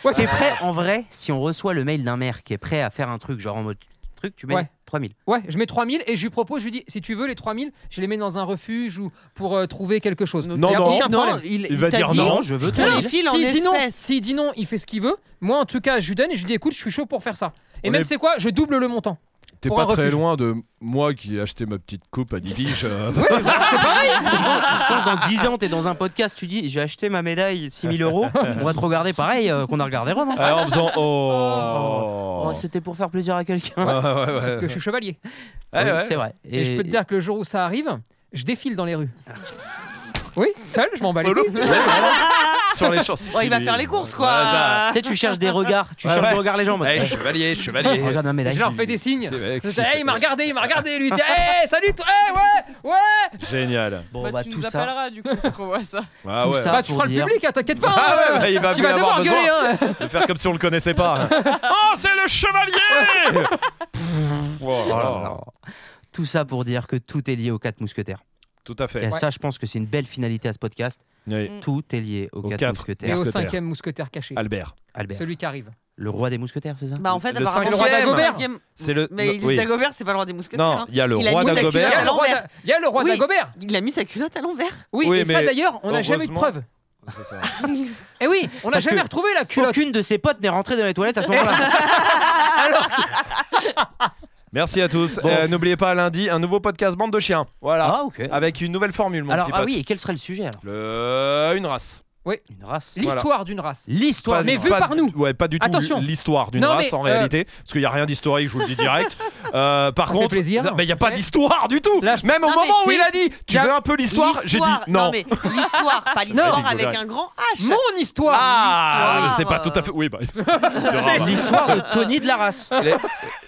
[SPEAKER 2] Ouais,
[SPEAKER 1] Ah.
[SPEAKER 4] T'es prêt en vrai si on reçoit le mail d'un maire qui est prêt à faire un truc genre en mode truc, tu mets
[SPEAKER 2] Ouais.
[SPEAKER 4] 3000.
[SPEAKER 2] ouais, je mets 3000 et je lui propose, je lui dis, si tu veux les 3000, je les mets dans un refuge ou pour euh, trouver quelque chose.
[SPEAKER 1] Non,
[SPEAKER 2] Y a
[SPEAKER 1] non.
[SPEAKER 2] aucun
[SPEAKER 3] non,
[SPEAKER 2] problème.
[SPEAKER 3] il,
[SPEAKER 1] Il va
[SPEAKER 3] t'a
[SPEAKER 1] dire
[SPEAKER 3] dit,
[SPEAKER 1] non.
[SPEAKER 4] je veux
[SPEAKER 3] te les
[SPEAKER 4] 3000.
[SPEAKER 3] file en
[SPEAKER 2] S'il dit non,
[SPEAKER 3] espèces.
[SPEAKER 2] s'il dit non, il fait ce qu'il veut. Moi, en tout cas, je lui donne et je lui dis, écoute, je suis chaud pour faire ça. Et
[SPEAKER 1] On
[SPEAKER 2] même,
[SPEAKER 1] est-
[SPEAKER 2] c'est quoi Je double le montant.
[SPEAKER 1] T'es
[SPEAKER 2] pour
[SPEAKER 1] pas
[SPEAKER 2] un
[SPEAKER 1] très
[SPEAKER 2] refuge.
[SPEAKER 1] loin de moi qui ai acheté ma petite coupe à Didige. euh,
[SPEAKER 2] Oui, c'est pareil.
[SPEAKER 4] Je pense dans 10 ans, t'es dans un podcast, tu dis j'ai acheté ma médaille 6000 euros. On va te regarder pareil euh, qu'on a regardé Rome. hein.
[SPEAKER 1] euh, en faisant oh.
[SPEAKER 4] Oh, C'était pour faire plaisir à quelqu'un.
[SPEAKER 1] Ouais, ouais, ouais.
[SPEAKER 2] Sauf que je suis chevalier.
[SPEAKER 1] Ouais,
[SPEAKER 4] Ah Oui,
[SPEAKER 1] ouais.
[SPEAKER 4] C'est vrai.
[SPEAKER 2] Et, je peux te dire que le jour où ça arrive, je défile dans les rues. Oui, seul, je m'en bats les
[SPEAKER 1] Solo.
[SPEAKER 2] couilles.
[SPEAKER 1] Ouais, vraiment. Sur les chances.
[SPEAKER 3] Ouais, il va faire les courses, quoi.
[SPEAKER 4] Tu sais, tu cherches des regards, tu
[SPEAKER 1] Ouais,
[SPEAKER 4] cherches
[SPEAKER 1] ouais.
[SPEAKER 4] des regards les gens. en mode,
[SPEAKER 1] Eh,
[SPEAKER 4] eh,
[SPEAKER 1] chevalier, chevalier.
[SPEAKER 4] regarde ma médaille.
[SPEAKER 2] Je leur fais des signes.
[SPEAKER 1] C'est vrai que
[SPEAKER 2] Je
[SPEAKER 1] si,
[SPEAKER 2] dis, Eh,
[SPEAKER 1] c'est-
[SPEAKER 2] il m'a regardé, il m'a regardé. Lui, il dit, Eh, salut, toi, eh, ouais, ouais.
[SPEAKER 1] Génial.
[SPEAKER 4] Bon,
[SPEAKER 5] Bah,
[SPEAKER 4] bah,
[SPEAKER 5] tu
[SPEAKER 4] tout
[SPEAKER 5] nous
[SPEAKER 4] ça.
[SPEAKER 5] appelleras du coup pour qu'on voit ça.
[SPEAKER 1] Ah
[SPEAKER 4] Tout
[SPEAKER 1] ouais.
[SPEAKER 4] ça.
[SPEAKER 2] Bah, tu
[SPEAKER 4] pour
[SPEAKER 2] feras le
[SPEAKER 4] dire.
[SPEAKER 2] public, hein, t'inquiète pas.
[SPEAKER 1] Ah
[SPEAKER 2] hein.
[SPEAKER 1] ouais, bah, il va
[SPEAKER 2] tu
[SPEAKER 1] bien
[SPEAKER 2] vas devoir
[SPEAKER 1] avoir besoin.
[SPEAKER 2] gueuler. Hein.
[SPEAKER 1] De faire comme si on le connaissait pas. oh, c'est le chevalier. Pfff. Oh
[SPEAKER 4] Oh
[SPEAKER 1] là
[SPEAKER 4] là
[SPEAKER 1] là.
[SPEAKER 4] là. Tout ça pour dire que tout est lié aux quatre mousquetaires.
[SPEAKER 1] Tout à
[SPEAKER 4] Et
[SPEAKER 1] fait.
[SPEAKER 4] ça, je pense que c'est une belle finalité à ce podcast.
[SPEAKER 1] Oui.
[SPEAKER 4] Tout est lié aux
[SPEAKER 1] Aux
[SPEAKER 4] quatre,
[SPEAKER 1] quatre.
[SPEAKER 2] Et
[SPEAKER 4] mousquetaires.
[SPEAKER 2] au
[SPEAKER 1] Mousquetaire.
[SPEAKER 2] cinquième mousquetaire caché,
[SPEAKER 1] Albert.
[SPEAKER 4] Albert,
[SPEAKER 2] celui qui arrive.
[SPEAKER 4] le roi des mousquetaires, c'est ça
[SPEAKER 3] Bah, en fait,
[SPEAKER 1] Le
[SPEAKER 3] apparemment,
[SPEAKER 1] cinquième.
[SPEAKER 3] le roi d'Agobert.
[SPEAKER 1] C'est le.
[SPEAKER 3] Mais il-
[SPEAKER 1] oui.
[SPEAKER 3] Dagobert, c'est pas le roi des mousquetaires.
[SPEAKER 1] Non,
[SPEAKER 3] hein.
[SPEAKER 1] il y a le
[SPEAKER 3] Il a
[SPEAKER 1] roi
[SPEAKER 3] mis sa
[SPEAKER 2] Il y a
[SPEAKER 1] d'Agobert.
[SPEAKER 2] le roi,
[SPEAKER 3] l'envers.
[SPEAKER 2] d'A- il y a le roi
[SPEAKER 3] Oui.
[SPEAKER 2] d'Agobert.
[SPEAKER 3] Il a mis sa culotte à l'envers.
[SPEAKER 2] Oui,
[SPEAKER 1] Oui,
[SPEAKER 2] et ça
[SPEAKER 1] mais
[SPEAKER 2] d'ailleurs, on n'a jamais eu de
[SPEAKER 1] heureusement-
[SPEAKER 2] preuve.
[SPEAKER 1] C'est ça.
[SPEAKER 2] Eh oui, on n'a
[SPEAKER 4] Parce
[SPEAKER 2] jamais
[SPEAKER 4] que
[SPEAKER 2] retrouvé la culotte.
[SPEAKER 4] Aucune de ses potes n'est rentrée dans les toilettes à ce moment-là.
[SPEAKER 1] Merci à tous.
[SPEAKER 4] Bon.
[SPEAKER 1] Euh, N'oubliez pas lundi un nouveau podcast Bande de chiens. Voilà.
[SPEAKER 4] ah, ok.
[SPEAKER 1] Avec une nouvelle formule, mon
[SPEAKER 4] Alors,
[SPEAKER 1] petit
[SPEAKER 4] ah
[SPEAKER 1] pote.
[SPEAKER 4] oui, et quel serait le sujet alors Oh,
[SPEAKER 1] Le... Une race.
[SPEAKER 4] Une race.
[SPEAKER 2] L'histoire d'une race.
[SPEAKER 4] L'histoire.
[SPEAKER 1] Pas-
[SPEAKER 2] mais
[SPEAKER 4] d'une
[SPEAKER 2] vu
[SPEAKER 1] pas
[SPEAKER 2] par
[SPEAKER 1] du-
[SPEAKER 2] nous.
[SPEAKER 1] Ouais, pas du tout
[SPEAKER 2] Attention.
[SPEAKER 1] l'histoire d'une
[SPEAKER 2] Non,
[SPEAKER 1] race
[SPEAKER 2] mais,
[SPEAKER 1] en
[SPEAKER 2] euh,
[SPEAKER 1] réalité. Parce qu'il n'y a rien d'historique, je vous le dis direct. Euh, par
[SPEAKER 2] Ça fait
[SPEAKER 1] contre,
[SPEAKER 2] plaisir.
[SPEAKER 1] non, mais il n'y a pas
[SPEAKER 2] Ouais.
[SPEAKER 1] d'histoire du tout.
[SPEAKER 2] Là, je-
[SPEAKER 1] Même au
[SPEAKER 3] Non, mais
[SPEAKER 1] moment où
[SPEAKER 2] c'est-
[SPEAKER 1] il a dit Tu
[SPEAKER 2] y a-
[SPEAKER 1] veux un peu l'histoire J'ai dit non.
[SPEAKER 3] mais l'histoire, pas l'histoire
[SPEAKER 1] rigolo,
[SPEAKER 3] avec
[SPEAKER 1] ouais.
[SPEAKER 3] un grand H.
[SPEAKER 2] Mon histoire.
[SPEAKER 1] Ah,
[SPEAKER 3] l'histoire,
[SPEAKER 1] c'est pas
[SPEAKER 3] euh.
[SPEAKER 1] tout à fait. Oui, bah.
[SPEAKER 4] race. L'histoire de Tony de la race.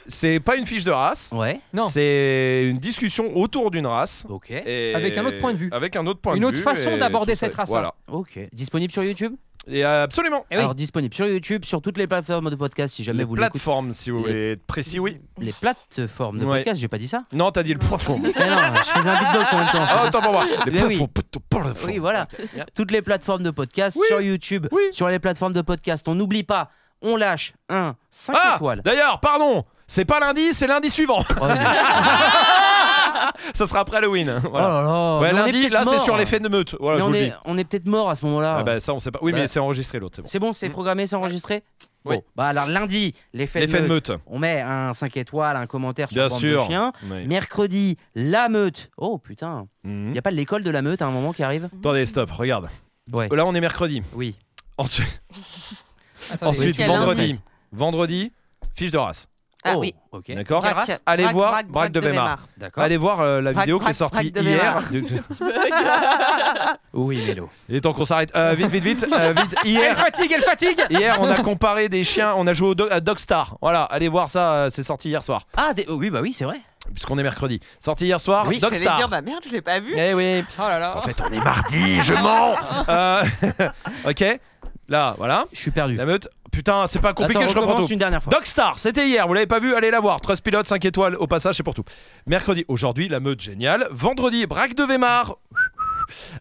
[SPEAKER 1] c'est pas une fiche de race.
[SPEAKER 4] Ouais.
[SPEAKER 2] Non.
[SPEAKER 1] C'est une discussion autour d'une race.
[SPEAKER 4] Ok.
[SPEAKER 1] Et-
[SPEAKER 2] Avec un autre point de vue.
[SPEAKER 1] Avec un autre point
[SPEAKER 2] Une
[SPEAKER 1] de
[SPEAKER 2] autre
[SPEAKER 1] vue
[SPEAKER 2] façon
[SPEAKER 1] et
[SPEAKER 2] d'aborder
[SPEAKER 1] tout ça.
[SPEAKER 2] cette race-là.
[SPEAKER 1] Voilà.
[SPEAKER 4] Ok. Disponible sur YouTube
[SPEAKER 1] Et euh, absolument.
[SPEAKER 2] Eh oui.
[SPEAKER 4] Alors, disponible sur YouTube, sur toutes les plateformes de podcast si jamais
[SPEAKER 1] Les
[SPEAKER 4] vous l'écoutez.
[SPEAKER 1] plateformes, si vous voulez être précis, oui.
[SPEAKER 4] Les plateformes de
[SPEAKER 1] Ouais.
[SPEAKER 4] podcast, j'ai pas dit ça.
[SPEAKER 1] Non, t'as dit le plafond.
[SPEAKER 4] Mais non, je faisais un beatbox en même temps.
[SPEAKER 1] Ah, attends pour moi. Les
[SPEAKER 4] Mais Eh oui.
[SPEAKER 1] plateformes, plutôt plateformes.
[SPEAKER 4] Oui, voilà. Toutes les plateformes de podcast,
[SPEAKER 1] Oui.
[SPEAKER 4] sur YouTube,
[SPEAKER 1] Oui.
[SPEAKER 4] sur les plateformes de podcast. On n'oublie pas, on lâche un 5
[SPEAKER 1] Ah,
[SPEAKER 4] étoiles.
[SPEAKER 1] d'ailleurs, pardon. C'est pas lundi, c'est lundi suivant.
[SPEAKER 4] Oh, mais-
[SPEAKER 1] Ça sera après Halloween.
[SPEAKER 4] oh
[SPEAKER 1] Voilà.
[SPEAKER 4] là là.
[SPEAKER 1] Ouais,
[SPEAKER 4] mais on est
[SPEAKER 1] lundi,
[SPEAKER 4] peut-être
[SPEAKER 1] là, c'est
[SPEAKER 4] mort.
[SPEAKER 1] sur les faits de meute. Voilà,
[SPEAKER 4] Mais
[SPEAKER 1] je vous
[SPEAKER 4] on
[SPEAKER 1] le
[SPEAKER 4] est,
[SPEAKER 1] dis.
[SPEAKER 4] on est peut-être mort à ce moment-là.
[SPEAKER 1] Ah bah ça, on sait pas. Oui,
[SPEAKER 4] Bah.
[SPEAKER 1] mais c'est enregistré l'autre, c'est bon.
[SPEAKER 4] C'est bon, c'est programmé, c'est enregistré
[SPEAKER 1] Oui.
[SPEAKER 4] Bon, bah alors lundi, l'effet
[SPEAKER 1] Les
[SPEAKER 4] de
[SPEAKER 1] faits de
[SPEAKER 4] meute.
[SPEAKER 1] meute.
[SPEAKER 4] On met un 5 étoiles, un commentaire sur
[SPEAKER 1] Bien
[SPEAKER 4] Bande
[SPEAKER 1] sûr.
[SPEAKER 4] de Chiens.
[SPEAKER 1] Oui.
[SPEAKER 4] Mercredi, la meute. Oh putain,
[SPEAKER 1] Mhm.
[SPEAKER 4] il y a pas de l'école de la meute à un moment qui arrive
[SPEAKER 1] Attendez, stop, regarde.
[SPEAKER 4] Ouais,
[SPEAKER 1] Là, on est mercredi.
[SPEAKER 4] oui.
[SPEAKER 1] Ensuite,
[SPEAKER 2] Attendez.
[SPEAKER 1] ensuite
[SPEAKER 3] Quel
[SPEAKER 1] vendredi.
[SPEAKER 4] lundi
[SPEAKER 1] Vendredi, fiche de race.
[SPEAKER 3] Ah
[SPEAKER 4] Oh,
[SPEAKER 3] oui.
[SPEAKER 4] Ok,
[SPEAKER 1] D'accord
[SPEAKER 4] Braque.
[SPEAKER 1] Allez
[SPEAKER 3] Braque,
[SPEAKER 1] voir
[SPEAKER 3] braque,
[SPEAKER 1] Braque de Weimar.
[SPEAKER 4] d'accord.
[SPEAKER 1] Allez voir euh, la
[SPEAKER 3] Braque,
[SPEAKER 1] vidéo qui
[SPEAKER 3] braque,
[SPEAKER 1] est sortie
[SPEAKER 3] braque de
[SPEAKER 1] hier.
[SPEAKER 4] Oui, Mélo.
[SPEAKER 1] Il est temps qu'on s'arrête. Euh, vite, vite, vite. euh, vite.
[SPEAKER 2] Elle
[SPEAKER 1] Hier,
[SPEAKER 2] fatigue, elle fatigue.
[SPEAKER 1] hier, on a comparé des chiens. On a joué au Do- à Dogstar. Voilà, allez voir ça. euh, C'est sorti hier soir.
[SPEAKER 4] Ah, des- oh, oui, bah oui, c'est vrai.
[SPEAKER 1] Puisqu'on est mercredi. Sorti hier soir,
[SPEAKER 3] Oui, j'allais
[SPEAKER 1] Dogstar.
[SPEAKER 3] dire, bah merde, je l'ai pas vu.
[SPEAKER 1] Eh oui.
[SPEAKER 2] Oh là là.
[SPEAKER 1] En fait, on est mardi, je mens. Euh, ok. Là, voilà.
[SPEAKER 4] Je suis perdu.
[SPEAKER 1] La meute. Putain, c'est pas compliqué,
[SPEAKER 4] Attends,
[SPEAKER 1] je reprends
[SPEAKER 4] recommence
[SPEAKER 1] tout.
[SPEAKER 4] une dernière fois.
[SPEAKER 1] Dogstar, c'était hier, vous l'avez pas vu, allez la voir. Trust Pilot, 5 étoiles, au passage, c'est pour tout. Mercredi, aujourd'hui, la meute géniale. Vendredi, braque de Weimar.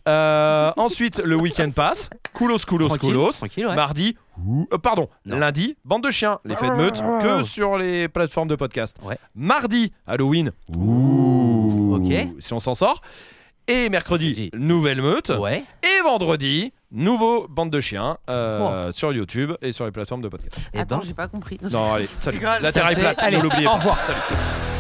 [SPEAKER 1] Euh, ensuite, le week-end passe. Koulos, koulos,
[SPEAKER 4] Tranquille,
[SPEAKER 1] koulos.
[SPEAKER 4] tranquille, ouais.
[SPEAKER 1] Mardi, euh, pardon,
[SPEAKER 4] Non. Ah.
[SPEAKER 1] lundi, bande de chiens. Les faits de meute que sur les plateformes de podcast.
[SPEAKER 4] Ouais.
[SPEAKER 1] Mardi, Halloween.
[SPEAKER 4] ok.
[SPEAKER 1] Si on s'en sort. Et mercredi,
[SPEAKER 4] Mercredi.
[SPEAKER 1] nouvelle meute.
[SPEAKER 4] Ouais.
[SPEAKER 1] Et vendredi, nouveau Bande de Chiens euh, sur YouTube et sur les plateformes de podcast.
[SPEAKER 4] Et
[SPEAKER 3] Attends,
[SPEAKER 4] ben,
[SPEAKER 3] j'ai pas compris.
[SPEAKER 1] Non, allez, salut.
[SPEAKER 4] Rigole,
[SPEAKER 1] La
[SPEAKER 4] ça
[SPEAKER 1] terre est
[SPEAKER 4] fait-
[SPEAKER 1] plate,
[SPEAKER 2] Allez,
[SPEAKER 1] ne l'oubliez
[SPEAKER 2] au
[SPEAKER 1] pas.
[SPEAKER 2] revoir.
[SPEAKER 1] Salut.